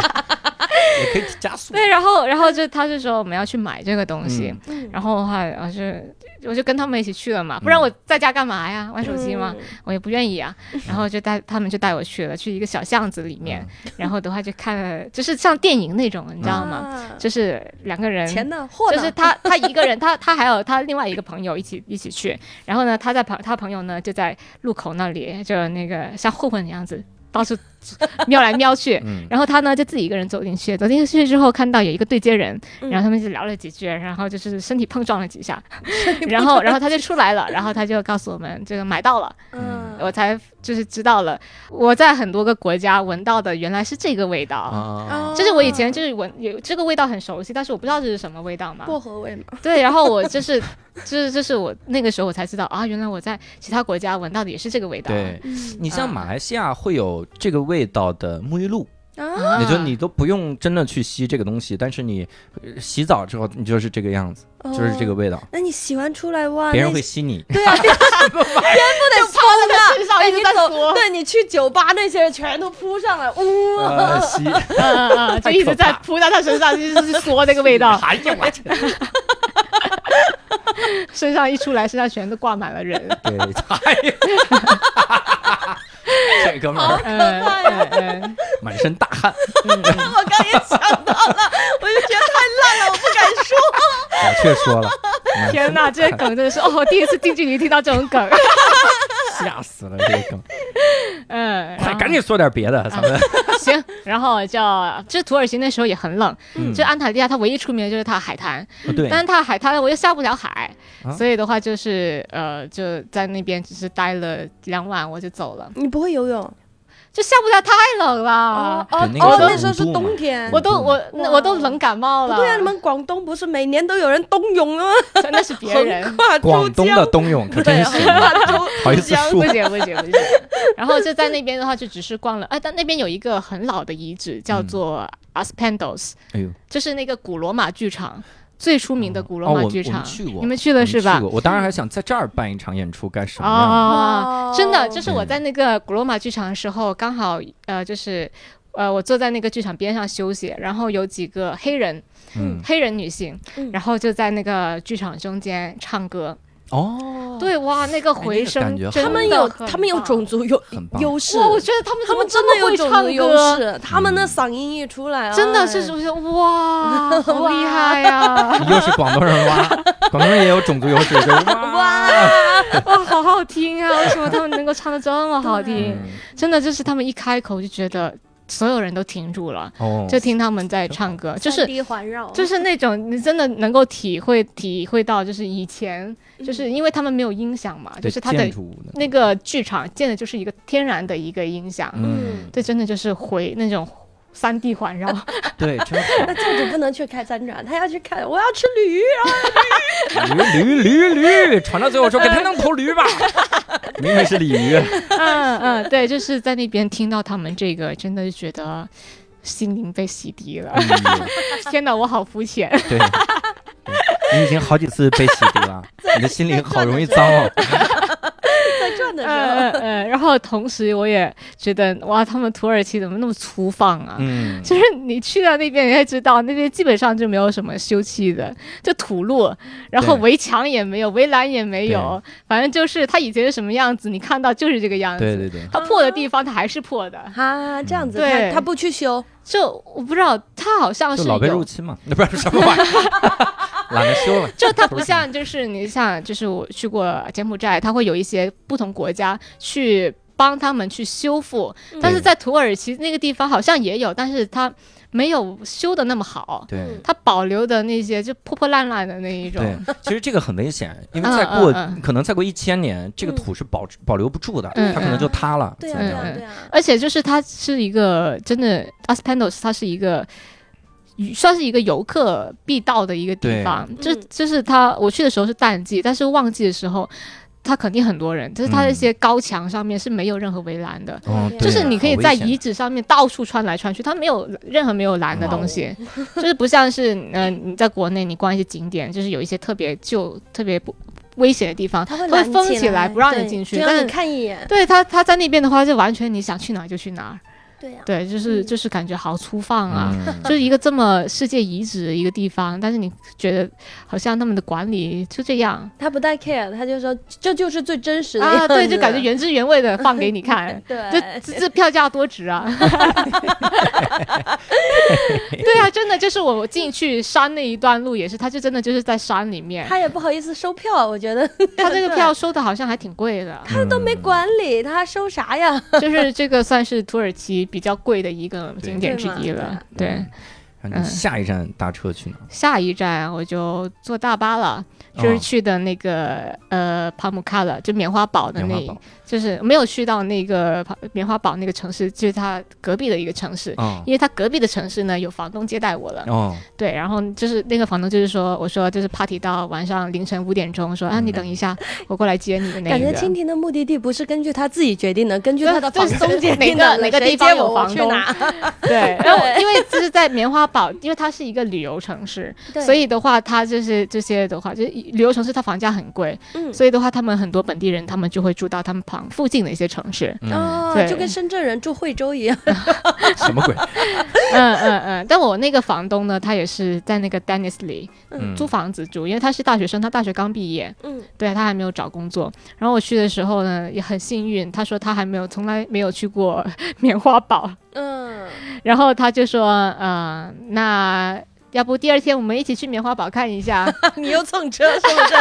可以加速。对。然后，然后就他就说我们要去买这个东西。嗯嗯然后的话，我就我就跟他们一起去了嘛，不然我在家干嘛呀？玩手机吗？？嗯我也不 愿意啊。然后就带他们就带我去了，去一个小巷子里面，嗯然后的话就看了，就是像电影那种，你知道吗？啊就是两个人钱呢？货呢？就是他，他一个人，他他还有他另外一个朋友一起一起去，然后呢，他在朋他朋友呢就在路口那里，就那个像混混一样子到处 瞄来瞄去，嗯，然后他呢就自己一个人走进去，走进去之后看到有一个对接人，嗯然后他们就聊了几句，然后就是身体碰撞了几下，然后然后他就出来了，然后他就告诉我们这个买到了，嗯，我才就是知道了，我在很多个国家闻到的原来是这个味道。哦啊，就是我以前就是闻有这个味道很熟悉，但是我不知道这是什么味道嘛。哦薄荷味嘛，对，然后我就是，就是就是我那个时候我才知道啊，原来我在其他国家闻到的也是这个味道。对。嗯你像啊马来西亚会有这个味道的沐浴露，啊，啊，也就你都不用真的去吸这个东西，但是你呃洗澡之后你就是这个样子，嗯就是这个哦。味道，那你洗完出来哇，别人那会吸你。 对啊，别人不得疯了。身上一直在走，搓，对你去酒吧那些人全都扑上来，呜、呃，吸，嗯嗯嗯，就一直在扑到他身上，就是搓那个味道，哎呀，我去， 身上一出来，身上全都挂满了人。 对，哎呀，这哥们儿嗯嗯嗯满身大汗，嗯 嗯，我刚也想到了，我就觉得太烂了，我不敢说。我却说了，满天身哪，大这个汗梗真的是哦，我第一次近距离听到这种梗。吓死了，这个梗，嗯，然快后哎赶紧说点别的，咱们 行，然后就就土耳其那时候也很冷，嗯就安塔利亚它唯一出名的就是它的海滩，不对，但是它海滩我又下不了海，啊所以的话就是呃就在那边只是待了两晚我就走了，你不会游泳就下不了太冷了，哦对那个哦，时候那时候是五度嘛冬天。我都我哇那我都冷感冒不了。对啊，你们广东不是每年都有人冬泳了吗？ 那是别横 人。跨广珠东的江，冬泳可对，啊真行横，啊跨珠 好意珠思江。说不，行不行不行， 然后就在那边的话，就只是逛了。哎，但那边有一个很老的遗址，叫做嗯 Aspendos，、哎呦，就是那个古罗马剧场最出名的古罗哦马我剧我场。们去过你们去了是我们吧去？过我当时还想在这儿办一场演出，该什么样的？哦，真的，就是我嗯在那个古罗马剧场的时候，刚好呃，就是呃，我坐在那个剧场边上休息，然后有几个黑人嗯，黑人女性嗯，然后就在那个剧场中间唱歌。哦，对哇，那个回声哎那个感觉真他的们有很他们有棒种族优很棒优势，哇，我觉得他们他们怎真么的这么有会种唱族优歌，势，他们那嗓音一出来，真的哎是不是哇，好厉害啊呀！ 你又是广东人哇，广东人也有种族优势，就是哇，哇，好好听啊！为什么他们能够唱的这么好听？嗯真的就是他们一开口就觉得所有人都停住了，哦，就听他们在唱歌，就是哦三 D 环绕，就是那种你真的能够体会体会到，就是以嗯前就是因为他们没有音响嘛，就对是他的建筑的那个剧场建的就是一个天然的一个音响，嗯，这真的就是回那种三 D 环绕，对，真那教主不能去开参展，他要去看，我要吃驴，好，驴驴驴驴，传到最后说给他弄头驴吧，明明是鲤鱼，嗯嗯，对，就是在那边听到他们这个，真的就觉得心灵被洗涤嗯了。 天哪，我好肤 浅。对，你已经好几次被洗涤了，你的心灵好容易脏哦，在转的时嗯候，嗯嗯，然后同时我也觉得，哇，他们土耳其怎么那么粗放啊？嗯，就是你去到那边，你会知道那边基本上就没有什么修葺的，就土路，然后对围墙也没有，围栏也没有，反正就是它以前是什么样子，你看到就是这个样子。对对对，它破的地方，它还是破的。啊，这样子，对他他不去修，就我不知道，它好像就是老被有入侵嘛， 那不是什么玩意儿，懒得修了， 就它不像，就是你像，就是我去过柬埔寨，它会有一些不同国家嗯去帮他们去修复，但是在土耳其那个地方好像也有，但是它没有修的那么好，对它保留的那些就破破烂烂的那一对嗯种。，其实这个很危险，因为嗯再过嗯嗯可能再过一千年，这个嗯土是保保留不住的，嗯它可能就塌了。对啊，在对那儿啊，嗯对啊，而且就是它是一个真的 a s p e n d o s 它是一个。算是一个游客必到的一个地对方，就嗯就是它，我去的时候是淡季，但是旺季的时候，它肯定很多人。就是它嗯那些高墙上面是没有任何围栏的，哦对啊就是对你可以好在危险遗址上面到处穿来穿去，它没有任何没有栏的东西，哦 就是不像是嗯、呃你在国内你逛一些景点，就是有一些特别旧、特别不危险的地方，它它会会拦封起起来不让你对进去。就让但你看一眼。 对它它在那边的话，就完全你想去哪儿就去哪儿，对呀，对，就是嗯就是感觉好粗放啊。嗯就是一个这么世界遗址的一个地方，但是你觉得好像他们的管理就这样他不带 care，他就说这就是最真实的啊，样对，就子感觉原汁原味的放给你看， 这对，这这票价多值啊！对啊，真的就是我进去山那一段路也是，他就真的就是在山里面，他也不好意思收票，我觉得他这个票收的好像还挺贵的，他都嗯没管理，他收啥呀？就是这个算是土耳其比较贵的一个景点之一对了。嘛对，然嗯后你下一站搭车去哪儿？下一站我就坐大巴了，哦就是去的那个、呃帕姆卡了，就棉花堡的棉花那，堡就是没有去到那个帕棉花堡那个城市，就是它隔壁的一个城市。哦因为它隔壁的城市呢，有房东接待我了，哦，对，然后就是那个房东就是说，我说就是 party 到晚上凌晨五点钟，嗯说啊你等一下， 我过来接你的那感一个。觉蜻蜓的目的地不是根据他自己决定的，根据对他的就房是东决定哪的，个哪个谁地方接有我我房去东哪？ 对， 然后因为就是在棉花堡，因为它是一个旅游城市，对所以的话，它就是这些的话，就是旅游城市它房价很贵，嗯所以的话，他们很多本地人他们就会住到他们旁附近的一些城市。 嗯，哦，对就跟深圳人住惠州一样，什么鬼？嗯嗯嗯。但我那个房东呢，他也是在那个 Dennis 里嗯租房子住，因为他是大学生，他大学刚毕业，嗯，对他还没有找工作。然后我去的时候呢，也很幸运，他说他还没有从来没有去过棉花堡， 嗯， 然后他就说，呃，那。要不第二天我们一起去棉花堡看一下， 你又蹭车是不是？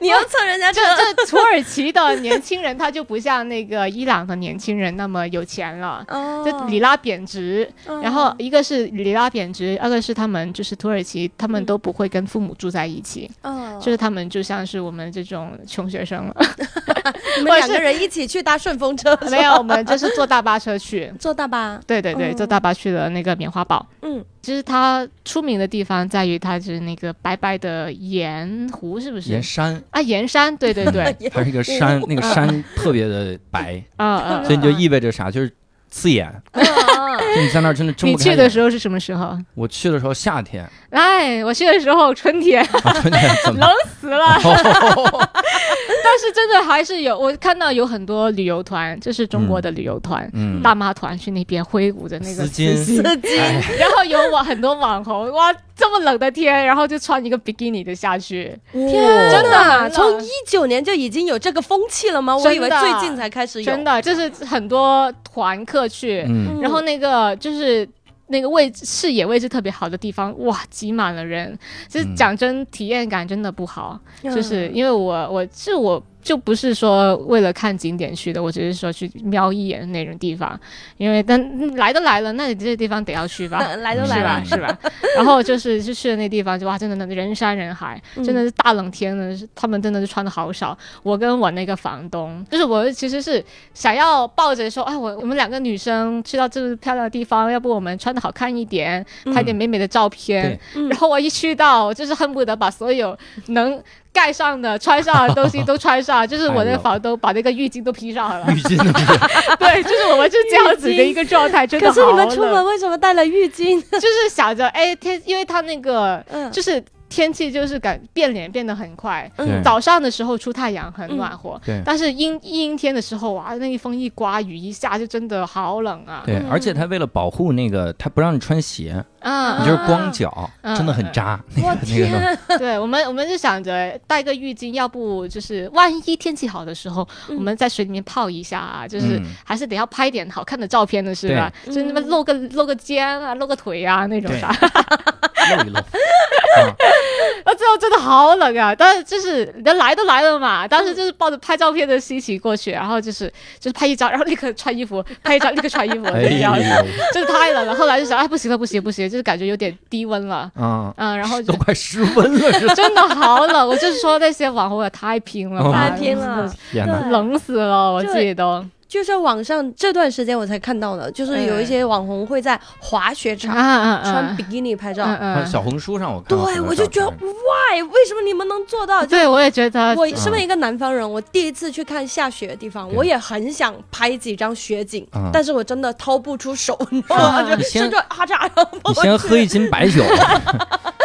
你又蹭人家车这，这土耳其的年轻人他就不像那个伊朗的年轻人那么有钱了，哦嗯就里拉贬值，然后一个是里拉贬值，二个是他们就是土耳其，他们都不会跟父母住在一起，哦，就是他们就像是我们这种穷学 生了。你们我两是个人一起去搭顺风车，没有，我们就是坐大巴车去，坐大巴，对对对，嗯坐大巴去了那个棉花堡。嗯，其实它出名的地方在于它就是那个白白的盐湖，是不盐是？山，啊，盐山，对对 对，哎它是一个山，那个山特别的白，啊啊，所以你就啊意味着啥？就是刺眼，嗯 就你在那儿真的睁你不开去眼。的时候是什么时候？我去的时候夏天，哎，我去的时候春天啊，春天怎么 冷？死了， 但是真的还是有，我看到有很多旅游团，就是中国的旅游团。 嗯，大妈团去那边挥舞着那个丝巾丝巾，哎 然后有网很多网红，哇，这么冷的天，然后就穿一个比基尼的下去，天真的哪！真从的一九年就已经有这个风气了吗？我以为真的最近才开始有。真的就是很多团客去，嗯，嗯然后那个就是那个位置视野位置特别好的地方，哇，挤满了人。其实嗯讲真，体验感真的不好，嗯就是因为我我是我就不是说为了看景点去的，我只是说去瞄一眼那种地方，因为但嗯来都来了，那你这些地方得要去吧。来都嗯来是吧了，？ 是吧？然后就是就去了那地方，就哇，真的那人山人海，嗯真的是大冷天的，是他们真的是穿的好少。我跟我那个房东，就是我其实是想要抱着说，哎，我我们两个女生去到这么漂亮的地方，要不我们穿的好看一点，拍点美美的照片。嗯然后我一去到，我就是恨不得把所有能。盖上的、穿上的东西都 穿上，就是哎我那个呦房东把那个浴巾都披上了浴。巾 都是对，就是我们是这样子的一个状态，真 的嗯可好是你们出冷门为什么带了浴 巾？就是想着，哎，天，因为它那个嗯，就是天气就是感变脸变得很快。对早上的时候出太阳很暖和，对但是阴阴天的时候啊，那一风一刮，雨一下就真的好冷啊。对，而且他为了保护那个，他不让你穿鞋，啊，你就是光脚，嗯真的很扎。那我个那个冷，对我们我们就想着带个浴巾，要不就是万一天气好的时候，嗯我们在水里面泡一下啊，就是嗯还是得要拍点好看的照片的，是吧？就是那么露个露个肩啊，露个腿啊那种对 啥。露一露。啊那呃最后真的好冷啊！但是就是人来都来了嘛，当嗯时就是抱着拍照片的心情过去，然后就是就是拍一张，然后立刻穿衣服，拍一张立刻穿衣服，哎这样子，呦，真的太冷了。后来就想，哎，不行了，不行，不行，就是感觉有点低温了，嗯，嗯，然后就都快失温了，是吧真的好冷。我就是说那些网红也太拼了哦吧，太拼了，天哪！对冷死了，我自己都就是网上这段时间我才看到的，就是有一些网红会在滑雪啊场啊啊！穿比基尼拍照，嗯啊嗯，小红书上我看到很对多我就觉得啊照片 why 为什么你们能做到？哦就对我也觉得，我身为一个南方人，我第一次去看下雪的地嗯方，对我也很想拍几张雪景嗯，但是我真的掏不出手，你知道吗？嗯就伸着哈扎，然后你先喝一斤白酒，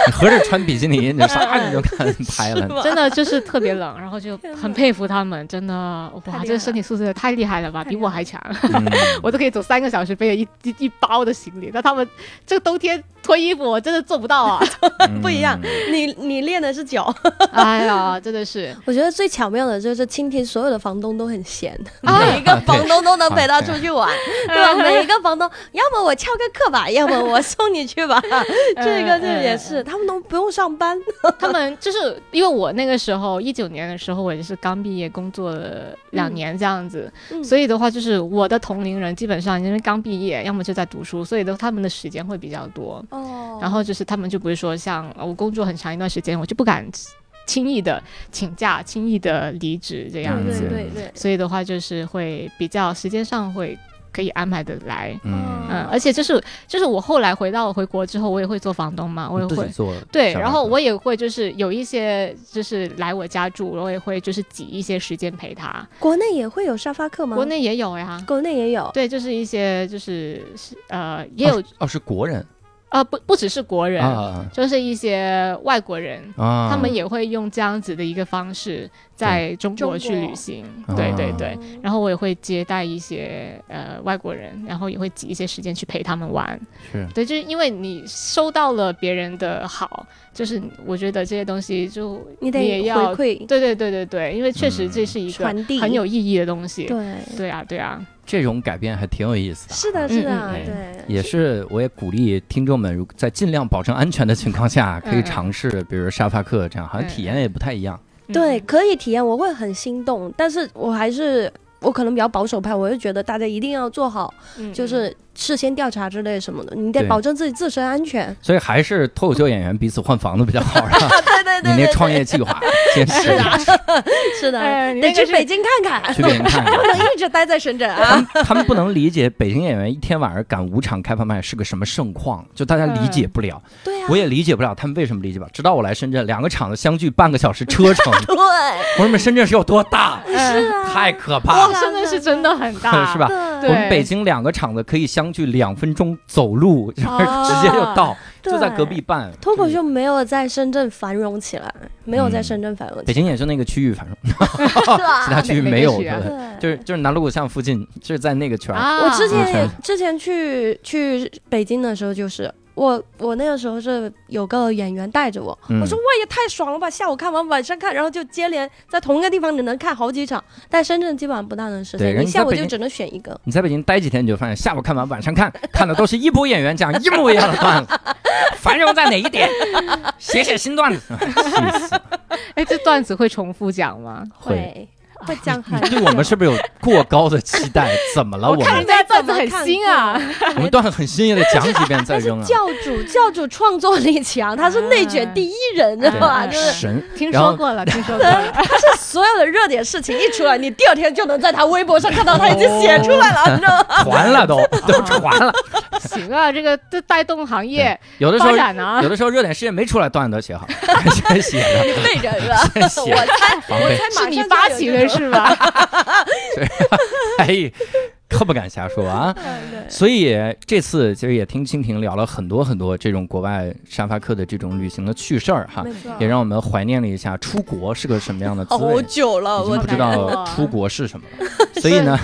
你合着穿比基尼，你啥你就 看拍了。真的就是特别冷，然后就很佩服他们，真的哇，这个身体素质也太厉害了吧，比我还强，嗯 我都可以走三个小时背着一一一包的行李，那他们这个冬天脱衣服我真的做不到啊！ 不一样嗯你你练的是脚。哎呀，真的是，我觉得最巧妙的就是蜻蜓所有的房东都很闲， 哎啊每一个房东都能陪他出去玩，对吧？每一个房东，要么我翘个课吧，要么我送你去 吧。这嗯个这也是，他们都不用上班，他们就是因为我那个时候一九年的时候，我也是刚毕业工作了两年这样子，嗯所以的话就是我的同龄人基本上因为刚毕业，要么就在读书，所以的他们的时间会比较多。哦然后就是他们就不是说像呃我工作很长一段时间，我就不敢轻易的请假、轻易的离职这样嗯子，对对对，所以的话就是会比较时间上会可以安排的来。嗯，嗯，而且就是就是我后来回到回国之后，我也会做房东嘛，我也自会己做嗯对，小然后两我也会就是有一些就是来我家住，我也会就是挤一些时间陪他。国内也会有沙发客吗？国内也有呀，国内也有，对，就是一些就是是呃也有哦哦是国人呃不不只是国人，啊就是一些外国人，啊，他们也会用这样子的一个方式在中国去旅行，中国对啊对哦对。然后我也会接待一些呃外国人，然后也会挤一些时间去陪他们玩。是对，就是因为你收到了别人的好，就是我觉得这些东西就你也得要回馈对对对对对，因为确实这是一嗯个传递，很有意义的东西。对，对啊对啊，这种改变还挺有意思的。是的，是的，嗯哎对，也是，我也鼓励听众们，如在尽量保证安全的情况下，可以嗯尝试，比如沙发客这样，嗯好像体验也不太一样。嗯对，可以体验，我会很心动，但是我还是我可能比较保守派，我就觉得大家一定要做好，嗯就是事先调查之类什么的，你得对保证自己自身安全。所以还是脱口秀演员彼此换房子比较好，是吧？ 对 对你那创业计 划，坚持一下，是的，哎呃得你那个去是北京看看去，给人看看不。能一直待在深圳啊。他们他们不能理解北京演员一天晚上赶五场开放麦是个什么盛况，就大家理解不了， 对啊，我也理解不了他们为什么理解不了。直到我来深圳，两个场子相距半个小时车程， 我对，说你们深圳是有多大？是啊，嗯太可怕哇，了，呃真的是真的很 大，是吧？对我们北京两个场子可以相距两分钟走路，然后直接就到，就在隔壁。嗯办。脱口秀没有在深圳繁荣起来，没有在深圳繁荣北起京也就那个区域，反正来，是 其吧？他区域哪没有，哪个区啊对对就是就是南锣鼓巷附近，就是在那个圈儿。啊，我之前嗯也之前去去北京的时候，就是我我那个时候是有个演员带着我，嗯我说哇也太爽了吧，下午看完晚上看，然后就接连在同一个地方你能看好几场，但深圳基本上不大能实对现，人你家下午北就京只能选一个。你在北京待几天，你就发现下午看完，晚上看， 看的都是一波演员讲一模一样的段子，繁荣在哪一点？写写新段子，气死！哎，这段子会重复讲吗？会， 会讲很你对我们是不是有过高的期待？怎么了？我看们人家段子很新啊，我们段子很新，也得讲几遍再扔啊。教主，教主创作力强，他是内卷第一人，知道吧？哎对就是神，听然后说过了，听说过 了。啊他是所有的热点事情一出来，你第二天就能在他微博上看到他已经写出 来了，你知道吗？传了都，都传了。行啊，这个这带动行业有的时发候，展啊有。的时候热点事件没出来，段子都写 好，先写着，被人了，先 写我着，猜防我备。猜是哎马你上发就有起这的种是吧？ 哎，可不敢瞎说 啊。所以这次其实也听蜻蜓聊了很多很多这种国外沙发客的这种旅行的趣事儿哈，也让我们怀念了一下出国是个什么样的滋味，好已久了，经我不知难过道啊出国是什么 了。所以呢，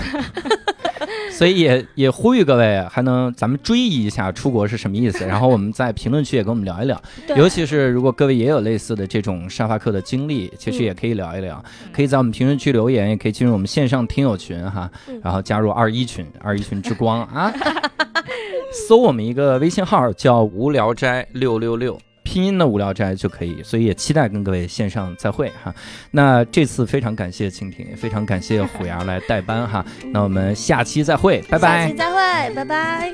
所以也也呼吁各位，还能咱们追忆一下出国是什么意思，然后我们在评论区也跟我们聊一聊。对 尤其是如果各位也有类似的这种沙发客的经历，其嗯实也可以聊一聊，可以在我们评论区留言，也可以进入我们线上听友群哈，嗯然后加入二一群，二一群之光啊，搜我们一个微信号叫无聊斋六六六。拼音的无聊斋就可以，所以也期待跟各位线上再会哈。那这次非常感谢蜻蜓，也非常感谢虎牙来代班哈。那我们下期再会，拜拜。下期再会，拜拜。